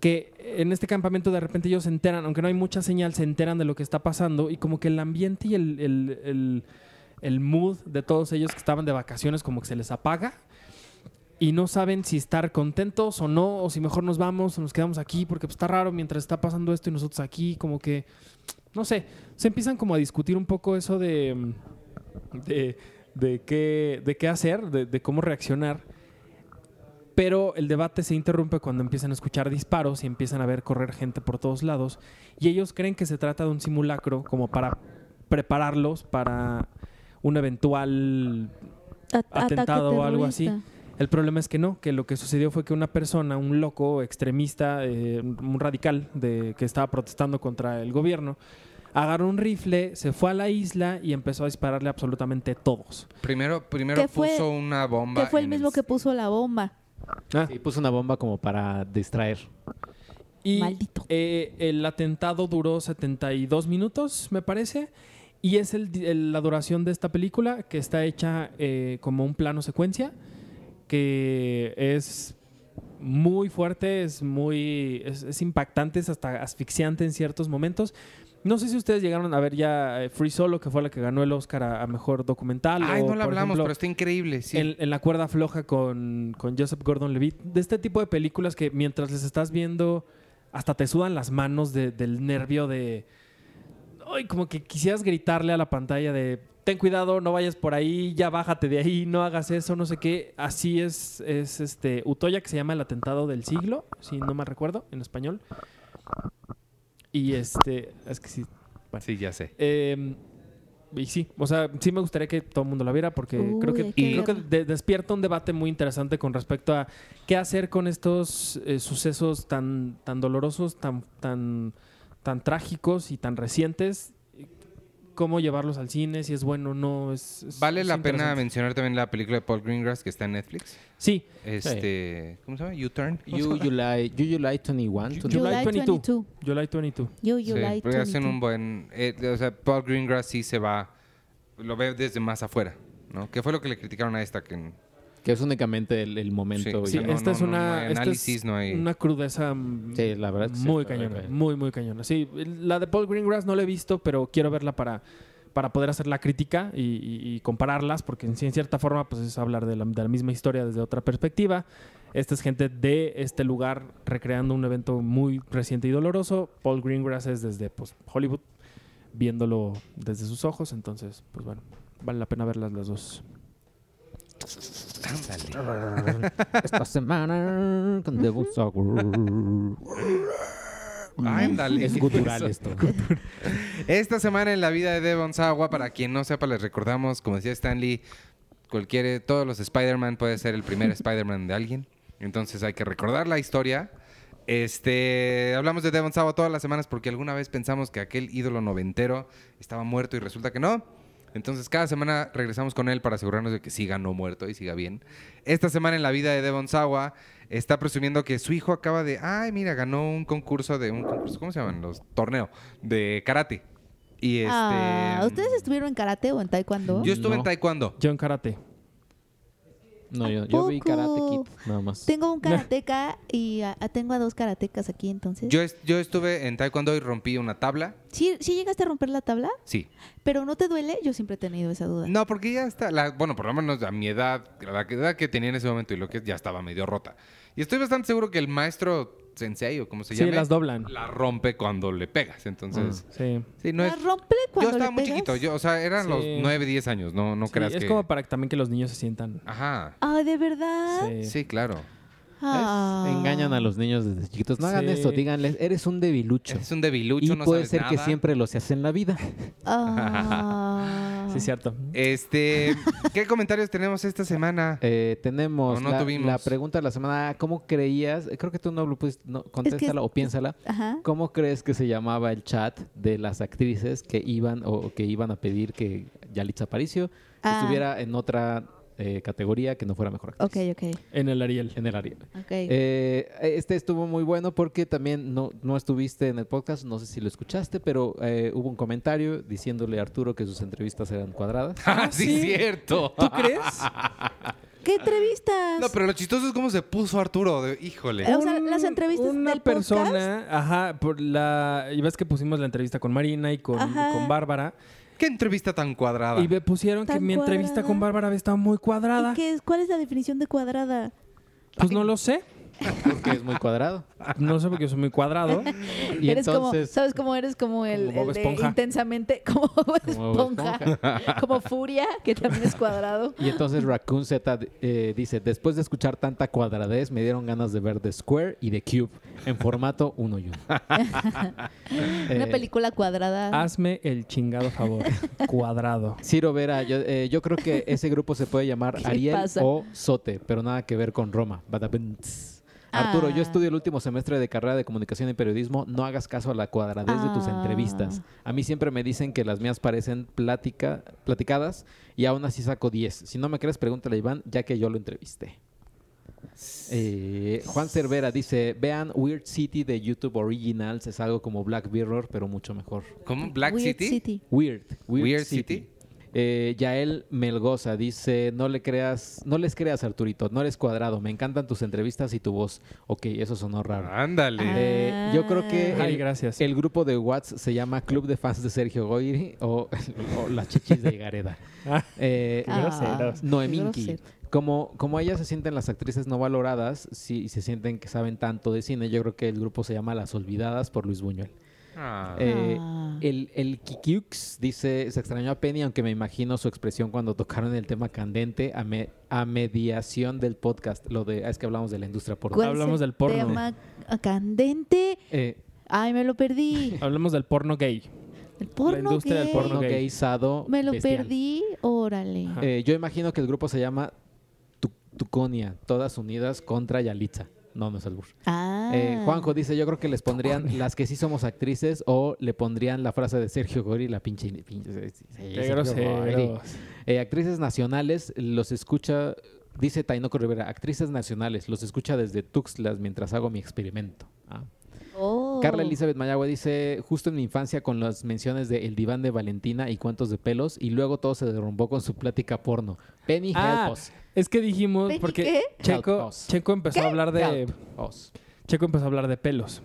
[SPEAKER 2] que en este campamento de repente ellos se enteran, aunque no hay mucha señal, se enteran de lo que está pasando y como que el ambiente y el, el- el- el mood de todos ellos que estaban de vacaciones como que se les apaga y no saben si estar contentos o no, o si mejor nos vamos o nos quedamos aquí, porque pues, está raro mientras está pasando esto y nosotros aquí, como que, no sé, se empiezan como a discutir un poco eso de, mm, de, de qué, de qué hacer, de, de cómo reaccionar. Pero el debate se interrumpe cuando empiezan a escuchar disparos y empiezan a ver correr gente por todos lados. Y ellos creen que se trata de un simulacro como para prepararlos para un eventual
[SPEAKER 1] At- ataque
[SPEAKER 2] atentado o algo así.
[SPEAKER 1] terrorista.
[SPEAKER 2] El problema es que no, que lo que sucedió fue que una persona, un loco extremista, eh, un radical de, que estaba protestando contra el gobierno, agarró un rifle, se fue a la isla y empezó a dispararle absolutamente todos.
[SPEAKER 4] Primero, primero
[SPEAKER 1] ¿Qué fue-
[SPEAKER 4] puso una bomba.
[SPEAKER 1] Que fue el
[SPEAKER 4] en
[SPEAKER 1] mismo que puso la bomba.
[SPEAKER 3] Y puso una bomba como para distraer.
[SPEAKER 2] Y
[SPEAKER 1] Maldito.
[SPEAKER 2] eh, el atentado duró 72 minutos, me parece. Y es el di- el- la duración de esta película que está hecha eh, como un plano secuencia que es muy fuerte, es muy es, es impactante, es hasta asfixiante en ciertos momentos. No sé si ustedes llegaron a ver ya eh, Free Solo, que fue la que ganó el Oscar a, a mejor documental.
[SPEAKER 4] Ay,
[SPEAKER 2] o,
[SPEAKER 4] no la
[SPEAKER 2] por
[SPEAKER 4] hablamos,
[SPEAKER 2] ejemplo,
[SPEAKER 4] pero está increíble. Sí.
[SPEAKER 2] en, en la cuerda floja con, con Joseph Gordon Levitt. De este tipo de películas que mientras les estás viendo, hasta te sudan las manos de- del nervio de. Ay, como que quisieras gritarle a la pantalla de. Ten cuidado, no vayas por ahí, ya bájate de ahí, no hagas eso, no sé qué. Así es, es este Utoya que se llama El atentado del siglo, si no me recuerdo, en español. Y este, es que sí,
[SPEAKER 4] Sí, ya sé.
[SPEAKER 2] eh, y sí, o sea, sí me gustaría que todo el mundo la viera porque
[SPEAKER 1] Uy,
[SPEAKER 2] creo que,
[SPEAKER 1] hay que
[SPEAKER 2] creo que
[SPEAKER 1] verla.
[SPEAKER 2] de- despierta un debate muy interesante con respecto a qué hacer con estos eh, sucesos tan, tan dolorosos, tan, tan, tan trágicos y tan recientes. Cómo llevarlos al cine, si es bueno o no. Es, es-
[SPEAKER 4] Vale
[SPEAKER 2] es
[SPEAKER 4] la pena
[SPEAKER 2] interesante.
[SPEAKER 4] mencionar también la película de Paul Greengrass que está en Netflix.
[SPEAKER 2] Sí,
[SPEAKER 4] Este, ¿cómo se llama? U-Turn.
[SPEAKER 3] You July, you July 21.
[SPEAKER 2] July
[SPEAKER 1] July
[SPEAKER 2] 22.
[SPEAKER 1] 22.
[SPEAKER 2] July 22.
[SPEAKER 1] Yo,
[SPEAKER 4] Sí,
[SPEAKER 1] yo, like
[SPEAKER 4] porque hacen
[SPEAKER 1] 22.
[SPEAKER 4] un buen, eh, o sea, Paul Greengrass sí se va, lo ve desde más afuera, ¿no? Que fue lo que le criticaron a esta que
[SPEAKER 3] Que es únicamente el, el momento.
[SPEAKER 2] Sí,
[SPEAKER 3] Pues
[SPEAKER 4] Sí,
[SPEAKER 3] ya.
[SPEAKER 4] no,
[SPEAKER 2] esta es
[SPEAKER 4] no, no,
[SPEAKER 2] una,
[SPEAKER 4] no hay
[SPEAKER 2] esta es
[SPEAKER 4] análisis, no hay-
[SPEAKER 2] una crudeza mm,
[SPEAKER 3] Sí, la verdad que sí,
[SPEAKER 2] muy
[SPEAKER 3] está
[SPEAKER 2] cañona,
[SPEAKER 3] cañón.
[SPEAKER 2] muy, muy cañona. Sí, la de Paul Greengrass no la he visto, pero quiero verla para, para poder hacer la crítica y, y- y compararlas, porque en, sí, en cierta forma pues, es hablar de la, de la misma historia desde otra perspectiva. Esta es gente de este lugar recreando un evento muy reciente y doloroso. Paul Greengrass es desde pues, Hollywood, viéndolo desde sus ojos, entonces, pues bueno, vale la pena verlas las dos.
[SPEAKER 3] Esta semana con The Buzzsaw.
[SPEAKER 4] Ándale.
[SPEAKER 3] Mm. Es este.
[SPEAKER 4] ¿qué [LAUGHS]
[SPEAKER 3] gutural
[SPEAKER 4] pasó?
[SPEAKER 3] esto.
[SPEAKER 4] Esta semana en la vida de Devon Sawa, para quien no sepa, les recordamos, como decía Stanley, cualquier, todos los Spider-Man puede ser el primer Spider-Man de alguien. Entonces hay que recordar la historia. Este, hablamos de Devon Sawa todas las semanas porque alguna vez pensamos que aquel ídolo noventero estaba muerto y resulta que no. Entonces cada semana regresamos con él para asegurarnos de que siga no muerto y siga bien. Esta semana en la vida de Devon Sawa está presumiendo que su hijo acaba de, ay mira, ganó un concurso de un concurso, ¿cómo se llaman? Los torneos de karate. Y este,
[SPEAKER 1] Ah, ¿Ustedes estuvieron en karate o en taekwondo?
[SPEAKER 4] yo estuve en
[SPEAKER 3] No.
[SPEAKER 4] taekwondo.
[SPEAKER 2] John Karate.
[SPEAKER 3] No,
[SPEAKER 1] ¿A
[SPEAKER 3] yo, yo vi
[SPEAKER 1] poco?
[SPEAKER 3] Karate Kid, nada más.
[SPEAKER 1] Tengo un karateca y a- a- tengo a dos karatecas aquí, entonces.
[SPEAKER 4] Yo, est- yo estuve en taekwondo y rompí una tabla.
[SPEAKER 1] ¿Sí, sí llegaste a romper la tabla?
[SPEAKER 4] Sí.
[SPEAKER 1] ¿Pero no te duele? Yo siempre he tenido esa duda.
[SPEAKER 4] No, porque ya está. la- bueno, por lo menos a mi edad, la que- edad que tenía en ese momento y lo que ya estaba medio rota. Y estoy bastante seguro que el maestro sensei o como se
[SPEAKER 2] Sí,
[SPEAKER 4] llame,
[SPEAKER 2] las doblan.
[SPEAKER 4] la rompe cuando le pegas. Entonces,
[SPEAKER 2] Sí.
[SPEAKER 4] sí, no
[SPEAKER 1] ¿La
[SPEAKER 4] es.
[SPEAKER 1] rompe
[SPEAKER 4] Yo
[SPEAKER 1] cuando
[SPEAKER 4] estaba
[SPEAKER 1] le
[SPEAKER 4] muy
[SPEAKER 1] pegas?
[SPEAKER 4] chiquito. Yo, o sea, eran los
[SPEAKER 2] Ah. Sí.
[SPEAKER 4] 9, 10 años. No, no
[SPEAKER 2] Sí,
[SPEAKER 4] creas
[SPEAKER 2] es
[SPEAKER 4] que.
[SPEAKER 2] como para también que los niños se sientan.
[SPEAKER 4] Ajá.
[SPEAKER 1] Ah, ¿de verdad?
[SPEAKER 2] Sí.
[SPEAKER 4] Sí, claro.
[SPEAKER 1] Ah.
[SPEAKER 3] Engañan a los niños desde chiquitos. No hagan
[SPEAKER 2] Sí.
[SPEAKER 3] esto, díganles, eres un debilucho.
[SPEAKER 4] Es un debilucho,
[SPEAKER 3] y
[SPEAKER 4] no
[SPEAKER 3] puede
[SPEAKER 4] sabes
[SPEAKER 3] ser que
[SPEAKER 4] nada.
[SPEAKER 3] siempre lo se hace en la
[SPEAKER 4] [LAUGHS]
[SPEAKER 3] vida. [LAUGHS]
[SPEAKER 1] Ah.
[SPEAKER 2] Sí, cierto.
[SPEAKER 4] Este, ¿qué comentarios tenemos
[SPEAKER 2] [LAUGHS]
[SPEAKER 4] esta semana?
[SPEAKER 3] Eh, tenemos
[SPEAKER 4] O no
[SPEAKER 3] la,
[SPEAKER 4] tuvimos.
[SPEAKER 3] la pregunta de la semana, "Ah, ¿cómo creías? Eh, Creo que tú no lo pusiste, no, contéstala o piénsala.
[SPEAKER 1] Ajá.
[SPEAKER 3] ¿Cómo crees que se llamaba el chat de las actrices que iban o o que iban a pedir que Yalitza Aparicio
[SPEAKER 1] Ah.
[SPEAKER 3] estuviera en otra eh, categoría que no fuera mejor actriz?
[SPEAKER 1] Ok, ok.
[SPEAKER 2] En el Ariel.
[SPEAKER 3] En el área.
[SPEAKER 1] Ok.
[SPEAKER 3] Eh, este estuvo muy bueno porque también no, no estuviste en el podcast, no sé si lo escuchaste, pero eh, hubo un comentario diciéndole a Arturo que sus entrevistas eran cuadradas. [LAUGHS]
[SPEAKER 4] Ah, [LAUGHS] sí,
[SPEAKER 2] sí.
[SPEAKER 4] cierto.
[SPEAKER 1] Ah.
[SPEAKER 2] ¿Tú crees?
[SPEAKER 1] ¿Qué entrevistas?
[SPEAKER 4] No, pero lo chistoso es cómo se puso Arturo. de- híjole.
[SPEAKER 1] Eh, [LAUGHS] o sea, las entrevistas
[SPEAKER 2] Una
[SPEAKER 1] del
[SPEAKER 2] persona, ajá, por la. Y ves que pusimos la entrevista con Marina y con,
[SPEAKER 1] Ajá.
[SPEAKER 2] con Bárbara.
[SPEAKER 4] ¿Qué entrevista tan cuadrada?
[SPEAKER 2] Y me pusieron que
[SPEAKER 1] Tan
[SPEAKER 2] mi entrevista
[SPEAKER 1] cuadrada.
[SPEAKER 2] con Bárbara había estado muy cuadrada.
[SPEAKER 1] ¿Y qué es- ¿Cuál es la definición de cuadrada?
[SPEAKER 2] Pues no lo sé.
[SPEAKER 3] Porque es muy cuadrado.
[SPEAKER 2] No sé porque soy
[SPEAKER 1] [LAUGHS]
[SPEAKER 2] muy cuadrado.
[SPEAKER 3] Y
[SPEAKER 1] eres como,
[SPEAKER 3] entonces,
[SPEAKER 1] ¿sabes cómo eres como el,
[SPEAKER 2] Como Bob
[SPEAKER 1] el de
[SPEAKER 2] Esponja.
[SPEAKER 1] intensamente [LAUGHS] como Bob
[SPEAKER 3] Bob
[SPEAKER 1] esponja, [LAUGHS] como furia, que también es
[SPEAKER 3] [LAUGHS]
[SPEAKER 1] cuadrado?
[SPEAKER 3] y entonces Raccoon Z eh, dice, después de escuchar tanta cuadradez, me dieron ganas de ver The Square y The Cube en formato uno y uno.
[SPEAKER 1] Una
[SPEAKER 3] Eh,
[SPEAKER 1] película cuadrada.
[SPEAKER 2] Hazme el chingado
[SPEAKER 1] [LAUGHS]
[SPEAKER 2] favor. cuadrado.
[SPEAKER 3] Ciro Vera, yo, eh, yo creo que ese grupo se puede llamar
[SPEAKER 1] ¿Qué le
[SPEAKER 3] Ariel
[SPEAKER 1] pasa?
[SPEAKER 3] o Sote, pero nada que ver con Roma. Badabunts. Arturo,
[SPEAKER 1] Ah.
[SPEAKER 3] yo estudio el último semestre de carrera de comunicación y periodismo. No hagas caso a la cuadradez de tus
[SPEAKER 1] Ah.
[SPEAKER 3] entrevistas. A mí siempre me dicen que las mías parecen plática, platicadas y aún así saco 10. Si no me crees, pregúntale a Iván, ya que yo lo entrevisté. Eh, Juan Cervera dice, vean Weird City de YouTube Originals, es algo como Black Mirror, pero mucho mejor.
[SPEAKER 4] ¿Cómo? ¿Black
[SPEAKER 1] Weird
[SPEAKER 4] City?
[SPEAKER 3] Weird, Weird,
[SPEAKER 4] Weird
[SPEAKER 3] City.
[SPEAKER 4] City.
[SPEAKER 3] Eh, Yael Melgoza dice, no le creas, no les creas Arturito, no eres cuadrado, me encantan tus entrevistas y tu voz. Ok, eso sonó raro.
[SPEAKER 4] Ándale.
[SPEAKER 3] Eh, yo creo que
[SPEAKER 2] Ah, Ay,
[SPEAKER 3] el,
[SPEAKER 2] gracias.
[SPEAKER 3] el grupo de Watts se llama Club de Fans de Sergio Goyri o, o Las Chichis de Gareda.
[SPEAKER 2] [LAUGHS] Ah.
[SPEAKER 3] Eh,
[SPEAKER 1] Ah, Groseros.
[SPEAKER 3] Noeminki.
[SPEAKER 1] grosero.
[SPEAKER 3] Como, como ellas se sienten las actrices no valoradas sí, y se sienten que saben tanto de cine, yo creo que el grupo se llama Las Olvidadas por Luis Buñuel.
[SPEAKER 4] Ah.
[SPEAKER 3] Eh,
[SPEAKER 1] Ah.
[SPEAKER 3] el, el Kikiux dice, se extrañó a Penny, aunque me imagino su expresión cuando tocaron el tema candente a, me- a mediación del podcast. Lo de, ah, es que hablamos de la industria por
[SPEAKER 1] ¿Cuál
[SPEAKER 2] hablamos
[SPEAKER 1] es el
[SPEAKER 2] del porno.
[SPEAKER 1] Tema candente.
[SPEAKER 3] eh,
[SPEAKER 1] Ay, me lo perdí.
[SPEAKER 2] Hablemos del porno gay.
[SPEAKER 1] El porno
[SPEAKER 2] industria del
[SPEAKER 1] gay.
[SPEAKER 2] porno
[SPEAKER 3] porno
[SPEAKER 2] gay.
[SPEAKER 3] gay, sado,
[SPEAKER 1] Me lo
[SPEAKER 3] bestial.
[SPEAKER 1] perdí. Órale.
[SPEAKER 2] Ajá.
[SPEAKER 3] Eh, yo imagino que el grupo se llama Tu- Tuconia, todas unidas contra Yalitza. No, no es albur.
[SPEAKER 1] Ah.
[SPEAKER 3] Eh, Juanjo dice, yo creo que les pondrían las que sí somos actrices o le pondrían la frase de Sergio Gori, la pinche... pinche- sí,
[SPEAKER 2] Qué
[SPEAKER 3] Sergio Goyri.
[SPEAKER 2] groseros.
[SPEAKER 3] Eh, actrices nacionales, los escucha, dice Tainoco Rivera, actrices nacionales, los escucha desde Tuxtlas mientras hago mi experimento. Ah.
[SPEAKER 1] Oh.
[SPEAKER 3] Carla Elizabeth Mayagua dice, justo en mi infancia con las menciones de El diván de Valentina y cuentos de pelos, y luego todo se derrumbó con su plática porno. Penny
[SPEAKER 2] Ah,
[SPEAKER 3] help us.
[SPEAKER 2] Es que dijimos,
[SPEAKER 1] ¿Penny
[SPEAKER 2] porque
[SPEAKER 1] qué?
[SPEAKER 2] Checo,
[SPEAKER 3] Help us.
[SPEAKER 2] Checo empezó a hablar de.
[SPEAKER 3] Help us.
[SPEAKER 2] Checo empezó a hablar de pelos.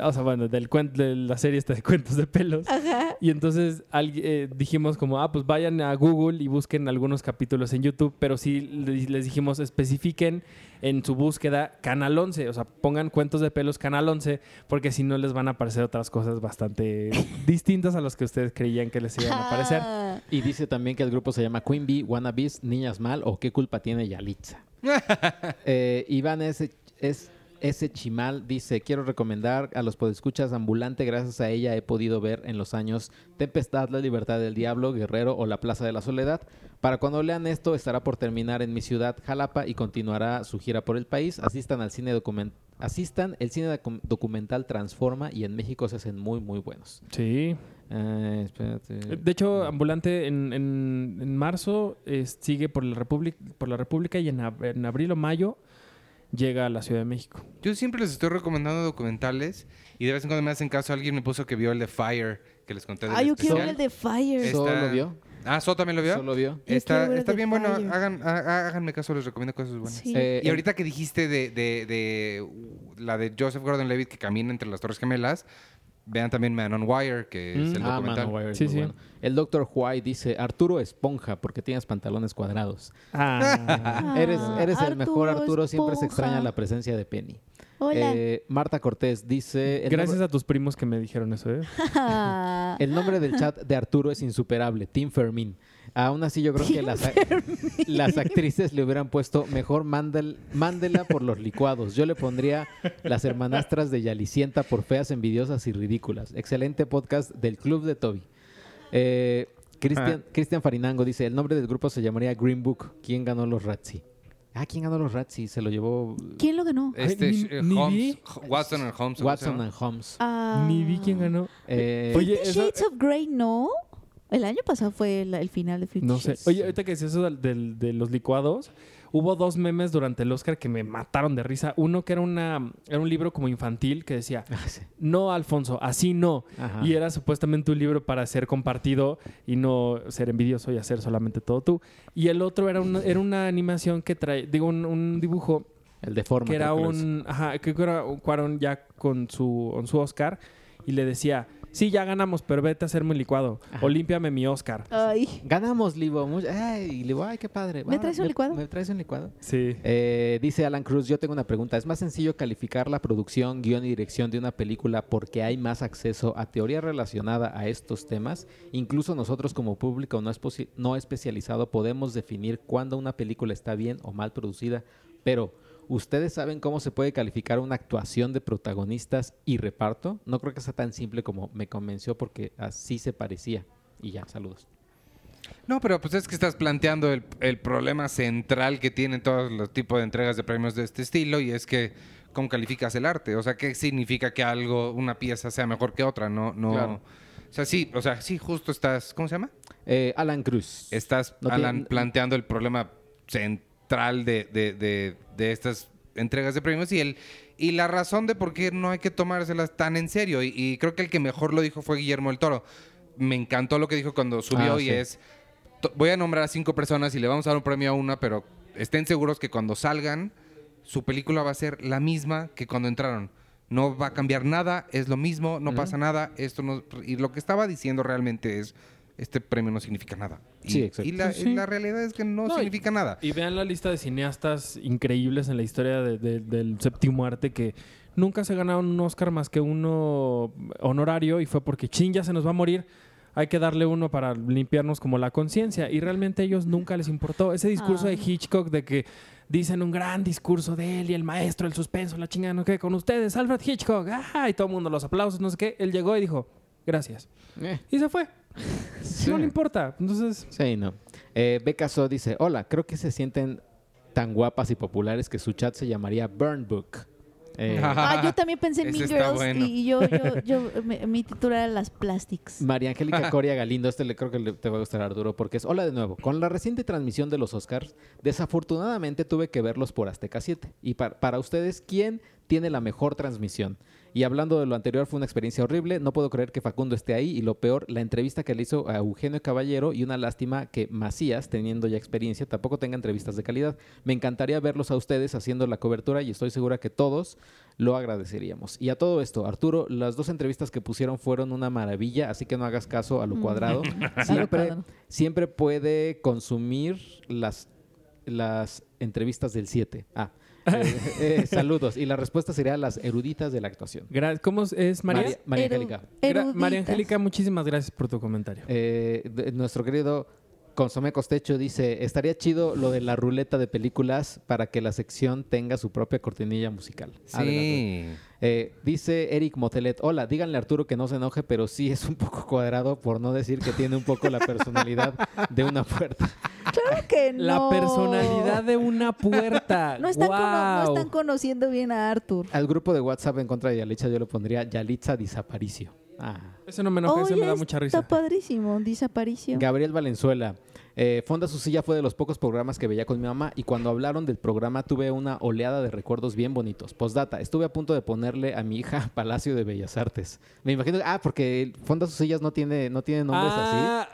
[SPEAKER 2] O sea, bueno, del cuen- de la serie esta de cuentos de pelos.
[SPEAKER 1] Ajá.
[SPEAKER 2] Y entonces algui- eh, dijimos como, ah, pues vayan a Google y busquen algunos capítulos en YouTube, pero sí le- les dijimos especifiquen en su búsqueda Canal 11, o sea, pongan cuentos de pelos Canal 11, porque si no les van a aparecer otras cosas bastante distintas a las que ustedes creían que les iban a aparecer.
[SPEAKER 1] Ah.
[SPEAKER 3] Y dice también que el grupo se llama Queen Bee, Wannabes, Niñas Mal o ¿Qué culpa tiene Yalitza? Eh, Iván S. Es, S. Chimal dice, quiero recomendar a los podescuchas ambulante, gracias a ella he podido ver en los años Tempestad, La Libertad del Diablo, Guerrero o La Plaza de la Soledad. Para cuando lean esto estará por terminar en mi ciudad, Jalapa, y continuará su gira por el país. Asistan al cine documental. Asistan, el cine docu- documental transforma y en México se hacen muy, muy buenos.
[SPEAKER 2] Sí.
[SPEAKER 3] Eh, espérate.
[SPEAKER 2] De hecho, Ambulante en, en- en marzo eh, sigue por la, República, por la República y en, ab- en abril o mayo llega a la Ciudad de México.
[SPEAKER 4] Yo siempre les estoy recomendando documentales y de vez en cuando me hacen caso. Alguien me puso que vio el de Fire, que les conté del
[SPEAKER 1] Ay, Ah, yo quiero
[SPEAKER 4] especial.
[SPEAKER 1] ver el de Fire.
[SPEAKER 3] Es- ¿Solo vio?
[SPEAKER 4] Ah, ¿Solo también lo vio?
[SPEAKER 3] Solo vio.
[SPEAKER 1] Yo quiero
[SPEAKER 4] Está,
[SPEAKER 1] ver el
[SPEAKER 4] está
[SPEAKER 1] de
[SPEAKER 4] bien bueno.
[SPEAKER 1] Fire.
[SPEAKER 4] Hagan, há- há- háganme caso, les recomiendo cosas buenas.
[SPEAKER 1] Sí.
[SPEAKER 3] Eh,
[SPEAKER 4] Y
[SPEAKER 3] el-
[SPEAKER 4] ahorita que dijiste de, de- de, uh, la de Joseph Gordon-Levitt que camina entre las Torres Gemelas, vean también Man on Wire, que es
[SPEAKER 2] Mm.
[SPEAKER 4] el
[SPEAKER 3] Ah,
[SPEAKER 4] documental.
[SPEAKER 3] Manowar es
[SPEAKER 2] Sí,
[SPEAKER 3] muy
[SPEAKER 2] sí.
[SPEAKER 3] bueno. El doctor Huay dice, Arturo Esponja, porque tienes pantalones cuadrados.
[SPEAKER 2] Ah.
[SPEAKER 1] Ah,
[SPEAKER 3] eres eres el mejor
[SPEAKER 1] Arturo
[SPEAKER 3] Arturo, siempre se
[SPEAKER 1] Esponja.
[SPEAKER 3] extraña la presencia de Penny.
[SPEAKER 1] Hola. [LAUGHS]
[SPEAKER 3] Eh, Marta Cortés dice, [LAUGHS] el,
[SPEAKER 2] Gracias
[SPEAKER 3] nombre,
[SPEAKER 2] a tus primos que me dijeron eso, ¿eh?
[SPEAKER 1] Ah.
[SPEAKER 3] el nombre del chat de Arturo es insuperable, Tim Fermín. Aún así yo creo que las, las actrices le hubieran puesto, mejor mándel- mándela por los licuados. Yo le pondría las hermanastras de Yalicienta por feas, envidiosas y ridículas. Excelente podcast del Club de Toby. Eh, Cristian Cristian Farinango dice, el nombre del grupo se llamaría Green Book. ¿Quién ganó los Ratzi? Ah, ¿quién ganó los Ratzi? Se lo llevó eh,
[SPEAKER 1] ¿Quién lo ganó?
[SPEAKER 4] Este,
[SPEAKER 2] Ay, ni-
[SPEAKER 4] eh,
[SPEAKER 2] ni
[SPEAKER 4] Holmes,
[SPEAKER 2] vi.
[SPEAKER 4] H- Watson and Holmes. ¿cómo se
[SPEAKER 3] Watson
[SPEAKER 4] llama?
[SPEAKER 3] and Holmes.
[SPEAKER 1] Ah.
[SPEAKER 2] Ni vi quién ganó.
[SPEAKER 3] Eh,
[SPEAKER 2] Oye,
[SPEAKER 1] Fifty
[SPEAKER 2] eso-
[SPEAKER 1] Shades of Grey, ¿no? El año pasado fue el, el final de Fifty
[SPEAKER 2] No sé.
[SPEAKER 1] Shades.
[SPEAKER 2] Oye, ahorita que decías eso del- del- de, los licuados, hubo dos memes durante el Oscar que me mataron de risa. Uno que era, una, era un libro como infantil que decía,
[SPEAKER 3] ah, [LAUGHS] sí.
[SPEAKER 2] no, Alfonso, así no.
[SPEAKER 3] Ajá.
[SPEAKER 2] Y era supuestamente un libro para ser compartido y no ser envidioso y hacer solamente todo tú. Y el otro era una, era una animación que trae, digo, un, un dibujo
[SPEAKER 3] El de forma.
[SPEAKER 2] que era
[SPEAKER 3] creo lo
[SPEAKER 2] un, ajá, creo que era un Cuarón ya con su, con su Oscar y le decía, sí, ya ganamos, pero vete a hacerme un licuado
[SPEAKER 3] Ajá.
[SPEAKER 2] o límpiame mi Oscar.
[SPEAKER 1] Ah. Ay.
[SPEAKER 3] Ganamos, Livo. Much- Ay, y Livo, ay, qué padre.
[SPEAKER 1] ¿Me traes un licuado?
[SPEAKER 3] ¿Me traes un licuado?
[SPEAKER 2] Sí.
[SPEAKER 3] Eh, dice Alan Cruz, yo tengo una pregunta. ¿Es más sencillo calificar la producción, guión y dirección de una película porque hay más acceso a teoría relacionada a estos temas? Incluso nosotros como público no, es posi- no especializado podemos definir cuándo una película está bien o mal producida, pero ¿ustedes saben cómo se puede calificar una actuación de protagonistas y reparto? No creo que sea tan simple como me convenció porque así se parecía. Y ya, saludos.
[SPEAKER 4] No, pero pues es que estás planteando el, el problema central que tienen todos los tipos de entregas de premios de este estilo y es que cómo calificas el arte, o sea, qué significa que algo, una pieza sea mejor que otra, no, no.
[SPEAKER 3] Claro.
[SPEAKER 4] O sea, sí, o sea, sí, justo estás, ¿cómo se llama?
[SPEAKER 3] Eh, Alan Cruz.
[SPEAKER 4] Estás,
[SPEAKER 3] No tiene-
[SPEAKER 4] Alan, planteando el problema central magistral de, de- de- de estas entregas de premios y el y la razón de por qué no hay que tomárselas tan en serio. Y, y creo que el que mejor lo dijo fue Guillermo del Toro. Me encantó lo que dijo cuando subió
[SPEAKER 3] Ah,
[SPEAKER 4] y
[SPEAKER 3] sí.
[SPEAKER 4] es to- voy a nombrar a cinco personas y le vamos a dar un premio a una, pero estén seguros que cuando salgan, su película va a ser la misma que cuando entraron. No va a cambiar nada, es lo mismo, no pasa nada, esto no... Y lo que estaba diciendo realmente es, este premio no significa nada. Y,
[SPEAKER 3] Sí, exacto.
[SPEAKER 4] y la,
[SPEAKER 2] Sí.
[SPEAKER 4] la realidad es que no,
[SPEAKER 2] No, y-
[SPEAKER 4] significa nada.
[SPEAKER 2] Y vean la lista de cineastas increíbles en la historia de- de- del séptimo arte que nunca se ganaron un Oscar más que uno honorario y fue porque ching ya se nos va a morir. Hay que darle uno para limpiarnos como la conciencia. Y realmente a ellos nunca les importó. Ese discurso de
[SPEAKER 1] Ah.
[SPEAKER 2] Hitchcock de que dicen un gran discurso de él y el maestro, el suspenso, la chingada, no qué, con ustedes, Alfred Hitchcock. ¡Ah! Y todo el mundo, los aplausos, no sé qué. Él llegó y dijo, gracias.
[SPEAKER 3] Eh,
[SPEAKER 2] Y se fue.
[SPEAKER 3] Sí.
[SPEAKER 2] No le importa. Entonces,
[SPEAKER 3] Sí, no. Eh, Becca So dice, hola, creo que se sienten tan guapas y populares que su chat se llamaría Burn Book. Eh,
[SPEAKER 1] Ah, yo también pensé en
[SPEAKER 4] Ese
[SPEAKER 1] Mean
[SPEAKER 4] está
[SPEAKER 1] Girls
[SPEAKER 4] bueno.
[SPEAKER 1] y yo, yo, yo- me- mi titular era Las Plastics.
[SPEAKER 3] María Angélica [LAUGHS] Coria Galindo, este le creo que le- te va a gustar Arturo porque es, hola de nuevo, con la reciente transmisión de los Oscars, desafortunadamente tuve que verlos por Azteca 7. Y par- para ustedes, ¿quién tiene la mejor transmisión? Y hablando de lo anterior, fue una experiencia horrible, no puedo creer que Facundo esté ahí y lo peor, la entrevista que le hizo a Eugenio Caballero y una lástima que Macías, teniendo ya experiencia, tampoco tenga entrevistas de calidad. Me encantaría verlos a ustedes haciendo la cobertura y estoy segura que todos lo agradeceríamos. Y a todo esto, Arturo, las dos entrevistas que pusieron fueron una maravilla, así que no hagas caso a lo
[SPEAKER 1] Mm. [LAUGHS]
[SPEAKER 3] cuadrado. siempre,
[SPEAKER 1] cuadrado.
[SPEAKER 3] siempre puede consumir las, las entrevistas del 7.
[SPEAKER 1] [LAUGHS]
[SPEAKER 3] Ah, eh, eh, saludos. Y la respuesta sería las eruditas de la actuación.
[SPEAKER 2] gra- ¿cómo es- es María?
[SPEAKER 3] María, María
[SPEAKER 1] Eru-
[SPEAKER 3] Angélica.
[SPEAKER 2] Gra-
[SPEAKER 1] eruditas.
[SPEAKER 2] María Angélica, muchísimas gracias por tu comentario.
[SPEAKER 3] Eh, de- nuestro querido Consomé Costecho dice, estaría chido lo de la ruleta de películas para que la sección tenga su propia cortinilla musical. Adelante.
[SPEAKER 4] Sí.
[SPEAKER 3] Eh, dice Eric Motelet, hola, díganle a Arturo que no se enoje, pero sí es un poco cuadrado por no decir que tiene un poco la personalidad de una puerta. [LAUGHS]
[SPEAKER 1] Claro que no.
[SPEAKER 2] La personalidad de una puerta.
[SPEAKER 1] [LAUGHS] No están, cono- no
[SPEAKER 2] Guau.
[SPEAKER 1] están conociendo bien a Arthur.
[SPEAKER 3] Al grupo de WhatsApp en contra de Yalitza yo le pondría Yalitza Disaparicio. Ah.
[SPEAKER 2] Ese no me enoja, ese
[SPEAKER 1] Oye,
[SPEAKER 2] me da mucha risa.
[SPEAKER 1] Está padrísimo, desaparición.
[SPEAKER 3] Gabriel Valenzuela. eh, Fonda su silla fue de los pocos programas que veía con mi mamá y cuando hablaron del programa tuve una oleada de recuerdos bien bonitos. Postdata, estuve a punto de ponerle a mi hija [LAUGHS] Palacio de Bellas Artes. Me imagino, ah, porque Fonda sus sillas no tiene, no tiene nombres así.
[SPEAKER 2] Ah,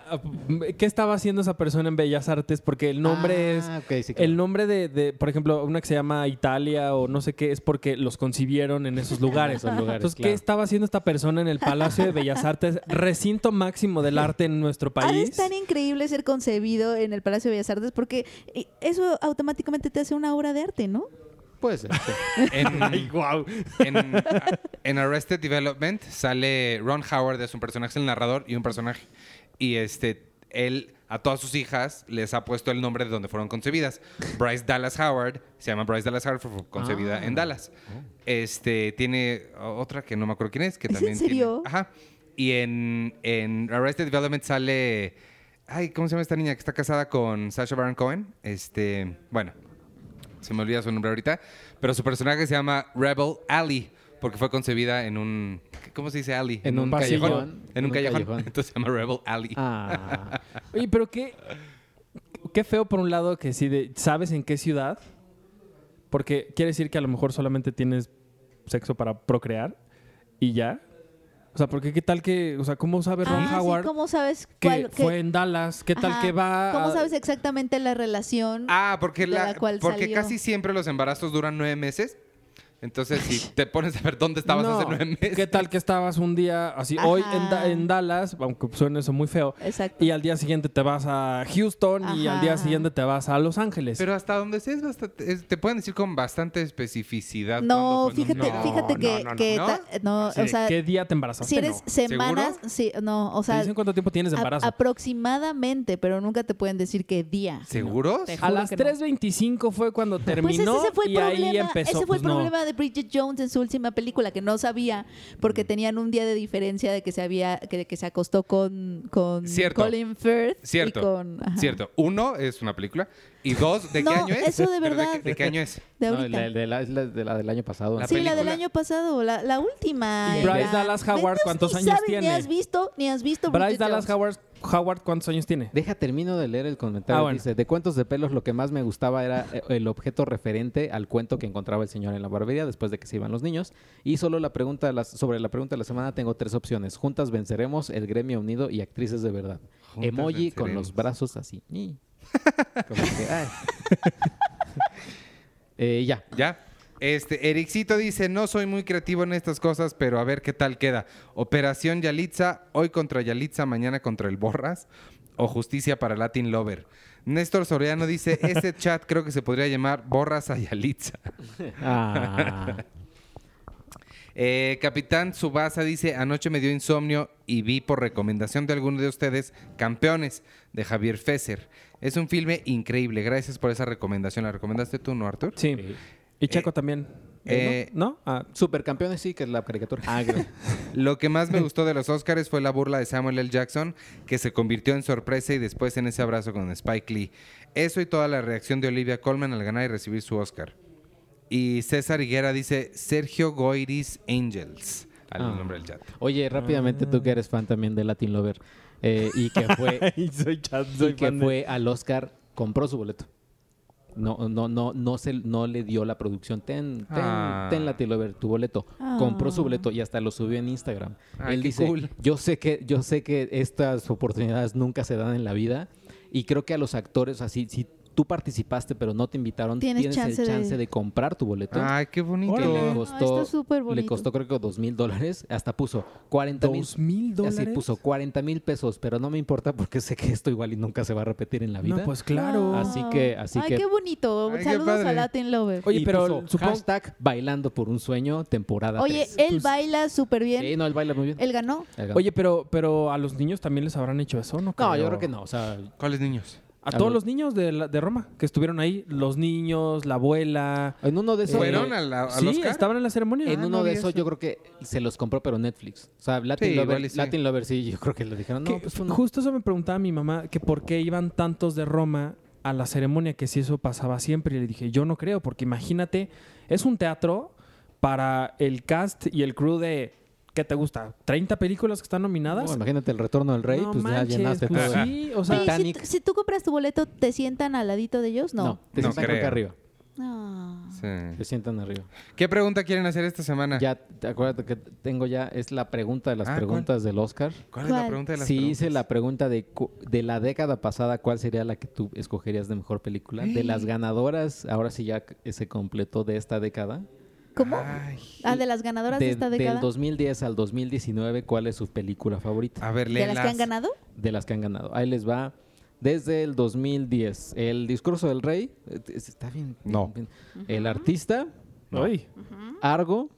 [SPEAKER 2] ¿Qué estaba haciendo esa persona en Bellas Artes? Porque el nombre es.
[SPEAKER 3] Ah, ok, sí, claro.
[SPEAKER 2] El nombre de, de, por ejemplo, una que se llama Italia o no sé qué, es porque los concibieron en esos lugares.
[SPEAKER 3] En esos lugares,
[SPEAKER 2] Entonces, ¿qué
[SPEAKER 3] claro.
[SPEAKER 2] estaba haciendo esta persona en el Palacio de Bellas Artes, recinto máximo
[SPEAKER 1] [LAUGHS]
[SPEAKER 2] del arte en nuestro
[SPEAKER 1] Ha de
[SPEAKER 2] país?
[SPEAKER 1] estar increíble ser concebido en el Palacio de Bellas Artes porque eh, eso automáticamente te hace una obra de arte, ¿no?
[SPEAKER 3] Puede ser, sí.
[SPEAKER 4] En,
[SPEAKER 2] [LAUGHS] Ay, guau.
[SPEAKER 4] en, en Arrested Development sale Ron Howard, es un personaje, el narrador y un personaje. Y este, él a todas sus hijas les ha puesto el nombre de donde fueron concebidas. Bryce Dallas Howard, se llama Bryce Dallas Howard, fue concebida
[SPEAKER 3] Ah.
[SPEAKER 4] en Dallas.
[SPEAKER 2] Oh.
[SPEAKER 4] Este, tiene otra que no me acuerdo quién es, que
[SPEAKER 1] ¿Es en
[SPEAKER 4] también tiene-
[SPEAKER 1] serio?
[SPEAKER 4] ajá. Y en, en Arrested Development sale... Ay, ¿cómo se llama esta niña que está casada con Sasha Baron Cohen? Este, bueno, se me olvida su nombre ahorita, pero su personaje se llama Rebel Alley, porque fue concebida en un, ¿cómo se dice Alley?
[SPEAKER 3] En un
[SPEAKER 2] pasillo.
[SPEAKER 4] callejón. En un callejón. [LAUGHS] Entonces se llama Rebel
[SPEAKER 3] [LAUGHS]
[SPEAKER 4] Alley.
[SPEAKER 3] Ah,
[SPEAKER 2] Oye, pero qué, qué feo por un lado que si de- sabes en qué ciudad, porque quiere decir que a lo mejor solamente tienes sexo para procrear y ya. O sea, porque qué tal que, o sea, ¿cómo sabe Ron
[SPEAKER 1] Ah, sí,
[SPEAKER 2] Howard
[SPEAKER 1] ¿Cómo sabes
[SPEAKER 2] que
[SPEAKER 1] cuál? qué-
[SPEAKER 2] fue en Dallas? ¿Qué tal
[SPEAKER 1] Ajá.
[SPEAKER 2] que va?
[SPEAKER 1] ¿Cómo
[SPEAKER 2] a-
[SPEAKER 1] sabes exactamente la relación?
[SPEAKER 4] Ah, porque,
[SPEAKER 1] de
[SPEAKER 4] la,
[SPEAKER 1] la cual
[SPEAKER 4] porque
[SPEAKER 1] salió.
[SPEAKER 4] casi siempre los embarazos duran nueve meses. Entonces, si te pones a ver dónde estabas
[SPEAKER 2] No,
[SPEAKER 4] hace nueve meses.
[SPEAKER 2] ¿Qué tal que estabas un día así,
[SPEAKER 1] Ajá.
[SPEAKER 2] hoy en, Da- en Dallas, aunque suene eso muy feo,
[SPEAKER 1] Exacto.
[SPEAKER 2] y al día siguiente te vas a Houston y al día
[SPEAKER 1] Ajá.
[SPEAKER 2] siguiente te vas a Los Ángeles?
[SPEAKER 4] Pero hasta donde sea, es bastante- es- te pueden decir con bastante especificidad.
[SPEAKER 1] No,
[SPEAKER 4] cuándo fue,
[SPEAKER 1] fíjate,
[SPEAKER 2] no,
[SPEAKER 1] fíjate
[SPEAKER 2] no,
[SPEAKER 1] que,
[SPEAKER 2] no, no,
[SPEAKER 1] que
[SPEAKER 4] ¿no?
[SPEAKER 1] ta- no,
[SPEAKER 2] Así
[SPEAKER 1] o
[SPEAKER 2] de,
[SPEAKER 1] sea,
[SPEAKER 2] ¿Qué día te embarazaste?
[SPEAKER 1] si eres
[SPEAKER 2] No.
[SPEAKER 1] semanas, sí, no, o
[SPEAKER 2] te
[SPEAKER 1] sea,
[SPEAKER 2] dicen cuánto tiempo tienes de
[SPEAKER 1] a-
[SPEAKER 2] embarazo.
[SPEAKER 1] aproximadamente, pero nunca te pueden decir qué día.
[SPEAKER 4] ¿Seguros?
[SPEAKER 1] Te
[SPEAKER 2] A
[SPEAKER 1] juro
[SPEAKER 2] las
[SPEAKER 1] que no.
[SPEAKER 2] 3.25 fue cuando
[SPEAKER 1] Pues
[SPEAKER 2] terminó
[SPEAKER 1] ese fue el
[SPEAKER 2] y
[SPEAKER 1] problema,
[SPEAKER 2] ahí empezó.
[SPEAKER 1] ese fue
[SPEAKER 2] pues
[SPEAKER 1] el
[SPEAKER 2] no.
[SPEAKER 1] problema de Bridget Jones en su última película, que no sabía
[SPEAKER 2] Mm.
[SPEAKER 1] porque tenían un día de diferencia de que se había que, que se acostó con, con
[SPEAKER 4] Cierto.
[SPEAKER 1] Colin Firth
[SPEAKER 4] Cierto.
[SPEAKER 1] y con ajá,
[SPEAKER 4] Cierto. Uno, es una película. Y dos, ¿de
[SPEAKER 1] No,
[SPEAKER 4] qué año es?
[SPEAKER 1] eso de
[SPEAKER 4] Pero
[SPEAKER 1] verdad.
[SPEAKER 4] qué- ¿De qué año es?
[SPEAKER 1] de
[SPEAKER 3] no,
[SPEAKER 1] ahorita.
[SPEAKER 3] la, de la- es la- de la del año pasado.
[SPEAKER 4] La
[SPEAKER 1] sí, la del
[SPEAKER 4] película.
[SPEAKER 1] año pasado, la, la última.
[SPEAKER 2] Y
[SPEAKER 1] era-
[SPEAKER 2] Bryce Dallas Howard,
[SPEAKER 1] Vete,
[SPEAKER 2] ¿cuántos
[SPEAKER 1] ni
[SPEAKER 2] años
[SPEAKER 1] sabes,
[SPEAKER 2] tiene?
[SPEAKER 1] Ni has visto, ni has visto
[SPEAKER 2] Bryce
[SPEAKER 1] Bridget
[SPEAKER 2] Dallas
[SPEAKER 1] Jones.
[SPEAKER 2] Howard Howard, ¿cuántos años tiene?
[SPEAKER 3] Deja, termino de leer el comentario.
[SPEAKER 2] Ah, bueno.
[SPEAKER 3] Dice, de cuentos de pelos lo que más me gustaba era eh, el objeto referente al cuento que encontraba el señor en la barbería después de que se iban los niños. Y solo la pregunta de las- sobre la pregunta de la semana tengo tres opciones. Juntas venceremos, el gremio unido y actrices de verdad.
[SPEAKER 4] Juntas
[SPEAKER 3] Emoji con los
[SPEAKER 4] venceremos.
[SPEAKER 3] brazos así. Ni. Como que, ay. [LAUGHS] Eh, ya.
[SPEAKER 4] ¿Ya? Este, Ericito dice, no soy muy creativo en estas cosas, pero a ver qué tal queda. Operación Yalitza, hoy contra Yalitza, mañana contra el Borras, o justicia para Latin Lover. Néstor Soriano dice, este chat creo que se podría llamar Borras a Yalitza.
[SPEAKER 3] Ah.
[SPEAKER 4] Eh, Capitán Subasa dice, anoche me dio insomnio y vi por recomendación de alguno de ustedes Campeones de Javier Fesser. Es un filme increíble, gracias por esa recomendación. ¿La recomendaste tú, no, Artur?
[SPEAKER 2] Sí. Y Checo también.
[SPEAKER 4] Eh,
[SPEAKER 2] ¿No? ¿No?
[SPEAKER 3] [LAUGHS]
[SPEAKER 2] Ah,
[SPEAKER 3] Supercampeones sí, que es la caricatura.
[SPEAKER 4] Lo
[SPEAKER 3] [LAUGHS]
[SPEAKER 4] que más me gustó de los Oscars fue la burla de Samuel L. Jackson, que se convirtió en sorpresa y después en ese abrazo con Spike Lee. Eso y toda la reacción de Olivia Colman al ganar y recibir su Oscar. Y César Higuera dice Sergio Goiris Angels, al
[SPEAKER 3] Ah.
[SPEAKER 4] nombre del chat.
[SPEAKER 3] Oye, rápidamente tú
[SPEAKER 4] Ah.
[SPEAKER 3] que eres fan también de Latin Lover eh, y que
[SPEAKER 4] [LAUGHS]
[SPEAKER 3] fue
[SPEAKER 2] y soy chat,
[SPEAKER 3] y que fue al Oscar, compró su boleto. No, no, no, no se no le dio la producción. Ten, ten,
[SPEAKER 4] Ah.
[SPEAKER 3] ten Latin Lover, tu boleto.
[SPEAKER 1] Ah.
[SPEAKER 3] Compró su boleto y hasta lo subió en Instagram.
[SPEAKER 4] Ay,
[SPEAKER 3] Él
[SPEAKER 4] Ah, qué
[SPEAKER 3] dice,
[SPEAKER 4] cool.
[SPEAKER 3] yo sé que, yo sé que estas oportunidades nunca se dan en la vida. Y creo que a los actores, así, si tú participaste, pero no te invitaron,
[SPEAKER 1] Tienes
[SPEAKER 3] tienes,
[SPEAKER 1] chance
[SPEAKER 3] el
[SPEAKER 1] de-
[SPEAKER 3] chance de... comprar tu boleto.
[SPEAKER 4] Ay, qué bonito.
[SPEAKER 3] que le
[SPEAKER 2] Órale.
[SPEAKER 1] Ah,
[SPEAKER 3] costó,
[SPEAKER 1] está súper
[SPEAKER 3] le
[SPEAKER 1] bonito.
[SPEAKER 3] costó creo que dos mil dólares. Hasta puso 40 mil
[SPEAKER 2] ¿Dos mil dólares?
[SPEAKER 3] Así puso 40 mil pesos, pero no me importa porque sé que esto igual y nunca se va a repetir en la vida.
[SPEAKER 2] No, pues claro.
[SPEAKER 1] Ah.
[SPEAKER 3] Así que- así
[SPEAKER 1] Ay,
[SPEAKER 3] que-
[SPEAKER 1] qué bonito.
[SPEAKER 4] Ay, qué
[SPEAKER 1] Saludos
[SPEAKER 4] padre.
[SPEAKER 1] a Latin Lover.
[SPEAKER 2] Oye,
[SPEAKER 3] Y
[SPEAKER 2] pero
[SPEAKER 3] puso
[SPEAKER 2] supongo-
[SPEAKER 3] hashtag bailando por un sueño, temporada.
[SPEAKER 1] Oye,
[SPEAKER 3] tres.
[SPEAKER 1] él
[SPEAKER 2] pues-
[SPEAKER 1] baila súper bien.
[SPEAKER 3] Sí, no, él baila muy bien.
[SPEAKER 1] Él ganó.
[SPEAKER 3] Él gana.
[SPEAKER 2] ah. Oye, pero, pero a los niños también les habrán hecho eso, ¿no?
[SPEAKER 3] no, yo creo que no. O sea,
[SPEAKER 4] ¿Cuáles niños?
[SPEAKER 2] A
[SPEAKER 3] A
[SPEAKER 2] todos
[SPEAKER 3] ver.
[SPEAKER 2] los niños de, la- de Roma que estuvieron ahí, los niños, la abuela.
[SPEAKER 3] en uno de esos.
[SPEAKER 4] ¿Fueron
[SPEAKER 3] eh,
[SPEAKER 4] a la- al
[SPEAKER 2] sí,
[SPEAKER 4] Oscar?
[SPEAKER 2] estaban en la ceremonia.
[SPEAKER 3] En
[SPEAKER 4] Ah,
[SPEAKER 3] uno
[SPEAKER 4] no
[SPEAKER 3] de
[SPEAKER 4] vi
[SPEAKER 3] esos
[SPEAKER 4] eso.
[SPEAKER 3] yo creo que se los compró, pero Netflix. O sea, Latin,
[SPEAKER 4] Sí, igual y
[SPEAKER 3] Lover,
[SPEAKER 4] sí.
[SPEAKER 3] Latin Lover sí, yo creo que le dijeron, no,
[SPEAKER 2] Que
[SPEAKER 3] pues uno.
[SPEAKER 2] Justo eso me preguntaba mi mamá, que por qué iban tantos de Roma a la ceremonia, que si eso pasaba siempre. Y le dije, yo no creo, porque imagínate, es un teatro para el cast y el crew de, ¿qué te gusta? ¿30 películas que están nominadas?
[SPEAKER 3] No, imagínate el retorno del rey,
[SPEAKER 2] No
[SPEAKER 3] pues
[SPEAKER 2] manches,
[SPEAKER 3] ya llenaste
[SPEAKER 2] pues
[SPEAKER 3] todo.
[SPEAKER 2] sí, o sea,
[SPEAKER 1] Oye, si,
[SPEAKER 3] Titanic.
[SPEAKER 1] t- si tú compras tu boleto, ¿te sientan al ladito de ellos? No.
[SPEAKER 3] te
[SPEAKER 4] No
[SPEAKER 3] sientan creo que
[SPEAKER 4] creo.
[SPEAKER 3] arriba.
[SPEAKER 1] Ah.
[SPEAKER 3] Te sientan arriba.
[SPEAKER 4] ¿Qué pregunta quieren hacer esta semana?
[SPEAKER 3] Ya, te- acuérdate que tengo ya, es la pregunta de las
[SPEAKER 4] Ah, ¿cuál?
[SPEAKER 3] preguntas del Oscar.
[SPEAKER 4] ¿Cuál es la
[SPEAKER 1] ¿Cuál?
[SPEAKER 4] pregunta de las
[SPEAKER 3] Si
[SPEAKER 4] preguntas?
[SPEAKER 3] hice la pregunta de, cu- de la década pasada, ¿cuál sería la que tú escogerías de mejor película? De las ganadoras, ahora sí ya c- se completó de esta década.
[SPEAKER 1] ¿Cómo?
[SPEAKER 4] Ay.
[SPEAKER 1] Ah, de las ganadoras de,
[SPEAKER 3] De-
[SPEAKER 1] esta
[SPEAKER 3] del
[SPEAKER 1] década.
[SPEAKER 3] 2010 al 2019, ¿cuál es su película favorita?
[SPEAKER 4] A ver,
[SPEAKER 1] ¿De las que han
[SPEAKER 4] léelas.
[SPEAKER 1] ganado?
[SPEAKER 3] De las que han ganado. Ahí les va. Desde el 2010, El discurso del rey, eh, t- está bien.
[SPEAKER 4] No.
[SPEAKER 3] bien- El artista,
[SPEAKER 2] Ay,
[SPEAKER 3] Argo,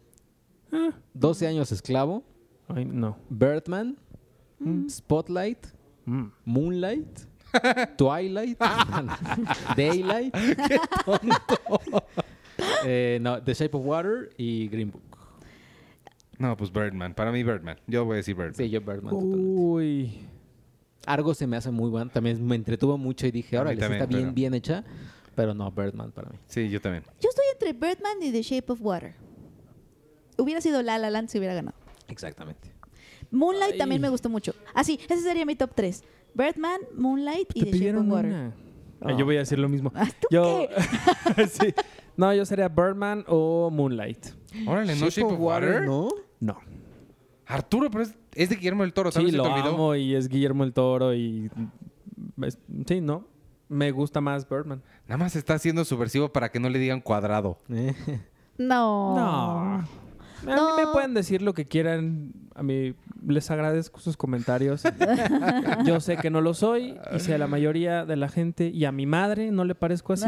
[SPEAKER 2] Ah.
[SPEAKER 3] 12 años esclavo,
[SPEAKER 2] ay, no.
[SPEAKER 3] Birdman, Spotlight,
[SPEAKER 2] Mm.
[SPEAKER 4] [LAUGHS]
[SPEAKER 3] Moonlight, Twilight, [LAUGHS] Daylight, [LAUGHS] Eh, no, The Shape of Water y Green Book.
[SPEAKER 4] No, pues Birdman. Para mí Birdman. Yo voy a decir Birdman.
[SPEAKER 3] Sí, yo Birdman.
[SPEAKER 4] Uh.
[SPEAKER 3] totalmente.
[SPEAKER 2] Uy.
[SPEAKER 3] Argo se me hace muy bueno, también me entretuvo mucho y dije,
[SPEAKER 4] A mí
[SPEAKER 3] ahora está
[SPEAKER 4] también,
[SPEAKER 3] bien,
[SPEAKER 4] pero-
[SPEAKER 3] bien hecha, pero no, Birdman para mí.
[SPEAKER 4] Sí, yo también.
[SPEAKER 1] Yo estoy entre Birdman y The Shape of Water. Hubiera sido La La Land si hubiera ganado.
[SPEAKER 3] Exactamente.
[SPEAKER 1] Moonlight
[SPEAKER 2] Ay.
[SPEAKER 1] también me gustó mucho. Así, ese sería mi top 3. Birdman, Moonlight y The
[SPEAKER 2] Te
[SPEAKER 1] Shape of
[SPEAKER 2] pidieron
[SPEAKER 1] Water.
[SPEAKER 2] una. Ah, yo voy a decir lo mismo.
[SPEAKER 1] Ah, ¿tú
[SPEAKER 2] Yo, [LAUGHS] sí. No, yo sería Birdman o Moonlight.
[SPEAKER 4] Órale, ¿no Shape of Water?
[SPEAKER 3] ¿no?
[SPEAKER 2] No.
[SPEAKER 4] Arturo, pero es, es de Guillermo del Toro. ¿Sabes
[SPEAKER 2] Sí,
[SPEAKER 4] si
[SPEAKER 2] lo
[SPEAKER 4] te olvidó?
[SPEAKER 2] amo y es Guillermo el Toro y... es- sí, ¿no? Me gusta más Birdman.
[SPEAKER 4] Nada más está haciendo subversivo para que no le digan cuadrado.
[SPEAKER 3] Eh,
[SPEAKER 1] No.
[SPEAKER 2] No. A
[SPEAKER 1] Oh. No.
[SPEAKER 2] mí me pueden decir lo que quieran. A mí les agradezco sus comentarios. Yo sé que no lo soy y si a la mayoría de la gente y a mi madre no le parezco así,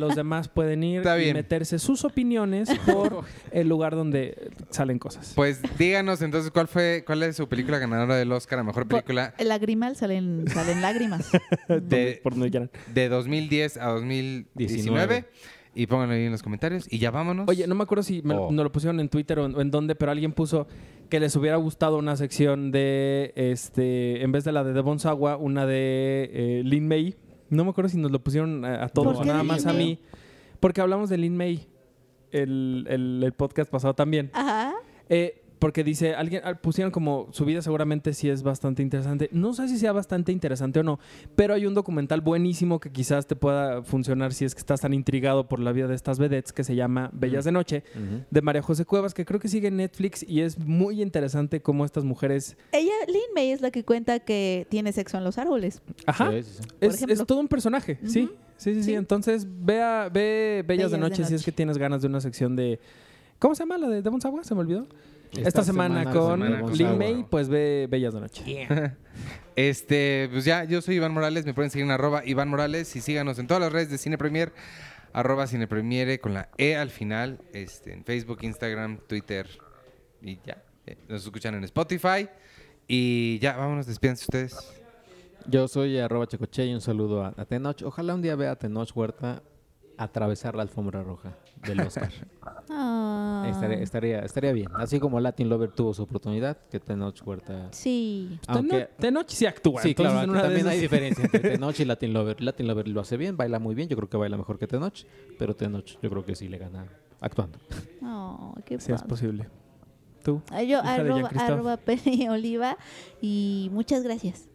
[SPEAKER 2] los demás pueden ir
[SPEAKER 4] Está
[SPEAKER 2] y
[SPEAKER 4] bien.
[SPEAKER 2] meterse sus opiniones
[SPEAKER 4] [LAUGHS]
[SPEAKER 2] por el lugar donde salen cosas.
[SPEAKER 4] Pues díganos entonces cuál fue, cuál es su película ganadora del Oscar a mejor
[SPEAKER 1] Por-
[SPEAKER 4] película
[SPEAKER 1] Pues, El lagrimal salen, salen lágrimas.
[SPEAKER 4] de,
[SPEAKER 2] Por donde quieran.
[SPEAKER 4] de 2010 a 2019. Y pónganlo ahí en los comentarios. Y ya vámonos.
[SPEAKER 2] Oye, no me acuerdo si me,
[SPEAKER 4] Oh.
[SPEAKER 2] nos lo pusieron en Twitter o en, o en dónde, pero alguien puso que les hubiera gustado una sección de, este, en vez de la de Devon Sawa, una de eh, Lin May. No me acuerdo si nos lo pusieron a, a todos,
[SPEAKER 1] ¿Por qué
[SPEAKER 2] nada
[SPEAKER 1] Lin
[SPEAKER 2] más a
[SPEAKER 1] May?
[SPEAKER 2] mí. Porque hablamos de Lin May el, el- el podcast pasado también.
[SPEAKER 1] Ajá.
[SPEAKER 2] Eh, porque dice, alguien ah, pusieron como su vida seguramente sí es bastante interesante. No sé si sea bastante interesante o no, pero hay un documental buenísimo que quizás te pueda funcionar si es que estás tan intrigado por la vida de estas vedettes que se llama Bellas de Noche,
[SPEAKER 3] Eh, Ujú.
[SPEAKER 2] de María José Cuevas, que creo que sigue en Netflix y es muy interesante cómo estas mujeres...
[SPEAKER 1] Ella, Lin May, es la que cuenta que tiene sexo en los árboles.
[SPEAKER 4] ¿Ah?
[SPEAKER 2] Ajá,
[SPEAKER 3] Sí, sí, sí.
[SPEAKER 1] Por
[SPEAKER 2] es,
[SPEAKER 1] ejemplo.
[SPEAKER 2] es todo un personaje, sí.
[SPEAKER 1] Ujú.
[SPEAKER 2] Sí, sí, sí.
[SPEAKER 1] Sí.
[SPEAKER 2] Entonces, vea, ve
[SPEAKER 1] Bellas
[SPEAKER 2] Bellas, de
[SPEAKER 1] de
[SPEAKER 2] noche, si es
[SPEAKER 1] Noche.
[SPEAKER 2] que tienes ganas de una sección de. ¿Cómo se llama la de Devon's Agua? Se me olvidó. Esta, semana,
[SPEAKER 4] semana
[SPEAKER 2] con
[SPEAKER 4] con
[SPEAKER 2] Lin
[SPEAKER 4] Agua.
[SPEAKER 2] May, pues ve Bellas de Noche.
[SPEAKER 4] Este, pues ya, yo soy Iván Morales, me pueden seguir en arroba Iván Morales y síganos en todas las redes de Cine Premier, arroba Cine Premiere con la E al final, este, en Facebook, Instagram, Twitter y ya. Eh, Nos escuchan en Spotify y ya, vámonos, despídense ustedes.
[SPEAKER 3] Yo soy arroba Checoche y un saludo a, a Tenoch. Ojalá un día vea a Tenoch Huerta atravesar la alfombra roja del
[SPEAKER 4] [LAUGHS]
[SPEAKER 3] Oscar.
[SPEAKER 1] Ah,
[SPEAKER 3] estaría, estaría, estaría bien. Así como Latin Lover tuvo su oportunidad, que Tenoch Huerta...
[SPEAKER 2] Pues
[SPEAKER 1] Sí.
[SPEAKER 3] Aunque,
[SPEAKER 2] De noche sí actúa.
[SPEAKER 3] sí, claro,
[SPEAKER 2] entonces
[SPEAKER 3] aquí
[SPEAKER 2] en una de
[SPEAKER 3] también hay
[SPEAKER 2] esas- [LAUGHS]
[SPEAKER 3] diferencia entre Tenoch y Latin Lover. Latin Lover lo hace bien, baila muy bien, yo creo que baila mejor que Tenoch, pero Tenoch yo creo que sí le gana actuando.
[SPEAKER 1] Oh, qué
[SPEAKER 2] Sí, es
[SPEAKER 1] padre.
[SPEAKER 2] posible. Tú.
[SPEAKER 1] Ah, Yo
[SPEAKER 2] hija de
[SPEAKER 1] arroba,
[SPEAKER 2] Jean-Christophe.
[SPEAKER 1] arroba Penny Oliva y muchas gracias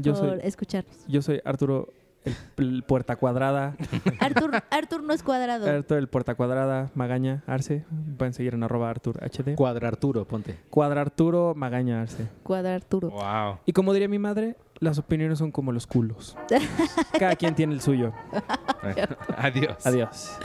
[SPEAKER 2] Yo
[SPEAKER 1] por
[SPEAKER 2] soy,
[SPEAKER 1] escucharnos.
[SPEAKER 2] yo soy Arturo el, el Puerta Cuadrada.
[SPEAKER 1] Artur, Artur no es cuadrado.
[SPEAKER 2] Arturo el Puerta Cuadrada, Magaña, Arce. Pueden seguir en arroba Artur HD.
[SPEAKER 3] Cuadra Arturo, ponte.
[SPEAKER 2] Cuadra Arturo, Magaña, Arce.
[SPEAKER 1] Cuadra Arturo.
[SPEAKER 4] Wow.
[SPEAKER 2] [LAUGHS] Y como diría mi madre, las opiniones son como los culos. Cada quien tiene el suyo.
[SPEAKER 4] Adiós.
[SPEAKER 2] Adiós.